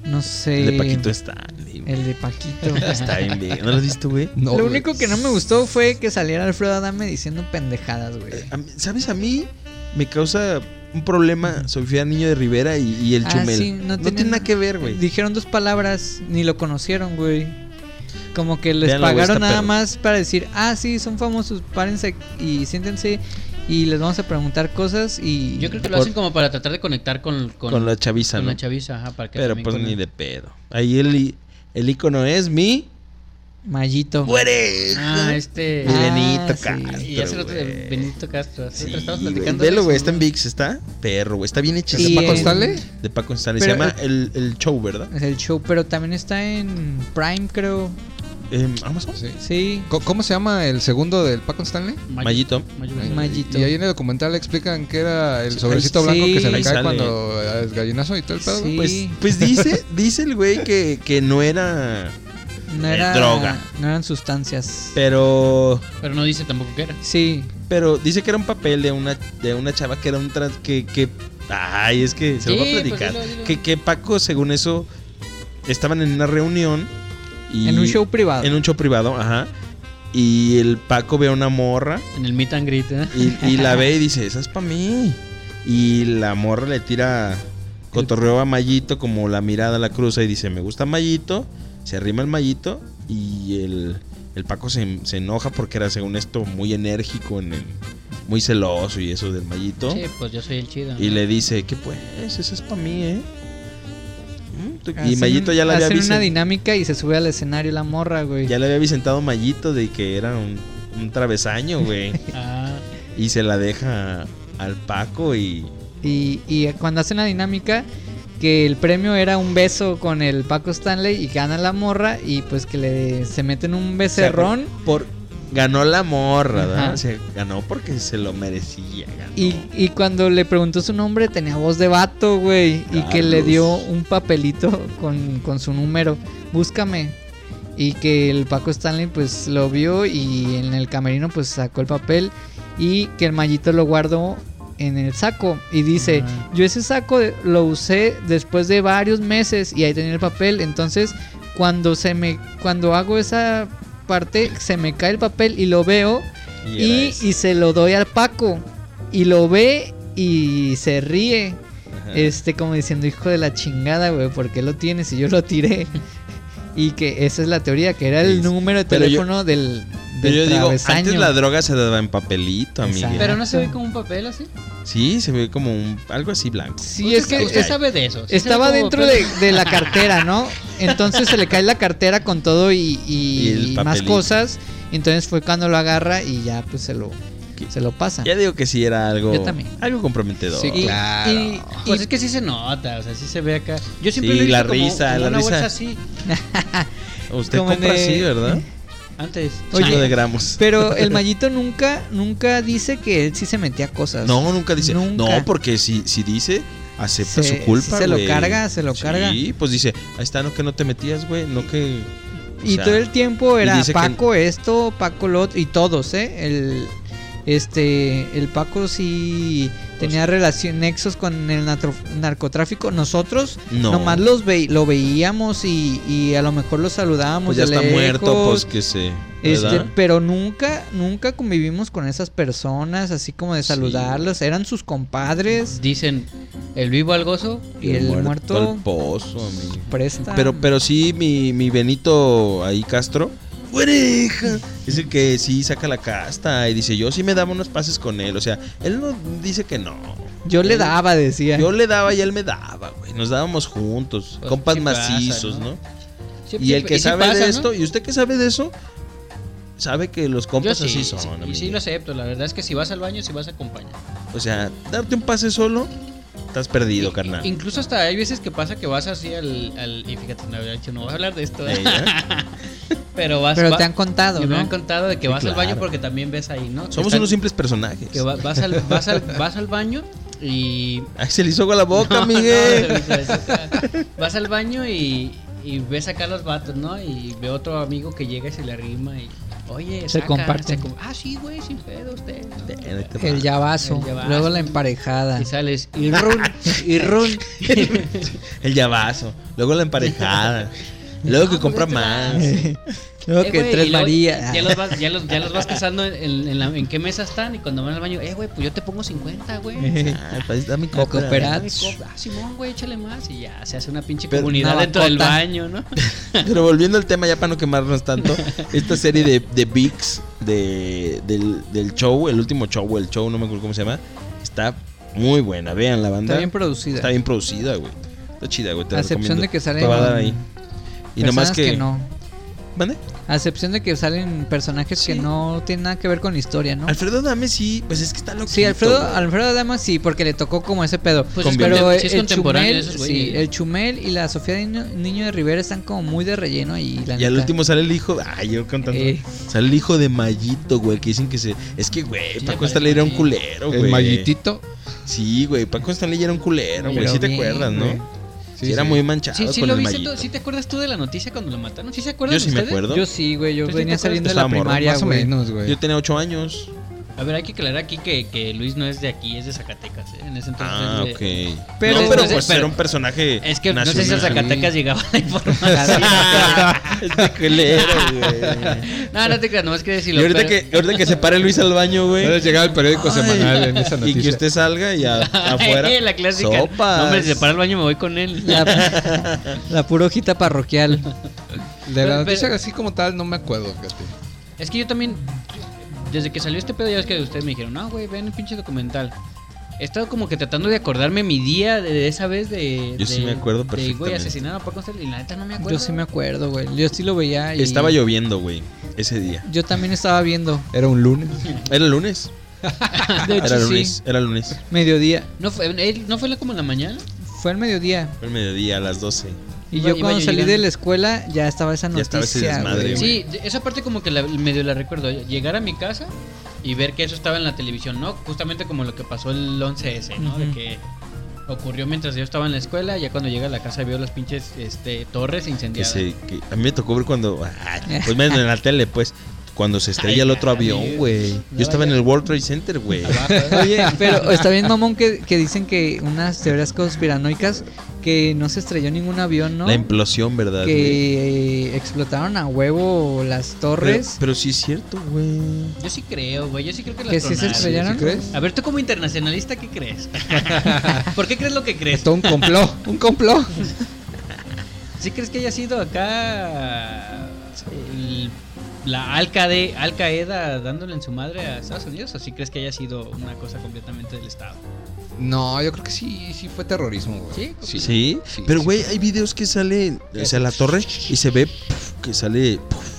[SPEAKER 2] No sé.
[SPEAKER 1] El de Paquito este. Stanley. güey.
[SPEAKER 2] El de Paquito.
[SPEAKER 1] Está bien bien. ¿No lo has visto, güey?
[SPEAKER 4] No,
[SPEAKER 2] Lo
[SPEAKER 4] güey.
[SPEAKER 2] único que no me gustó fue que saliera Alfredo Adame diciendo pendejadas, güey.
[SPEAKER 1] Eh, a mí- ¿Sabes? A mí me causa un problema Sofía Niño de Rivera y, y el
[SPEAKER 2] Ah,
[SPEAKER 1] Chumel.
[SPEAKER 2] sí, no
[SPEAKER 1] no,
[SPEAKER 2] tenía
[SPEAKER 1] tiene
[SPEAKER 2] na-
[SPEAKER 1] nada que ver, güey.
[SPEAKER 2] Dijeron dos palabras, ni lo conocieron, güey. Como que les
[SPEAKER 1] Veanlo, güey,
[SPEAKER 2] pagaron
[SPEAKER 1] está
[SPEAKER 2] nada
[SPEAKER 1] perro.
[SPEAKER 2] más para decir, ah, sí, son famosos, párense y siéntense y les vamos a preguntar cosas y...
[SPEAKER 3] Yo creo que lo
[SPEAKER 1] Por-
[SPEAKER 3] hacen como para tratar de conectar con, con,
[SPEAKER 1] Con, la chaviza,
[SPEAKER 3] con
[SPEAKER 1] ¿no?
[SPEAKER 3] la chaviza. ajá, para que
[SPEAKER 1] Pero
[SPEAKER 3] también
[SPEAKER 1] pues
[SPEAKER 3] con-
[SPEAKER 1] ni de pedo. Ahí el, i- el icono es mi.
[SPEAKER 2] Mallito.
[SPEAKER 1] ¡Muere!
[SPEAKER 3] Ah, este. ah,
[SPEAKER 1] Mi Benito
[SPEAKER 2] sí.
[SPEAKER 1] Castro.
[SPEAKER 3] Y hace rato de
[SPEAKER 1] güey.
[SPEAKER 3] Benito Castro. hace
[SPEAKER 1] Sí,
[SPEAKER 3] rato estabas
[SPEAKER 1] güey.
[SPEAKER 3] platicando de
[SPEAKER 1] Velo,
[SPEAKER 3] eso,
[SPEAKER 1] güey. Está
[SPEAKER 3] ¿no?
[SPEAKER 1] en VIX, está perro, güey. Está bien hecha.
[SPEAKER 2] ¿Es de
[SPEAKER 1] esa
[SPEAKER 2] Paco
[SPEAKER 1] madre.
[SPEAKER 4] Stanley?
[SPEAKER 1] De Paco Stanley. Se
[SPEAKER 2] Pero-
[SPEAKER 1] llama el, el show, ¿verdad?
[SPEAKER 2] Es el show, pero también está en Prime, creo.
[SPEAKER 1] Em, Amazon.
[SPEAKER 4] Sí.
[SPEAKER 2] Sí.
[SPEAKER 4] Co- ¿Cómo se llama el segundo del Paco Stanley?
[SPEAKER 1] Mallito.
[SPEAKER 3] Mayo
[SPEAKER 4] Ahí-
[SPEAKER 3] Benito.
[SPEAKER 2] Mallito.
[SPEAKER 4] Y ahí en el documental explican que era el
[SPEAKER 1] Sí,
[SPEAKER 4] sobrecito
[SPEAKER 2] ahí-
[SPEAKER 4] blanco que se
[SPEAKER 2] sí.
[SPEAKER 4] le
[SPEAKER 2] ahí
[SPEAKER 4] cae
[SPEAKER 1] sale.
[SPEAKER 4] cuando es gallinazo y todo el pedo.
[SPEAKER 2] Sí.
[SPEAKER 4] güey.
[SPEAKER 1] Pues, pues dice, dice el güey que, que no era.
[SPEAKER 2] No
[SPEAKER 1] Eh,
[SPEAKER 2] era...
[SPEAKER 1] droga.
[SPEAKER 2] No eran sustancias.
[SPEAKER 1] Pero.
[SPEAKER 3] Pero no dice tampoco que era.
[SPEAKER 2] Sí.
[SPEAKER 1] Pero dice que era un papel de una, de una chava que era un trans. Que, que. Ay, es que se lo va a
[SPEAKER 3] Sí, pues
[SPEAKER 1] platicar.
[SPEAKER 3] dilo, dilo.
[SPEAKER 1] Que, que Paco, según eso, estaban en una reunión. Y
[SPEAKER 2] En un show privado.
[SPEAKER 1] En un show privado, ajá. Y el Paco ve a una morra.
[SPEAKER 3] En el meet and greet, ¿eh?
[SPEAKER 1] Y, y la ve y dice, esa es para mí. Y la morra le tira cotorreo a Mallito, como la mirada la cruza y dice, me gusta Mallito. Se arrima el Mallito y el, el Paco se, se enoja porque era, según esto, muy enérgico, en el- muy celoso y eso del Mallito.
[SPEAKER 3] Sí, pues yo soy el chido.
[SPEAKER 1] Y
[SPEAKER 3] ¿no?
[SPEAKER 1] le dice, ¿qué pues? Esa es para mí, ¿eh? Mm, tú- Y
[SPEAKER 2] Hacen
[SPEAKER 1] Mallito
[SPEAKER 2] un-
[SPEAKER 1] ya la había
[SPEAKER 2] hacen una
[SPEAKER 1] avisen-
[SPEAKER 2] dinámica y se sube al escenario la morra, güey.
[SPEAKER 1] ya le había avisentado Mallito de que era un, un travesaño, güey.
[SPEAKER 3] Ah,
[SPEAKER 1] y se la deja al Paco y...
[SPEAKER 2] Y, y cuando hacen la dinámica, que el premio era un beso con el Paco Stanley y gana la morra y pues que le se meten un becerrón
[SPEAKER 1] por ganó la morra, ¿verdad?
[SPEAKER 2] Ajá.
[SPEAKER 1] O sea, ganó porque se lo merecía. ganó.
[SPEAKER 2] y, y cuando le preguntó su nombre tenía voz de vato, güey, y que le
[SPEAKER 1] Carlos.
[SPEAKER 2] dio un papelito con, con su número, búscame. Y que el Paco Stanley pues lo vio y en el camerino pues sacó el papel y que el mallito lo guardó en el saco y dice,
[SPEAKER 3] Ah.
[SPEAKER 2] yo ese saco de- lo usé después de varios meses y ahí tenía el papel, entonces cuando se me cuando hago esa parte se me cae el papel y lo veo
[SPEAKER 1] Y era
[SPEAKER 2] y,
[SPEAKER 1] eso.
[SPEAKER 2] y se lo doy al Paco y lo ve y se ríe,
[SPEAKER 1] Ajá.
[SPEAKER 2] este como diciendo, hijo de la chingada, güey, ¿por qué lo tienes si yo lo tiré? Y que esa es la teoría, que era el
[SPEAKER 1] Sí,
[SPEAKER 2] número de
[SPEAKER 1] pero yo-
[SPEAKER 2] teléfono del, del
[SPEAKER 1] Pero yo digo, antes
[SPEAKER 2] travesaño.
[SPEAKER 1] la droga se daba en papelito, amiga.
[SPEAKER 2] Exacto.
[SPEAKER 3] Pero no se ve como un papel así.
[SPEAKER 1] Sí, se ve como un, algo así blanco.
[SPEAKER 2] Sí, es
[SPEAKER 3] Usted-
[SPEAKER 2] Pues que
[SPEAKER 3] Usted
[SPEAKER 1] Pues es-
[SPEAKER 3] sabe de eso. sí
[SPEAKER 2] Estaba
[SPEAKER 3] sabe cómo
[SPEAKER 2] dentro de,
[SPEAKER 3] papel.
[SPEAKER 2] de la cartera, ¿no? Entonces se le cae la cartera con todo y, y-
[SPEAKER 1] Y el
[SPEAKER 2] y más
[SPEAKER 1] papelito.
[SPEAKER 2] cosas. Entonces fue cuando lo agarra y ya pues se lo,
[SPEAKER 1] ¿Qué?
[SPEAKER 2] se lo pasa.
[SPEAKER 1] Ya digo que sí era algo,
[SPEAKER 2] Yo también.
[SPEAKER 1] algo comprometedor.
[SPEAKER 4] Sí,
[SPEAKER 2] Y-
[SPEAKER 4] claro.
[SPEAKER 2] y-
[SPEAKER 3] Pues
[SPEAKER 2] y-
[SPEAKER 3] es que sí se nota, o sea, sí se ve acá. Yo siempre
[SPEAKER 1] Sí,
[SPEAKER 3] lo he visto
[SPEAKER 1] la
[SPEAKER 3] como-
[SPEAKER 1] risa,
[SPEAKER 3] como
[SPEAKER 1] la
[SPEAKER 3] una
[SPEAKER 1] risa.
[SPEAKER 3] bolsa así
[SPEAKER 1] Usted
[SPEAKER 2] como
[SPEAKER 1] compra
[SPEAKER 2] en el-
[SPEAKER 1] así, ¿verdad?
[SPEAKER 3] antes.
[SPEAKER 2] Oye,
[SPEAKER 1] Chico de gramos.
[SPEAKER 2] Pero el mallito nunca, nunca dice que él sí se metía cosas.
[SPEAKER 1] No, nunca dice.
[SPEAKER 2] Nunca.
[SPEAKER 1] No, porque si, si dice, acepta
[SPEAKER 2] Se-
[SPEAKER 1] su culpa.
[SPEAKER 2] se lo
[SPEAKER 1] güey.
[SPEAKER 2] carga, se lo
[SPEAKER 1] sí,
[SPEAKER 2] carga.
[SPEAKER 1] pues dice, ahí está, no que no te metías, güey, no que. o
[SPEAKER 2] Y
[SPEAKER 1] sea,
[SPEAKER 2] todo el tiempo
[SPEAKER 1] y
[SPEAKER 2] era
[SPEAKER 1] dice que-
[SPEAKER 2] Paco esto, Paco lo otro, y todos, ¿eh? El, este, el Paco sí tenía relación, nexos con el natro- narcotráfico. Nosotros
[SPEAKER 1] No.
[SPEAKER 2] nomás los ve, lo veíamos y, y a lo mejor lo
[SPEAKER 1] Pues
[SPEAKER 2] saludábamos.
[SPEAKER 1] ya
[SPEAKER 2] de
[SPEAKER 1] está muerto, pues
[SPEAKER 2] lejos,
[SPEAKER 1] que se.
[SPEAKER 2] Este,
[SPEAKER 1] ¿verdad?
[SPEAKER 2] pero nunca, nunca convivimos con esas personas, así como de
[SPEAKER 1] Sí.
[SPEAKER 2] saludarlos. Eran sus compadres
[SPEAKER 3] Dicen el vivo al gozo.
[SPEAKER 2] y el, muerto,
[SPEAKER 1] al pozo, amigo.
[SPEAKER 2] presta.
[SPEAKER 1] Pero, pero sí, mi, mi Benito ahí Castro oreja. Es el que sí saca la casta y dice, yo sí me daba unos pases con él. O sea, él no dice que no.
[SPEAKER 2] Yo le
[SPEAKER 1] Él-
[SPEAKER 2] daba, decía.
[SPEAKER 1] Yo le daba y él me daba, güey. Nos dábamos juntos,
[SPEAKER 3] Pues,
[SPEAKER 1] compas
[SPEAKER 3] sí pasa,
[SPEAKER 1] macizos,
[SPEAKER 3] ¿no?
[SPEAKER 1] ¿no?
[SPEAKER 3] Sí,
[SPEAKER 1] Y
[SPEAKER 3] sí,
[SPEAKER 1] el que
[SPEAKER 3] sí
[SPEAKER 1] sabe
[SPEAKER 3] pasa,
[SPEAKER 1] de
[SPEAKER 3] ¿no?
[SPEAKER 1] esto, y usted que sabe de eso, sabe que los
[SPEAKER 3] Yo
[SPEAKER 1] compas
[SPEAKER 3] sí,
[SPEAKER 1] así
[SPEAKER 3] sí,
[SPEAKER 1] son.
[SPEAKER 3] y
[SPEAKER 1] amigo.
[SPEAKER 3] sí lo acepto, la verdad es que si vas al baño, si vas a acompañar.
[SPEAKER 1] O sea, darte un pase solo, estás perdido,
[SPEAKER 3] I-
[SPEAKER 1] carnal.
[SPEAKER 3] Incluso hasta hay veces que pasa que vas así al... al- y fíjate, no, de hecho no voy a hablar de esto,
[SPEAKER 1] Eh, ¿ya?
[SPEAKER 3] pero vas...
[SPEAKER 2] Pero
[SPEAKER 3] va-
[SPEAKER 2] te han contado,
[SPEAKER 3] y me
[SPEAKER 2] ¿no?
[SPEAKER 3] han contado de que vas al baño
[SPEAKER 1] claro.
[SPEAKER 3] porque también ves ahí, ¿no?
[SPEAKER 1] Somos
[SPEAKER 3] Están-
[SPEAKER 1] unos simples personajes.
[SPEAKER 3] Que va- vas, al, vas, al, vas al baño y... Ah,
[SPEAKER 1] Ay, se le hizo agua la boca,
[SPEAKER 3] No,
[SPEAKER 1] Miguel.
[SPEAKER 3] no, se me hizo eso. vas al baño y, y ves acá a los vatos, ¿no? Y ve otro amigo que llega y se le arrima y... Oye,
[SPEAKER 2] Se
[SPEAKER 3] saca,
[SPEAKER 2] comparten.
[SPEAKER 3] se com- ah, sí, güey, sin pedo usted. ¿no?
[SPEAKER 1] Ten, ahí te va.
[SPEAKER 2] El llavazo.
[SPEAKER 3] El llavazo.
[SPEAKER 2] Luego la emparejada.
[SPEAKER 3] Y sales y run, y run.
[SPEAKER 1] El llavazo. Luego la emparejada. Luego que
[SPEAKER 3] No,
[SPEAKER 1] compra
[SPEAKER 3] pues,
[SPEAKER 1] más.
[SPEAKER 2] Luego
[SPEAKER 3] Eh,
[SPEAKER 2] que
[SPEAKER 3] güey,
[SPEAKER 2] tres
[SPEAKER 3] y luego
[SPEAKER 2] María.
[SPEAKER 3] Ya los vas, ya los, ya los vas casando en, en- en la- en qué mesa están y cuando van al baño, eh, güey, pues yo te pongo 50, güey.
[SPEAKER 1] Ay, pues, dame
[SPEAKER 2] La
[SPEAKER 1] copra.
[SPEAKER 2] coopera-
[SPEAKER 3] Dame copa. Ah, Simón, güey, échale más. Y ya se hace una pinche
[SPEAKER 1] Pero
[SPEAKER 3] comunidad
[SPEAKER 2] una
[SPEAKER 3] dentro del
[SPEAKER 2] bacota.
[SPEAKER 3] baño, ¿no? Pues
[SPEAKER 1] Pero volviendo al tema, ya para no quemarnos tanto, esta serie de, de VIX, de, del, del show, el último show, el show, no me acuerdo cómo se llama, está muy buena. Vean la banda.
[SPEAKER 2] Está bien producida.
[SPEAKER 1] Está bien producida, güey. Está chida, güey. Te
[SPEAKER 2] a
[SPEAKER 1] la
[SPEAKER 2] excepción
[SPEAKER 1] recomiendo.
[SPEAKER 2] de que
[SPEAKER 1] Te
[SPEAKER 2] salen.
[SPEAKER 1] va a dar ahí. Y nomás
[SPEAKER 2] personas
[SPEAKER 1] que.
[SPEAKER 2] no.
[SPEAKER 1] ¿Mande?
[SPEAKER 2] A excepción de que salen personajes que
[SPEAKER 1] Sí.
[SPEAKER 2] no tienen nada que ver con la historia, ¿no?
[SPEAKER 1] Alfredo Dame sí, pues es que está loco.
[SPEAKER 2] Sí, Alfredo, Alfredo Dama sí, porque le tocó como ese pedo.
[SPEAKER 3] Pues
[SPEAKER 1] es
[SPEAKER 2] pero
[SPEAKER 3] contem-
[SPEAKER 2] el,
[SPEAKER 3] sí es
[SPEAKER 2] el
[SPEAKER 3] contemporáneo de
[SPEAKER 2] Chumel,
[SPEAKER 3] esos
[SPEAKER 2] sí,
[SPEAKER 3] güeyes.
[SPEAKER 2] el Chumel y la Sofía de Niño, Niño de Rivera están como muy de relleno y la
[SPEAKER 1] Y al
[SPEAKER 2] neta,
[SPEAKER 1] último sale el hijo. Ay, yo contando.
[SPEAKER 2] eh,
[SPEAKER 1] Sale el hijo de Mayito, güey. Que dicen que se. Es que, güey,
[SPEAKER 3] Sí,
[SPEAKER 1] Paco
[SPEAKER 3] Paco
[SPEAKER 1] Stanley era un
[SPEAKER 3] sí.
[SPEAKER 1] culero, Oh, güey.
[SPEAKER 4] El mallitito.
[SPEAKER 1] Sí, güey. Paco Stanley era un culero, güey.
[SPEAKER 2] Pero
[SPEAKER 1] Sí te
[SPEAKER 2] bien,
[SPEAKER 1] acuerdas,
[SPEAKER 2] güey.
[SPEAKER 1] ¿no? Sí, era muy manchado.
[SPEAKER 2] ah,
[SPEAKER 3] Sí, sí
[SPEAKER 1] con
[SPEAKER 3] lo
[SPEAKER 1] el
[SPEAKER 3] viste
[SPEAKER 1] Mallito.
[SPEAKER 3] tú, ¿sí te acuerdas tú de la noticia cuando lo mataron? ¿Sí se acuerdan
[SPEAKER 1] Yo sí me
[SPEAKER 3] ustedes?
[SPEAKER 1] acuerdo.
[SPEAKER 2] Yo sí, güey, yo
[SPEAKER 3] ¿Tú sí te
[SPEAKER 2] venía
[SPEAKER 3] acuerdas?
[SPEAKER 2] saliendo de la
[SPEAKER 1] Estaba morro,
[SPEAKER 2] primaria,
[SPEAKER 4] Más o
[SPEAKER 2] güey.
[SPEAKER 4] menos, güey.
[SPEAKER 1] Yo tenía ocho años.
[SPEAKER 3] A ver, hay que aclarar aquí que, que Luis no es de aquí, es de Zacatecas, ¿eh? En ese entonces.
[SPEAKER 1] Ah,
[SPEAKER 3] eh,
[SPEAKER 1] ok. No,
[SPEAKER 2] Pero-
[SPEAKER 1] Pero,
[SPEAKER 2] Entonces,
[SPEAKER 1] pues
[SPEAKER 3] pero-
[SPEAKER 1] era un personaje.
[SPEAKER 3] Es que no sé si a
[SPEAKER 1] nacional.
[SPEAKER 3] Zacatecas llegaba la información.
[SPEAKER 1] Este culero, güey.
[SPEAKER 3] no, no te creas, nomás quería
[SPEAKER 1] Y
[SPEAKER 3] decirlo.
[SPEAKER 1] ahorita
[SPEAKER 3] pero-
[SPEAKER 1] que, ahorita que se pare Luis al baño, güey.
[SPEAKER 4] No les llegaba el periódico
[SPEAKER 1] Ay.
[SPEAKER 4] semanal en esa
[SPEAKER 1] Y
[SPEAKER 4] noticia.
[SPEAKER 1] que usted salga y a- afuera.
[SPEAKER 3] Eh, la clásica.
[SPEAKER 1] Sopas.
[SPEAKER 3] No, hombre, si se para el baño me voy con él.
[SPEAKER 2] La, la pura hojita parroquial.
[SPEAKER 4] De
[SPEAKER 3] Pero-
[SPEAKER 4] la noticia
[SPEAKER 3] pero-
[SPEAKER 4] así como tal no me acuerdo, fíjate.
[SPEAKER 3] Es que yo también, desde que salió este pedo, ya ves que ustedes me dijeron, no, güey, ven el pinche documental. He estado como que tratando de acordarme mi día de, de esa vez de.
[SPEAKER 1] Yo sí
[SPEAKER 3] de-
[SPEAKER 1] me acuerdo
[SPEAKER 3] De, güey,
[SPEAKER 1] perfectamente.
[SPEAKER 3] asesinaron a Paco Stanley, y la neta no me acuerdo.
[SPEAKER 2] Yo sí me acuerdo, güey. Yo sí lo veía y
[SPEAKER 1] Estaba lloviendo, güey, ese día.
[SPEAKER 2] Yo también estaba viendo.
[SPEAKER 4] Era un lunes.
[SPEAKER 1] Era lunes.
[SPEAKER 2] De hecho,
[SPEAKER 1] Era
[SPEAKER 2] sí,
[SPEAKER 1] lunes. Era lunes.
[SPEAKER 2] mediodía.
[SPEAKER 3] ¿No fue, él- ¿No fue la- como en la mañana?
[SPEAKER 2] Fue el mediodía.
[SPEAKER 1] Fue el mediodía, a las 12.
[SPEAKER 2] Y
[SPEAKER 3] Iba-
[SPEAKER 2] yo
[SPEAKER 3] iba
[SPEAKER 2] cuando
[SPEAKER 3] yo
[SPEAKER 2] salí de
[SPEAKER 3] llegando.
[SPEAKER 2] la escuela ya estaba esa
[SPEAKER 1] Ya
[SPEAKER 2] noticia,
[SPEAKER 1] estaba ese desmadre,
[SPEAKER 2] güey.
[SPEAKER 1] güey.
[SPEAKER 3] Sí, de- esa parte como que la- medio la recuerdo. Llegar a mi casa y ver que eso estaba en la televisión, ¿no? Justamente como lo que pasó el 11S, ¿no? De
[SPEAKER 2] Ujú.
[SPEAKER 3] que ocurrió mientras yo estaba en la escuela. Ya cuando llegué a la casa veo las pinches este, torres
[SPEAKER 1] Que
[SPEAKER 3] incendiadas.
[SPEAKER 1] se, que a mí me tocó ver cuando. ay, pues menos en la tele, pues. Cuando se estrella el otro
[SPEAKER 3] Ay,
[SPEAKER 1] avión,
[SPEAKER 3] Dios.
[SPEAKER 1] güey. Yo estaba en el World Trade Center, güey.
[SPEAKER 3] Abajo, ¿eh?
[SPEAKER 2] Oye, pero está bien mamón que, que dicen que unas teorías conspiranoicas que no se estrelló ningún avión, ¿no?
[SPEAKER 1] La implosión, ¿verdad? güey?
[SPEAKER 2] que eh, explotaron a huevo las
[SPEAKER 1] Pero,
[SPEAKER 2] torres.
[SPEAKER 1] pero sí es cierto, güey.
[SPEAKER 3] Yo sí creo, güey. Yo sí creo que lo
[SPEAKER 2] que sí se
[SPEAKER 3] tronaron.
[SPEAKER 2] estrellaron.
[SPEAKER 4] ¿Sí crees?
[SPEAKER 3] A ver, tú como internacionalista, ¿qué crees? ¿Por qué crees lo que crees?
[SPEAKER 4] Todo un complot. Un complot.
[SPEAKER 3] ¿Sí crees que haya sido acá el- la Al Qaeda, Al Qaeda dándole en su madre a Estados Unidos? ¿O sí crees que haya sido una cosa completamente del Estado?
[SPEAKER 4] No, yo creo que sí, sí fue terrorismo, güey.
[SPEAKER 3] ¿Sí?
[SPEAKER 1] Sí.
[SPEAKER 4] Sí,
[SPEAKER 1] pero,
[SPEAKER 4] sí.
[SPEAKER 1] güey, hay videos que sale. O sea, la torre y se ve puf, que sale puf,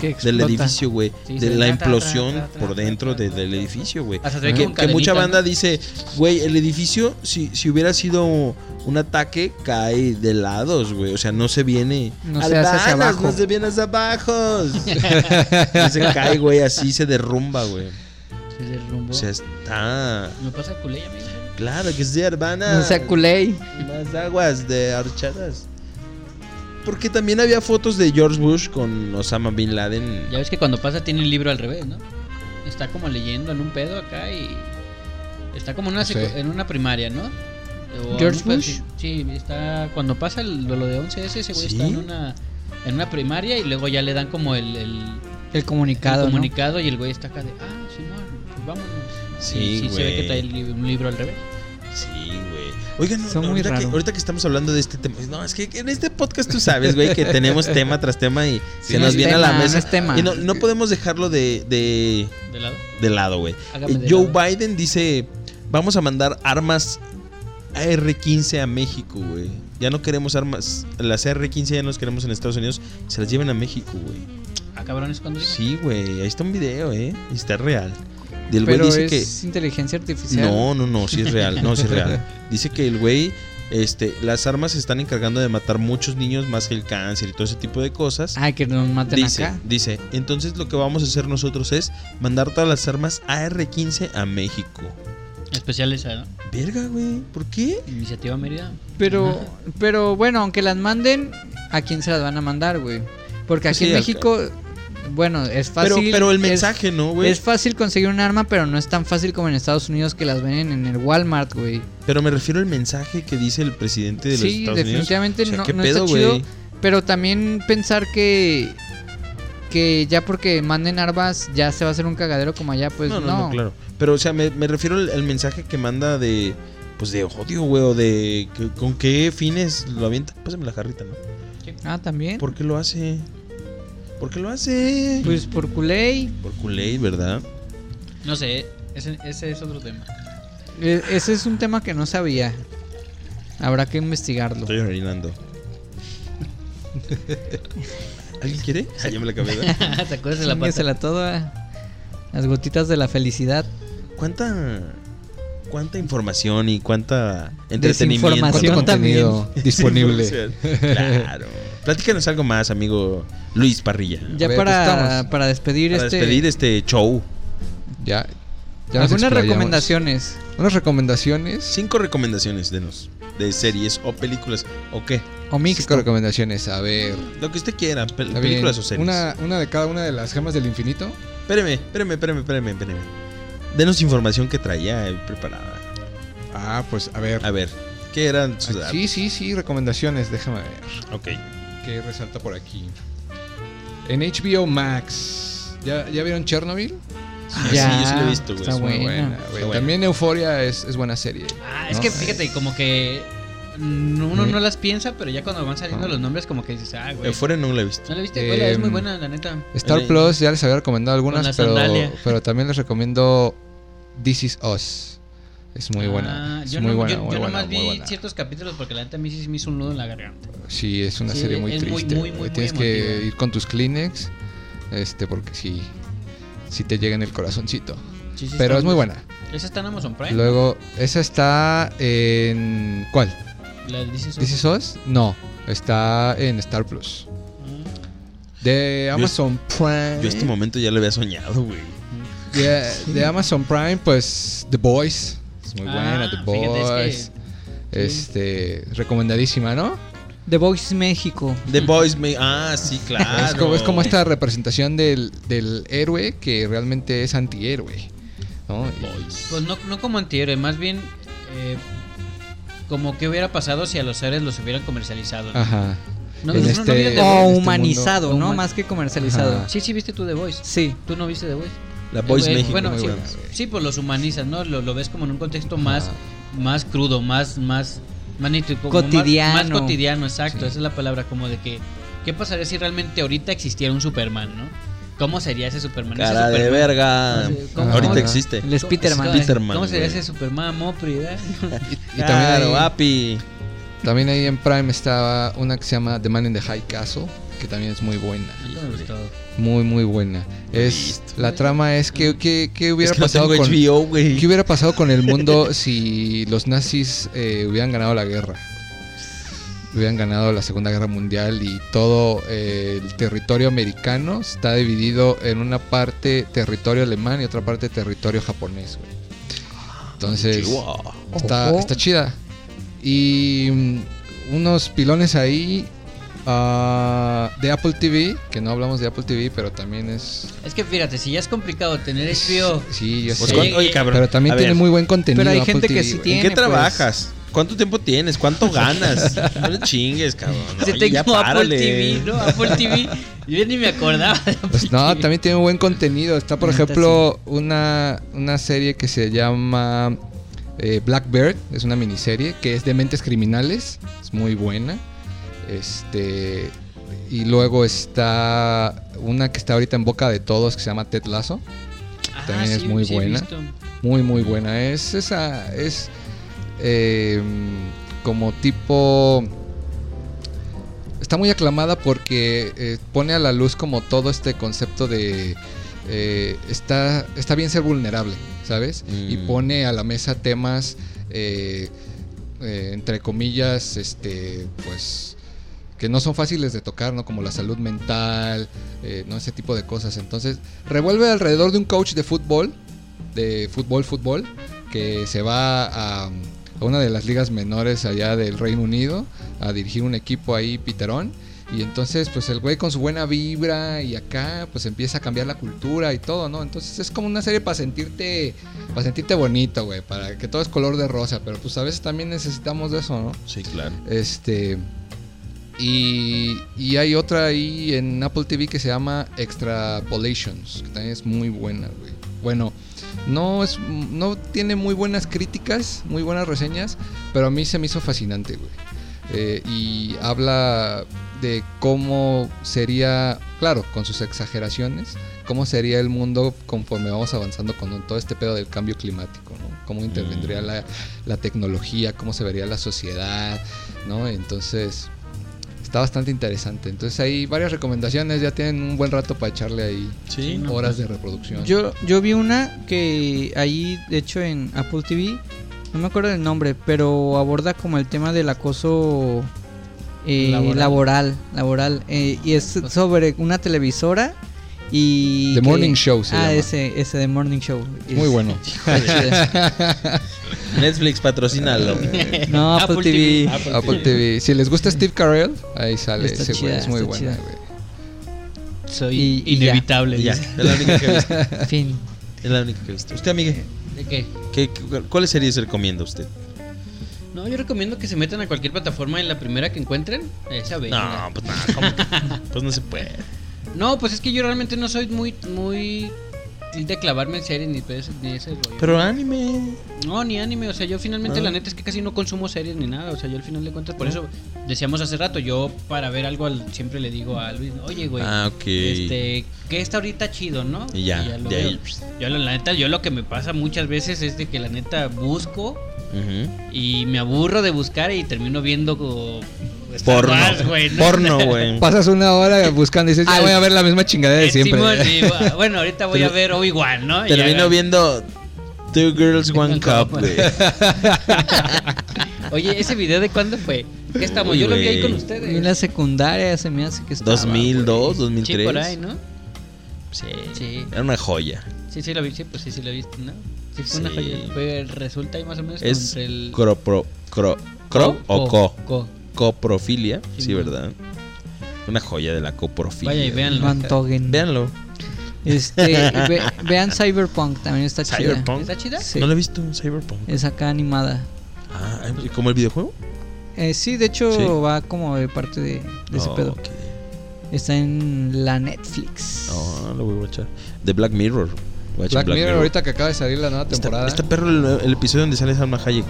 [SPEAKER 2] que
[SPEAKER 1] del
[SPEAKER 2] explota.
[SPEAKER 1] edificio, güey.
[SPEAKER 3] Sí,
[SPEAKER 1] de la
[SPEAKER 3] sí. Tra, tra,
[SPEAKER 1] implosión
[SPEAKER 3] tra, tra,
[SPEAKER 1] por
[SPEAKER 3] tra,
[SPEAKER 1] dentro
[SPEAKER 3] tra,
[SPEAKER 1] de-
[SPEAKER 3] tra,
[SPEAKER 1] del
[SPEAKER 3] tra.
[SPEAKER 1] edificio, güey.
[SPEAKER 3] Hasta se ve
[SPEAKER 1] Que,
[SPEAKER 3] con
[SPEAKER 1] que mucha
[SPEAKER 3] cadenita, ¿no?
[SPEAKER 1] banda dice, güey, el edificio, si, si hubiera sido un ataque, cae de lados, güey. O sea, no se viene.
[SPEAKER 2] No se hace hacia
[SPEAKER 1] "Albanas,
[SPEAKER 2] abajo".
[SPEAKER 1] No se viene hacia abajo. No se cae, güey, así se derrumba, güey.
[SPEAKER 3] Se derrumbó.
[SPEAKER 1] O sea, está.
[SPEAKER 3] Me pasa culé, amigo.
[SPEAKER 1] Claro que sí, hermana.
[SPEAKER 2] No sea culé.
[SPEAKER 1] Más aguas de horchadas. Porque también había fotos de George Bush con Osama Bin Laden.
[SPEAKER 3] Ya ves que cuando pasa tiene el libro al revés, ¿no? Está como leyendo en un pedo acá y está como en una,
[SPEAKER 4] Sí.
[SPEAKER 3] secu- en una primaria, ¿no? O
[SPEAKER 2] ¿George
[SPEAKER 3] en un-
[SPEAKER 2] Bush?
[SPEAKER 3] Sí, está cuando pasa el- lo, lo de 11S, ese güey
[SPEAKER 1] ¿Sí?
[SPEAKER 3] está en una en una primaria y luego ya le dan como el, el- el
[SPEAKER 2] El comunicado. ¿no?
[SPEAKER 3] comunicado y el güey está acá de, ah, Simón, pues vámonos.
[SPEAKER 1] Sí,
[SPEAKER 3] Y sí se ve que
[SPEAKER 1] güey.
[SPEAKER 3] trae el li- un libro al revés.
[SPEAKER 1] Sí, güey. Oigan, no,
[SPEAKER 2] Son muy
[SPEAKER 1] ahorita, que,
[SPEAKER 2] raro.
[SPEAKER 1] ahorita que estamos hablando de este tema. No, es que en este podcast tú sabes, güey, que tenemos tema tras tema y se
[SPEAKER 2] no
[SPEAKER 1] nos
[SPEAKER 2] es
[SPEAKER 1] viene a la
[SPEAKER 2] tema, no
[SPEAKER 1] mesa.
[SPEAKER 2] es tema.
[SPEAKER 1] Y no, no podemos dejarlo de, de,
[SPEAKER 3] ¿De lado?
[SPEAKER 1] de lado, güey.
[SPEAKER 3] Hágame de
[SPEAKER 1] Eh, Joe
[SPEAKER 3] lado.
[SPEAKER 1] Biden dice, vamos a mandar armas AR-15 a México, güey. Ya no queremos armas, las AR-15 ya no las queremos en Estados Unidos, se las lleven a México, güey.
[SPEAKER 3] Ah, cabrones, cuando
[SPEAKER 1] Sí, güey, ahí está un video, eh, y está real. Y el güey
[SPEAKER 2] Pero
[SPEAKER 1] dice
[SPEAKER 2] es
[SPEAKER 1] que...
[SPEAKER 2] inteligencia artificial.
[SPEAKER 1] No, no, no, sí es real, no, sí es real. Dice que el güey, este, las armas se están encargando de matar muchos niños más que el cáncer y todo ese tipo de cosas.
[SPEAKER 2] Ay, que nos maten
[SPEAKER 1] Dice,
[SPEAKER 2] Ah, acá.
[SPEAKER 1] dice, entonces lo que vamos a hacer nosotros es mandar todas las armas AR-15 a México.
[SPEAKER 3] Especiales a
[SPEAKER 1] Verga, güey, ¿por qué?
[SPEAKER 3] Iniciativa Mérida.
[SPEAKER 2] Pero, pero bueno, aunque las manden, ¿a quién se las van a mandar, güey? Porque
[SPEAKER 1] Pues sí,
[SPEAKER 2] aquí en
[SPEAKER 1] al-
[SPEAKER 2] México, bueno, es
[SPEAKER 1] Pero,
[SPEAKER 2] fácil.
[SPEAKER 1] pero el
[SPEAKER 2] es-
[SPEAKER 1] mensaje, ¿no, güey?
[SPEAKER 2] Es fácil conseguir un arma, pero no es tan fácil como en Estados Unidos que las venden en el Walmart, güey.
[SPEAKER 1] Pero me refiero al mensaje que dice el presidente de los
[SPEAKER 2] Sí,
[SPEAKER 1] Estados Unidos.
[SPEAKER 2] definitivamente
[SPEAKER 1] O sea,
[SPEAKER 2] no,
[SPEAKER 1] ¿qué
[SPEAKER 2] no
[SPEAKER 1] pedo,
[SPEAKER 2] está chido.
[SPEAKER 1] güey?
[SPEAKER 2] Pero también pensar que que ya porque manden armas ya se va a hacer un cagadero como allá, pues
[SPEAKER 1] no,
[SPEAKER 2] no.
[SPEAKER 1] no, no, claro. Pero, o sea, me, me refiero al, al mensaje que manda de. Pues de odio, güey, o de. que- ¿Con qué fines lo avienta? Pásame la jarrita, ¿no?
[SPEAKER 2] Ah, también.
[SPEAKER 1] ¿Por qué lo hace? ¿Por qué lo hace?
[SPEAKER 2] Pues por culé.
[SPEAKER 1] Por culé, ¿verdad?
[SPEAKER 3] No sé, ese, ese es otro tema.
[SPEAKER 2] E- Ese es un tema que no sabía. Habrá que investigarlo.
[SPEAKER 1] Estoy orinando. ¿Alguien quiere? Ah, ya me la acabé, ¿verdad?
[SPEAKER 3] ¿Te acuerdas de Pues la pata?
[SPEAKER 2] la toda. Las gotitas de la felicidad.
[SPEAKER 1] ¿Cuánta. cuánta información y cuánta.
[SPEAKER 4] ¿Cuánto
[SPEAKER 1] entretenimiento?
[SPEAKER 2] Desinformación.
[SPEAKER 4] contenido disponible?
[SPEAKER 1] Claro. Platícanos algo más, amigo Luis Parrilla.
[SPEAKER 2] Ya
[SPEAKER 4] A ver, pues,
[SPEAKER 2] para,
[SPEAKER 4] estamos.
[SPEAKER 2] para despedir
[SPEAKER 1] Para
[SPEAKER 2] este.
[SPEAKER 1] despedir este show.
[SPEAKER 4] Ya. ya nos
[SPEAKER 2] algunas
[SPEAKER 4] explayamos.
[SPEAKER 2] recomendaciones.
[SPEAKER 4] Unas recomendaciones.
[SPEAKER 1] Cinco recomendaciones denos. De series o películas. ¿O qué?
[SPEAKER 2] O
[SPEAKER 4] Cinco
[SPEAKER 2] mixto.
[SPEAKER 4] recomendaciones. A ver.
[SPEAKER 1] Lo que usted quiera. pel-
[SPEAKER 4] Está bien.
[SPEAKER 1] películas o series.
[SPEAKER 4] Una, una de cada una de las gemas del infinito.
[SPEAKER 1] Espéreme, espéreme, espéreme, espéreme, espéreme. Denos información que traía eh, preparada.
[SPEAKER 4] Ah, pues a ver.
[SPEAKER 1] A ver, ¿qué eran sus
[SPEAKER 4] Ah, Sí, sí, sí, recomendaciones. Déjame ver.
[SPEAKER 1] Ok.
[SPEAKER 4] ¿Qué resalta por aquí? En HBO Max. ¿Ya, ya vieron Chernobyl?
[SPEAKER 1] Ah,
[SPEAKER 2] Ya,
[SPEAKER 1] sí, yo sí lo he visto, güey.
[SPEAKER 2] está
[SPEAKER 1] Es muy
[SPEAKER 2] Buena,
[SPEAKER 4] güey.
[SPEAKER 1] está buena.
[SPEAKER 4] También Euforia es, es buena serie.
[SPEAKER 3] Ah, es
[SPEAKER 4] No,
[SPEAKER 3] que
[SPEAKER 4] eh.
[SPEAKER 3] fíjate, como que no- uno
[SPEAKER 4] Sí.
[SPEAKER 3] no las piensa, pero ya cuando van saliendo
[SPEAKER 4] Ah.
[SPEAKER 3] los nombres, como que dices, ah, güey.
[SPEAKER 1] Euphoria no la he visto.
[SPEAKER 3] ¿No la viste? Güey, es muy
[SPEAKER 4] Em,
[SPEAKER 3] buena, la neta.
[SPEAKER 4] Star
[SPEAKER 1] Eh,
[SPEAKER 4] Plus ya les había recomendado
[SPEAKER 3] con la
[SPEAKER 4] algunas, pero,
[SPEAKER 3] sandalia.
[SPEAKER 4] pero también les recomiendo This Is Us. Es muy buena.
[SPEAKER 3] Ah,
[SPEAKER 4] es
[SPEAKER 3] yo
[SPEAKER 4] muy
[SPEAKER 3] no-
[SPEAKER 4] buena,
[SPEAKER 3] yo-
[SPEAKER 4] muy
[SPEAKER 3] yo
[SPEAKER 4] buena,
[SPEAKER 3] nomás
[SPEAKER 4] muy
[SPEAKER 3] vi
[SPEAKER 4] buena.
[SPEAKER 3] ciertos capítulos porque la neta a mí sí me hizo un nudo en la garganta.
[SPEAKER 4] Sí, es una
[SPEAKER 3] Sí,
[SPEAKER 4] serie muy
[SPEAKER 3] es muy,
[SPEAKER 4] triste.
[SPEAKER 3] muy,
[SPEAKER 4] güey.
[SPEAKER 3] muy, muy
[SPEAKER 4] Tienes que
[SPEAKER 3] emotiva.
[SPEAKER 4] ir con tus Kleenex, este, porque sí, sí te llega en el corazoncito.
[SPEAKER 3] Sí, sí,
[SPEAKER 4] Pero
[SPEAKER 3] está-
[SPEAKER 4] es muy buena.
[SPEAKER 3] Esa está en Amazon Prime.
[SPEAKER 4] Luego, esa está en... ¿Cuál?
[SPEAKER 3] La de This Is Us.
[SPEAKER 4] ¿This Is Us? No, está en Star Plus.
[SPEAKER 3] Ah.
[SPEAKER 4] De Amazon Prime.
[SPEAKER 1] Yo este momento ya lo había soñado, güey.
[SPEAKER 4] de, de Amazon Prime, pues The Boys. Es muy
[SPEAKER 3] Ah,
[SPEAKER 4] buena, The
[SPEAKER 3] fíjate, es que-
[SPEAKER 4] Boys. Este, recomendadísima, ¿no?
[SPEAKER 2] The Voice México.
[SPEAKER 1] The Boys Me. Ah, sí, claro.
[SPEAKER 4] es, como, es como esta representación del, del héroe que realmente es antihéroe. ¿no? Y-
[SPEAKER 3] Pues no, no como antihéroe, más bien eh, como que hubiera pasado si a los seres los hubieran comercializado. ¿no?
[SPEAKER 4] Ajá.
[SPEAKER 3] No,
[SPEAKER 4] En
[SPEAKER 3] no, no,
[SPEAKER 4] este-
[SPEAKER 3] no vieron The
[SPEAKER 2] O
[SPEAKER 4] este mundo-
[SPEAKER 2] humanizado, ¿no?
[SPEAKER 3] Human-
[SPEAKER 2] Más que comercializado.
[SPEAKER 4] Ajá.
[SPEAKER 3] Sí, sí, viste tú The Voice.
[SPEAKER 2] Sí.
[SPEAKER 3] Tú no viste The Voice.
[SPEAKER 1] La Boys
[SPEAKER 3] Eh,
[SPEAKER 1] México.
[SPEAKER 3] Bueno,
[SPEAKER 4] muy
[SPEAKER 3] sí,
[SPEAKER 4] buena,
[SPEAKER 3] sí, pues los humanizas, ¿no? Lo, lo ves como en un contexto más,
[SPEAKER 4] Ajá.
[SPEAKER 3] más crudo, más, más, más nítido, como más-
[SPEAKER 2] Cotidiano.
[SPEAKER 3] Más, cotidiano, exacto.
[SPEAKER 4] Sí.
[SPEAKER 3] Esa es la palabra, como de que, ¿qué pasaría si realmente ahorita existiera un Superman, no? ¿Cómo sería ese Superman? Ese
[SPEAKER 1] Cara de
[SPEAKER 3] Superman-
[SPEAKER 1] verga.
[SPEAKER 3] No sé, ¿cómo-
[SPEAKER 1] Ahorita
[SPEAKER 4] cómo-
[SPEAKER 1] existe.
[SPEAKER 2] El Spiderman.
[SPEAKER 3] ¿Cómo,
[SPEAKER 1] Spiderman,
[SPEAKER 3] ¿Cómo sería
[SPEAKER 1] güey.
[SPEAKER 3] ese Superman, Mopri, eh?
[SPEAKER 4] Y, y
[SPEAKER 1] claro,
[SPEAKER 4] también, ahí,
[SPEAKER 1] api.
[SPEAKER 4] también ahí en Prime estaba una que se llama The Man in the High Castle, que también es muy buena.
[SPEAKER 3] Nunca me gustó.
[SPEAKER 4] Muy, muy buena. Es,
[SPEAKER 1] Listo.
[SPEAKER 4] la trama es que, que- que hubiera
[SPEAKER 1] Es que no
[SPEAKER 4] pasado
[SPEAKER 1] tengo
[SPEAKER 4] con...
[SPEAKER 1] HBO, güey.
[SPEAKER 4] ¿Qué hubiera pasado con el mundo si los nazis eh, hubieran ganado la guerra? Hubieran ganado la Segunda Guerra Mundial y todo eh, el territorio americano está dividido en una parte territorio alemán y otra parte territorio japonés, güey. Entonces,
[SPEAKER 1] Chihuahua.
[SPEAKER 4] está,
[SPEAKER 2] Ojo.
[SPEAKER 4] está chida. Y mm, unos pilones ahí ah, de Apple TV, que no hablamos de Apple TV, pero también es...
[SPEAKER 3] Es que fíjate, si ya es complicado tener HBO,
[SPEAKER 4] Sí, yo
[SPEAKER 1] Pues,
[SPEAKER 4] sé.
[SPEAKER 1] ¿cuánto- oye, cabrón.
[SPEAKER 4] Pero también
[SPEAKER 1] a
[SPEAKER 4] tiene
[SPEAKER 1] ver,
[SPEAKER 4] muy buen contenido.
[SPEAKER 2] Pero hay
[SPEAKER 4] Apple
[SPEAKER 2] gente que
[SPEAKER 4] TV,
[SPEAKER 2] sí
[SPEAKER 4] güey.
[SPEAKER 1] ¿En
[SPEAKER 2] tiene,
[SPEAKER 1] qué
[SPEAKER 2] pues.
[SPEAKER 1] trabajas? ¿Cuánto tiempo tienes? ¿Cuánto ganas? No le chingues, cabrón.
[SPEAKER 3] se
[SPEAKER 1] Oye,
[SPEAKER 3] te
[SPEAKER 1] ya
[SPEAKER 3] hizo Apple
[SPEAKER 1] párale.
[SPEAKER 3] TV, ¿no? Apple TV. Yo ni me acordaba de Apple
[SPEAKER 4] Pues no,
[SPEAKER 3] TV.
[SPEAKER 4] también tiene buen contenido. Está, por
[SPEAKER 3] Neta,
[SPEAKER 4] ejemplo, una, una serie que se llama Eh, Blackbird es una miniserie que es de mentes criminales, es muy buena. Este y luego está una que está ahorita en boca de todos que se llama Ted Lasso,
[SPEAKER 3] Ah,
[SPEAKER 4] También es
[SPEAKER 3] sí,
[SPEAKER 4] muy
[SPEAKER 3] sí he
[SPEAKER 4] buena.
[SPEAKER 3] visto.
[SPEAKER 4] muy muy buena. Es esa es eh, como tipo está muy aclamada porque eh, pone a la luz como todo este concepto de eh, está, está bien ser vulnerable, ¿sabes? Y Mm. pone a la mesa temas, eh, eh, entre comillas, este, pues que no son fáciles de tocar, ¿no? Como la salud mental, eh, ¿no? Ese tipo de cosas. Entonces, revuelve alrededor de un coach de fútbol, de fútbol, fútbol, que se va a, a una de las ligas menores allá del Reino Unido a dirigir un equipo ahí, Piterón. Y entonces, pues el güey con su buena vibra y acá, pues empieza a cambiar la cultura y todo, ¿no? Entonces es como una serie para sentirte, para sentirte bonito, güey, para que todo es color de rosa, pero pues a veces también necesitamos de eso, ¿no?
[SPEAKER 1] Sí, claro.
[SPEAKER 4] Este. Y, y hay otra ahí en Apple TV que se llama Extrapolations, que también es muy buena, güey. Bueno, no, es, no tiene muy buenas críticas, muy buenas reseñas, pero a mí se me hizo fascinante, güey. Eh, y habla de cómo sería, claro, con sus exageraciones, cómo sería el mundo conforme vamos avanzando con todo este pedo del cambio climático, ¿no? Cómo intervendría
[SPEAKER 1] Mm.
[SPEAKER 4] la, la tecnología, cómo se vería la sociedad, ¿no? Entonces, está bastante interesante. Entonces, hay varias recomendaciones, ya tienen un buen rato para echarle ahí
[SPEAKER 1] Sí, no.
[SPEAKER 4] horas de reproducción.
[SPEAKER 5] Yo, yo vi una que ahí, de hecho, en Apple TV, no me acuerdo del nombre, pero aborda como el tema del acoso eh,
[SPEAKER 3] Laboral.
[SPEAKER 5] laboral. Laboral, eh, y es sobre una televisora y.
[SPEAKER 4] The
[SPEAKER 5] que-
[SPEAKER 4] Morning Show se
[SPEAKER 5] ah,
[SPEAKER 4] llama.
[SPEAKER 5] ese, ese The Morning Show.
[SPEAKER 4] Muy
[SPEAKER 5] Es-
[SPEAKER 4] bueno.
[SPEAKER 1] Netflix patrocínalo.
[SPEAKER 5] No, Apple,
[SPEAKER 3] Apple
[SPEAKER 5] TV.
[SPEAKER 3] TV.
[SPEAKER 4] Apple TV. Ah, Si les gusta Steve Carell, ahí sale
[SPEAKER 5] Está
[SPEAKER 4] ese güey.
[SPEAKER 5] chida,
[SPEAKER 4] Es muy
[SPEAKER 5] está
[SPEAKER 4] buena,
[SPEAKER 5] chida.
[SPEAKER 4] güey.
[SPEAKER 3] Soy
[SPEAKER 5] Y- y ya.
[SPEAKER 3] inevitable.
[SPEAKER 1] ya,
[SPEAKER 3] dice.
[SPEAKER 1] es la única que he visto.
[SPEAKER 5] Fin.
[SPEAKER 1] Es la única que he visto. Usted, amiga,
[SPEAKER 3] ¿De qué?
[SPEAKER 1] ¿qué, qué- cuáles series recomienda usted?
[SPEAKER 3] No, yo recomiendo que se metan a cualquier plataforma en la primera que encuentren. Esa vez.
[SPEAKER 1] No, pues nada, ¿cómo que? Pues no se puede.
[SPEAKER 3] No, pues es que yo realmente no soy muy, muy de clavarme en series ni, pe- ni ese rollo.
[SPEAKER 1] Pero anime.
[SPEAKER 3] No, ni anime, o sea, yo finalmente
[SPEAKER 1] Ah.
[SPEAKER 3] la neta es que casi no consumo series ni nada, o sea, yo al final de cuentas, por eso decíamos hace rato, yo para ver algo al- siempre le digo a Luis, oye, güey,
[SPEAKER 1] Ah, ok.
[SPEAKER 3] este, ¿qué está ahorita chido, no?
[SPEAKER 1] y ya,
[SPEAKER 3] Y lo
[SPEAKER 1] de
[SPEAKER 3] veo.
[SPEAKER 1] ahí.
[SPEAKER 3] Yo la, la neta, yo lo que me pasa muchas veces es de que la neta busco
[SPEAKER 1] Ujú.
[SPEAKER 3] y me aburro de buscar y termino viendo como Star
[SPEAKER 1] Porno.
[SPEAKER 3] Wars, güey, ¿no?
[SPEAKER 1] Porno, güey.
[SPEAKER 4] Pasas una hora buscando y dices, ya
[SPEAKER 5] Al-
[SPEAKER 4] voy a ver la misma chingadera
[SPEAKER 1] eh,
[SPEAKER 4] de siempre.
[SPEAKER 3] Encima, digo, bueno, ahorita voy a
[SPEAKER 1] Termi-
[SPEAKER 3] ver Obi-Wan, ¿no? Y
[SPEAKER 1] Termino
[SPEAKER 3] ya-
[SPEAKER 1] viendo Two Girls One
[SPEAKER 3] One
[SPEAKER 1] Cup,
[SPEAKER 3] Cup.
[SPEAKER 1] güey.
[SPEAKER 3] Oye, ese video de cuándo fue? ¿Qué estamos?
[SPEAKER 1] Uy,
[SPEAKER 3] yo lo vi ahí
[SPEAKER 1] güey.
[SPEAKER 3] con
[SPEAKER 5] Y en la
[SPEAKER 3] ustedes.
[SPEAKER 5] secundaria se me hace que estaba.
[SPEAKER 1] 2002,
[SPEAKER 3] Sí,
[SPEAKER 1] 2003.
[SPEAKER 3] por ahí, ¿no?
[SPEAKER 1] Sí.
[SPEAKER 3] Sí.
[SPEAKER 1] Era una joya.
[SPEAKER 3] Sí, sí lo vi, sí, pues sí, sí lo viste, ¿no? Sí, fue una
[SPEAKER 1] Sí.
[SPEAKER 3] joya. Fue, resulta ahí más o menos
[SPEAKER 1] Es
[SPEAKER 3] entre el...
[SPEAKER 1] cro, pro- cro- cro o co. Coprofilia,
[SPEAKER 3] Sí,
[SPEAKER 1] sí,
[SPEAKER 3] ¿no?
[SPEAKER 1] ¿verdad? Una joya de la coprofilia.
[SPEAKER 3] Vaya y
[SPEAKER 5] güey.
[SPEAKER 3] véanlo.
[SPEAKER 5] Van Togen.
[SPEAKER 1] Véanlo.
[SPEAKER 5] Este, y ve- vean Cyberpunk, también está chida.
[SPEAKER 1] Cyberpunk.
[SPEAKER 3] ¿Está chida?
[SPEAKER 5] Sí.
[SPEAKER 1] No lo he visto, Cyberpunk.
[SPEAKER 5] Es acá animada.
[SPEAKER 1] Ah, ¿y ¿como el videojuego?
[SPEAKER 5] Eh, sí, de hecho
[SPEAKER 1] Sí.
[SPEAKER 5] va como de parte de, de ese
[SPEAKER 1] Oh,
[SPEAKER 5] pedo.
[SPEAKER 1] ok.
[SPEAKER 5] Está en la Netflix.
[SPEAKER 1] No, Ah, lo voy a watchar. The Black Mirror. Watching
[SPEAKER 4] Black Mirror, ahorita que acaba de salir la nueva
[SPEAKER 1] Está-
[SPEAKER 4] temporada.
[SPEAKER 1] Está, perro el, el episodio donde sale Salma Hayek.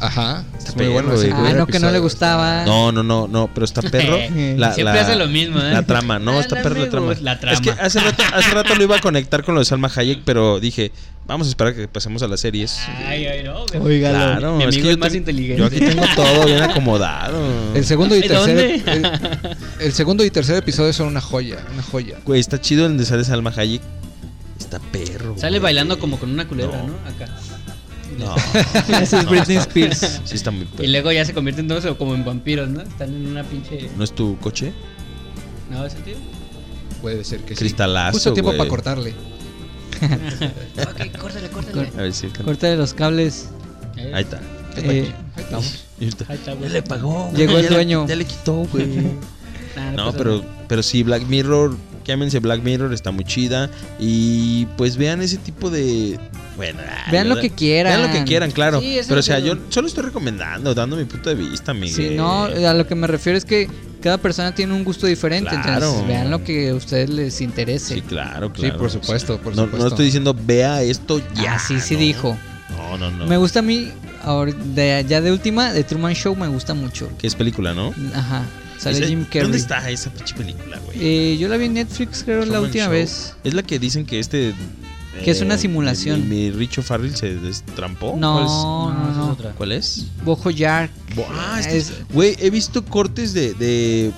[SPEAKER 4] Ajá.
[SPEAKER 1] Está
[SPEAKER 4] es muy bueno.
[SPEAKER 1] perro,
[SPEAKER 4] ese
[SPEAKER 1] güey.
[SPEAKER 5] ah,
[SPEAKER 4] primer
[SPEAKER 5] no, que no le
[SPEAKER 4] episodio.
[SPEAKER 5] gustaba.
[SPEAKER 1] No, no, no, no, pero está perro. la,
[SPEAKER 3] Siempre
[SPEAKER 1] la-
[SPEAKER 3] hace lo mismo, ¿eh?
[SPEAKER 1] La trama, no,
[SPEAKER 3] Ah,
[SPEAKER 1] está
[SPEAKER 3] la
[SPEAKER 1] perro la
[SPEAKER 3] me
[SPEAKER 1] trama.
[SPEAKER 3] gusta. La trama.
[SPEAKER 1] Es que hace rato, hace rato lo iba a conectar con lo de Salma Hayek, pero dije, vamos a esperar que pasemos a las series.
[SPEAKER 3] Ay, ay, no. güey.
[SPEAKER 5] Oígalo.
[SPEAKER 1] Claro,
[SPEAKER 3] Ah, Mi
[SPEAKER 1] es
[SPEAKER 3] amigo
[SPEAKER 1] que
[SPEAKER 3] es
[SPEAKER 1] yo
[SPEAKER 3] más
[SPEAKER 1] ten-
[SPEAKER 3] inteligente.
[SPEAKER 1] Yo aquí tengo todo bien acomodado.
[SPEAKER 4] El segundo y
[SPEAKER 3] ¿Y dónde?
[SPEAKER 4] tercer. El, el segundo y tercer episodio son una joya. Una joya.
[SPEAKER 1] Güey, está chido el donde sale Salma Hayek. Está perro.
[SPEAKER 3] Sale
[SPEAKER 1] güey.
[SPEAKER 3] bailando como con una culebra,
[SPEAKER 1] No.
[SPEAKER 3] ¿no? Acá.
[SPEAKER 1] No.
[SPEAKER 5] Esa es
[SPEAKER 1] No,
[SPEAKER 5] Britney
[SPEAKER 1] está-
[SPEAKER 5] Spears.
[SPEAKER 1] Sí, está muy
[SPEAKER 3] Y
[SPEAKER 1] perro.
[SPEAKER 3] luego ya se convierten todos como en vampiros, ¿no? Están en una pinche...
[SPEAKER 1] ¿No es tu coche?
[SPEAKER 3] ¿No ese tío?
[SPEAKER 4] Puede ser que sí.
[SPEAKER 1] Cristalazo,
[SPEAKER 4] Justo tiempo
[SPEAKER 1] güey.
[SPEAKER 4] para cortarle.
[SPEAKER 3] Ok, córtale, córtale.
[SPEAKER 1] A ver si alcanza.
[SPEAKER 5] Corta de los cables.
[SPEAKER 1] Ahí está.
[SPEAKER 5] Eh,
[SPEAKER 4] Ahí estamos.
[SPEAKER 1] Ahí está.
[SPEAKER 3] Ahí está, güey.
[SPEAKER 1] le pagó.
[SPEAKER 5] Llegó el
[SPEAKER 1] ya le-
[SPEAKER 5] dueño.
[SPEAKER 1] ya le quitó, güey.
[SPEAKER 3] Nah,
[SPEAKER 5] Ah,
[SPEAKER 1] No,
[SPEAKER 5] pues,
[SPEAKER 3] pasa
[SPEAKER 1] pero,
[SPEAKER 3] nada.
[SPEAKER 1] pero sí, Black Mirror, llámense Black Mirror, está muy chida. Y pues vean ese tipo de. Bueno, ay,
[SPEAKER 5] vean lo
[SPEAKER 1] ¿verdad?
[SPEAKER 5] que quieran.
[SPEAKER 1] Vean lo que quieran, claro.
[SPEAKER 3] Sí, ese
[SPEAKER 1] pero o
[SPEAKER 3] es
[SPEAKER 1] sea,
[SPEAKER 3] el-
[SPEAKER 1] yo solo estoy recomendando, dando mi punto de vista,
[SPEAKER 5] Sí,
[SPEAKER 1] Miguel.
[SPEAKER 5] no, eh, a lo que me refiero es que cada persona tiene un gusto diferente.
[SPEAKER 1] Claro.
[SPEAKER 5] Entonces, vean lo que a ustedes les interese.
[SPEAKER 1] Sí, claro, claro.
[SPEAKER 4] por supuesto, por
[SPEAKER 1] No- No,
[SPEAKER 4] supuesto.
[SPEAKER 1] estoy diciendo vea esto ya.
[SPEAKER 5] Así Ah, sí
[SPEAKER 1] ¿no?
[SPEAKER 5] dijo.
[SPEAKER 1] No, no, no.
[SPEAKER 5] Me gusta a mí, ahora, de- ya de última, de Truman Show me gusta mucho.
[SPEAKER 1] Que es película, ¿no?
[SPEAKER 5] Ajá, sale
[SPEAKER 1] Ese-
[SPEAKER 5] Jim Carrey.
[SPEAKER 1] ¿Dónde está esa pinche película, güey?
[SPEAKER 5] Eh, yo la vi en Netflix, creo, la
[SPEAKER 1] Truman
[SPEAKER 5] última
[SPEAKER 1] Show.
[SPEAKER 5] vez.
[SPEAKER 1] Es la que dicen que este.
[SPEAKER 5] Que es una simulación.
[SPEAKER 1] ¿Mi, mi Richo Farrell se destrampó? ¿Cuál es?
[SPEAKER 5] No,
[SPEAKER 3] esa
[SPEAKER 5] no,
[SPEAKER 3] es
[SPEAKER 5] no.
[SPEAKER 3] otra.
[SPEAKER 1] ¿Cuál es?
[SPEAKER 5] Bojo Jack.
[SPEAKER 1] Bo- ah, este
[SPEAKER 5] es-
[SPEAKER 1] es- Güey, he visto cortes de, de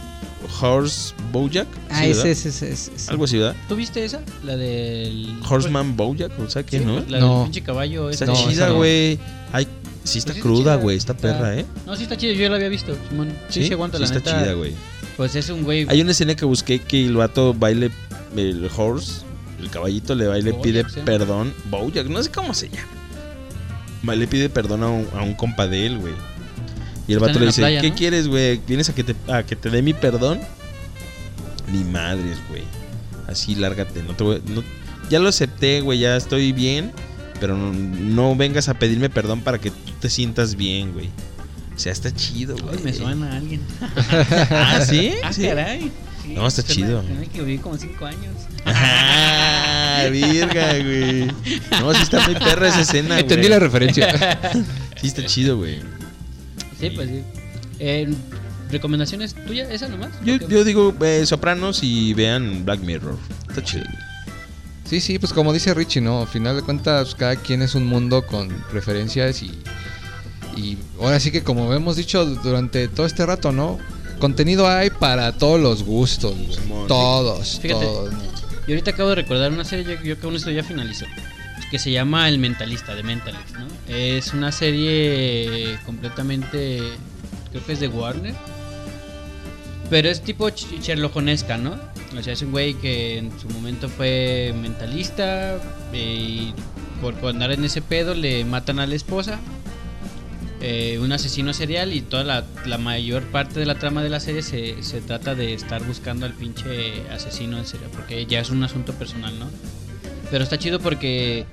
[SPEAKER 1] Horse Bojack. ¿sí,
[SPEAKER 5] Ah, ese,
[SPEAKER 1] verdad?
[SPEAKER 5] ese, ese, ese, ese.
[SPEAKER 1] Algo así, ¿verdad?
[SPEAKER 3] ¿Tú viste esa? La del.
[SPEAKER 1] Horseman Bojack, o sea,
[SPEAKER 3] Pues, Sí,
[SPEAKER 1] ¿qué no?
[SPEAKER 3] pues, La
[SPEAKER 4] No.
[SPEAKER 3] del pinche caballo.
[SPEAKER 1] Está
[SPEAKER 3] esa.
[SPEAKER 4] No,
[SPEAKER 1] chida,
[SPEAKER 4] esa no.
[SPEAKER 1] güey. Ay, sí está
[SPEAKER 3] Pues sí está
[SPEAKER 1] cruda,
[SPEAKER 3] chida,
[SPEAKER 1] güey, esta
[SPEAKER 3] está-
[SPEAKER 1] perra, ¿eh?
[SPEAKER 3] No, sí está chida, yo ya la había visto. Simón. Sí, se aguanta la
[SPEAKER 1] está
[SPEAKER 3] neta.
[SPEAKER 1] chida, güey.
[SPEAKER 3] Pues es un güey.
[SPEAKER 1] Hay una escena que busqué que el vato baile el horse, el caballito le baile,
[SPEAKER 3] Bojack,
[SPEAKER 1] pide
[SPEAKER 3] sí.
[SPEAKER 1] perdón. Bojack, no sé cómo se llama. Va, Le pide perdón a un, a un compa de él, güey. Y el
[SPEAKER 3] Están
[SPEAKER 1] vato
[SPEAKER 3] en
[SPEAKER 1] le
[SPEAKER 3] la
[SPEAKER 1] dice,
[SPEAKER 3] playa,
[SPEAKER 1] ¿qué
[SPEAKER 3] ¿no?
[SPEAKER 1] quieres, güey? ¿Vienes a que te, a que te dé mi perdón? Ni madres, güey. Así lárgate, no te voy- no- ya lo acepté, güey, ya estoy bien. Pero no, no vengas a pedirme perdón para que tú te sientas bien, güey. O sea, está chido, güey.
[SPEAKER 3] Ay, me suena a alguien.
[SPEAKER 1] Ah, ¿sí?
[SPEAKER 3] Ah,
[SPEAKER 1] eh. Sí.
[SPEAKER 3] caray. Sí, pues,
[SPEAKER 1] No, está
[SPEAKER 3] suena-
[SPEAKER 1] chido.
[SPEAKER 3] Tiene que vivir como 5 años.
[SPEAKER 1] Ah, virga, güey. No, sí está muy perra esa escena, güey.
[SPEAKER 4] Entendí la referencia.
[SPEAKER 1] Sí está chido, güey.
[SPEAKER 3] Sí, pues sí. Eh, ¿Recomendaciones tuyas? ¿Esa nomás?
[SPEAKER 1] Yo,
[SPEAKER 3] ¿O qué?
[SPEAKER 1] yo digo eh, Sopranos y vean Black Mirror. Está chido.
[SPEAKER 4] Sí, sí, pues como dice Richie, ¿no? Al final de cuentas, cada quien es un mundo con preferencias y. Y ahora sí que, como hemos dicho durante todo este rato, ¿no? Contenido hay para todos los gustos, güey.
[SPEAKER 1] Simón.
[SPEAKER 4] Todos,
[SPEAKER 3] Fíjate.
[SPEAKER 4] todos. ¿no?
[SPEAKER 3] Y ahorita acabo de recordar una serie, yo, yo con esto ya finalizo, que se llama El Mentalista, de Mentalist, ¿no? Es una serie completamente, creo que es de Warner, pero es tipo ch- sherlockonesca, ¿no? O sea, es un güey que en su momento fue mentalista eh, y por por andar en ese pedo le matan a la esposa. eh, un asesino serial y toda la, la mayor parte de la trama de la serie se, se trata de estar buscando al pinche asesino en serio, porque ya es un asunto personal, ¿no? Pero está chido porque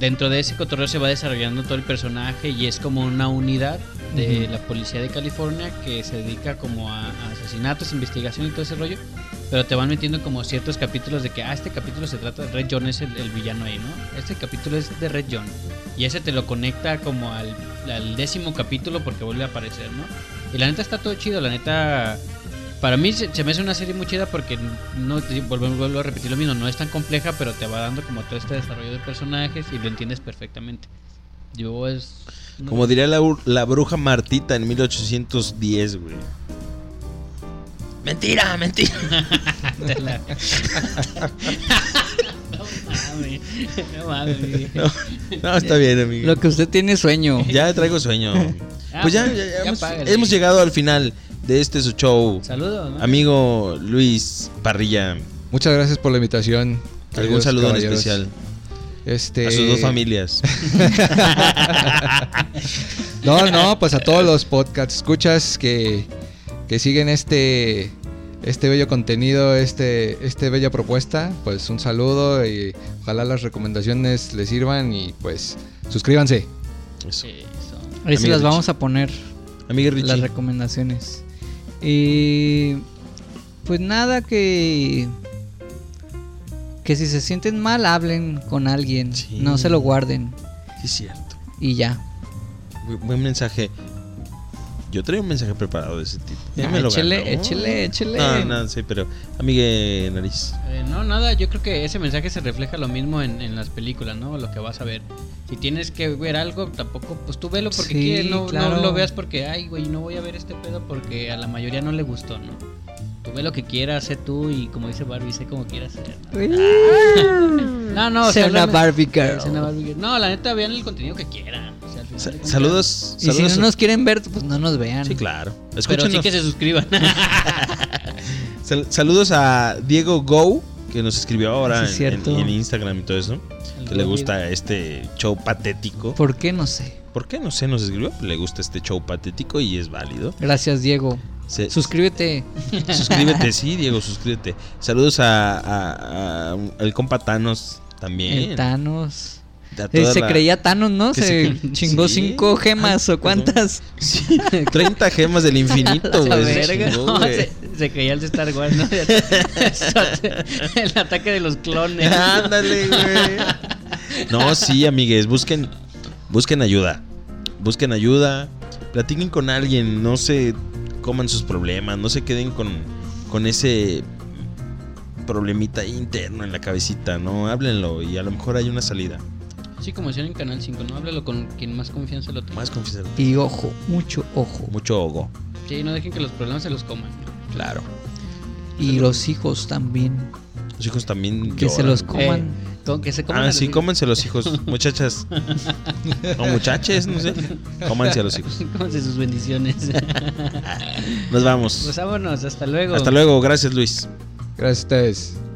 [SPEAKER 3] dentro de ese cotorreo se va desarrollando todo el personaje y es como una unidad de
[SPEAKER 5] Ujú.
[SPEAKER 3] la policía de California que se dedica como a, a asesinatos, investigación y todo ese rollo, pero te van metiendo como ciertos capítulos de que, ah, este capítulo se trata de Red John es el, el villano ahí, ¿no? Este capítulo es de Red John. Y ese te lo conecta como al, al décimo capítulo porque vuelve a aparecer, ¿no? Y la neta está todo chido, la neta... Para mí se, se me hace una serie muy chida porque no te- vuelvo, vuelvo a repetir lo mismo, no es tan compleja, pero te va dando como todo este desarrollo de personajes y lo entiendes perfectamente. Yo es
[SPEAKER 1] Como diría la, ur- la bruja Martita en 1810, güey. Mentira, mentira.
[SPEAKER 3] de la- no mames, no mames.
[SPEAKER 1] No, está bien, amigo.
[SPEAKER 5] Lo que usted tiene es sueño.
[SPEAKER 1] Ya traigo sueño.
[SPEAKER 3] Ah,
[SPEAKER 1] Pues ya,
[SPEAKER 3] pues,
[SPEAKER 1] ya- ya
[SPEAKER 3] ya
[SPEAKER 1] hemos,
[SPEAKER 3] págale.
[SPEAKER 1] hemos llegado al final de este su show.
[SPEAKER 3] Saludos, ¿no?
[SPEAKER 1] Amigo Luis Parrilla,
[SPEAKER 4] Muchas gracias por la invitación.
[SPEAKER 1] algún
[SPEAKER 4] queridos
[SPEAKER 1] saludo en
[SPEAKER 4] caballeros.
[SPEAKER 1] especial
[SPEAKER 4] Este...
[SPEAKER 1] a sus dos familias.
[SPEAKER 4] No, no, pues a todos los podcast escuchas que, que siguen este este bello contenido, este este bella propuesta, pues un saludo y ojalá las recomendaciones les sirvan y pues suscríbanse.
[SPEAKER 1] Eso.
[SPEAKER 3] Sí, son-
[SPEAKER 5] Ahí se las
[SPEAKER 1] Amigo Richie.
[SPEAKER 5] vamos a poner,
[SPEAKER 1] Amiga
[SPEAKER 5] las
[SPEAKER 1] Richie.
[SPEAKER 5] recomendaciones. Eh, pues nada, que. Que si se sienten mal, hablen con alguien.
[SPEAKER 1] Sí.
[SPEAKER 5] No se lo guarden.
[SPEAKER 1] Sí, cierto.
[SPEAKER 5] Y ya.
[SPEAKER 1] Bu- Buen mensaje. Yo traigo un mensaje preparado de ese tipo. Ya
[SPEAKER 5] Ah,
[SPEAKER 1] me lo
[SPEAKER 5] échele,
[SPEAKER 1] ganó.
[SPEAKER 5] échele, échele.
[SPEAKER 1] No, no, sí, pero. Amigue Nariz.
[SPEAKER 3] Eh, no, nada, yo creo que ese mensaje se refleja lo mismo en, en las películas, ¿no? Lo que vas a ver. Si tienes que ver algo, tampoco, pues tú velo porque
[SPEAKER 5] Sí,
[SPEAKER 3] quieres, no, no
[SPEAKER 5] claro.
[SPEAKER 3] lo veas porque, ay, güey, no voy a ver este pedo porque a la mayoría no le gustó, ¿no? Tú ve lo que quieras, sé tú y como dice Barbie, sé como quieras ser. ¿no? No, no, o
[SPEAKER 5] Ser
[SPEAKER 3] sea,
[SPEAKER 5] una
[SPEAKER 3] realmente-
[SPEAKER 5] Ah. Barbie girl.
[SPEAKER 3] Ser una Barbie girl. No, la neta, vean el contenido que quieran. o sea, al final
[SPEAKER 1] Sa-
[SPEAKER 3] de cuentas.
[SPEAKER 1] saludos.
[SPEAKER 5] Y si
[SPEAKER 1] saludos
[SPEAKER 5] no nos quieren ver, pues no nos vean.
[SPEAKER 1] Sí, claro.
[SPEAKER 3] Pero sí
[SPEAKER 1] Escúchenos.
[SPEAKER 3] que se suscriban.
[SPEAKER 1] Sal- saludos a Diego Go, que nos escribió ahora
[SPEAKER 5] Sí,
[SPEAKER 1] en,
[SPEAKER 5] cierto.
[SPEAKER 1] en- en Instagram y todo eso. Que le gusta este show patético.
[SPEAKER 5] ¿Por qué? No sé.
[SPEAKER 1] ¿Por qué? No sé, nos escribió. pero Le gusta este show patético y es válido.
[SPEAKER 5] Gracias, Diego.
[SPEAKER 1] Se-
[SPEAKER 5] Suscríbete. Eh,
[SPEAKER 1] Suscríbete, sí, Diego, suscríbete. Saludos a, a- a el compa Thanos también.
[SPEAKER 5] El Thanos.
[SPEAKER 1] A
[SPEAKER 5] Eh,
[SPEAKER 1] toda
[SPEAKER 5] se
[SPEAKER 1] la-
[SPEAKER 5] creía Thanos, ¿no?
[SPEAKER 1] que
[SPEAKER 5] Se
[SPEAKER 1] se-
[SPEAKER 5] chingó
[SPEAKER 1] sí. Ah,
[SPEAKER 5] cinco gemas
[SPEAKER 1] Ay,
[SPEAKER 5] o cuántas.
[SPEAKER 1] 30 gemas del infinito,
[SPEAKER 3] La
[SPEAKER 1] güey. se
[SPEAKER 3] verga,
[SPEAKER 1] chingó,
[SPEAKER 3] no,
[SPEAKER 1] güey.
[SPEAKER 3] se, se creía el de Star Wars, ¿no? el ataque de los clones.
[SPEAKER 1] Ándale, güey. No, sí, amigues, busquen busquen ayuda. Busquen ayuda, platiquen con alguien, no se coman sus problemas, no se queden con, con ese problemita interno en la cabecita, ¿no? Háblenlo y a lo mejor hay una salida.
[SPEAKER 3] Sí, como decían en Canal 5, ¿no? Háblalo con quien más confianza lo tenga.
[SPEAKER 1] Más confianza.
[SPEAKER 2] Y ojo, mucho ojo.
[SPEAKER 1] Mucho ogo.
[SPEAKER 3] Sí, no dejen que los problemas se los coman. ¿no?
[SPEAKER 1] Claro.
[SPEAKER 2] Y los hijos también.
[SPEAKER 1] Los hijos también.
[SPEAKER 2] Que se
[SPEAKER 1] lloran.
[SPEAKER 2] los coman.
[SPEAKER 3] Eh, Con- que se coman. a
[SPEAKER 1] Ah,
[SPEAKER 3] los
[SPEAKER 1] sí,
[SPEAKER 3] niños.
[SPEAKER 1] cómanse los hijos, muchachas. o muchaches, no sé. Cómanse a los hijos.
[SPEAKER 3] Cómanse sus bendiciones.
[SPEAKER 1] Nos vamos.
[SPEAKER 3] pues vámonos, hasta luego.
[SPEAKER 1] Hasta luego, gracias Luis.
[SPEAKER 4] Gracias a ustedes.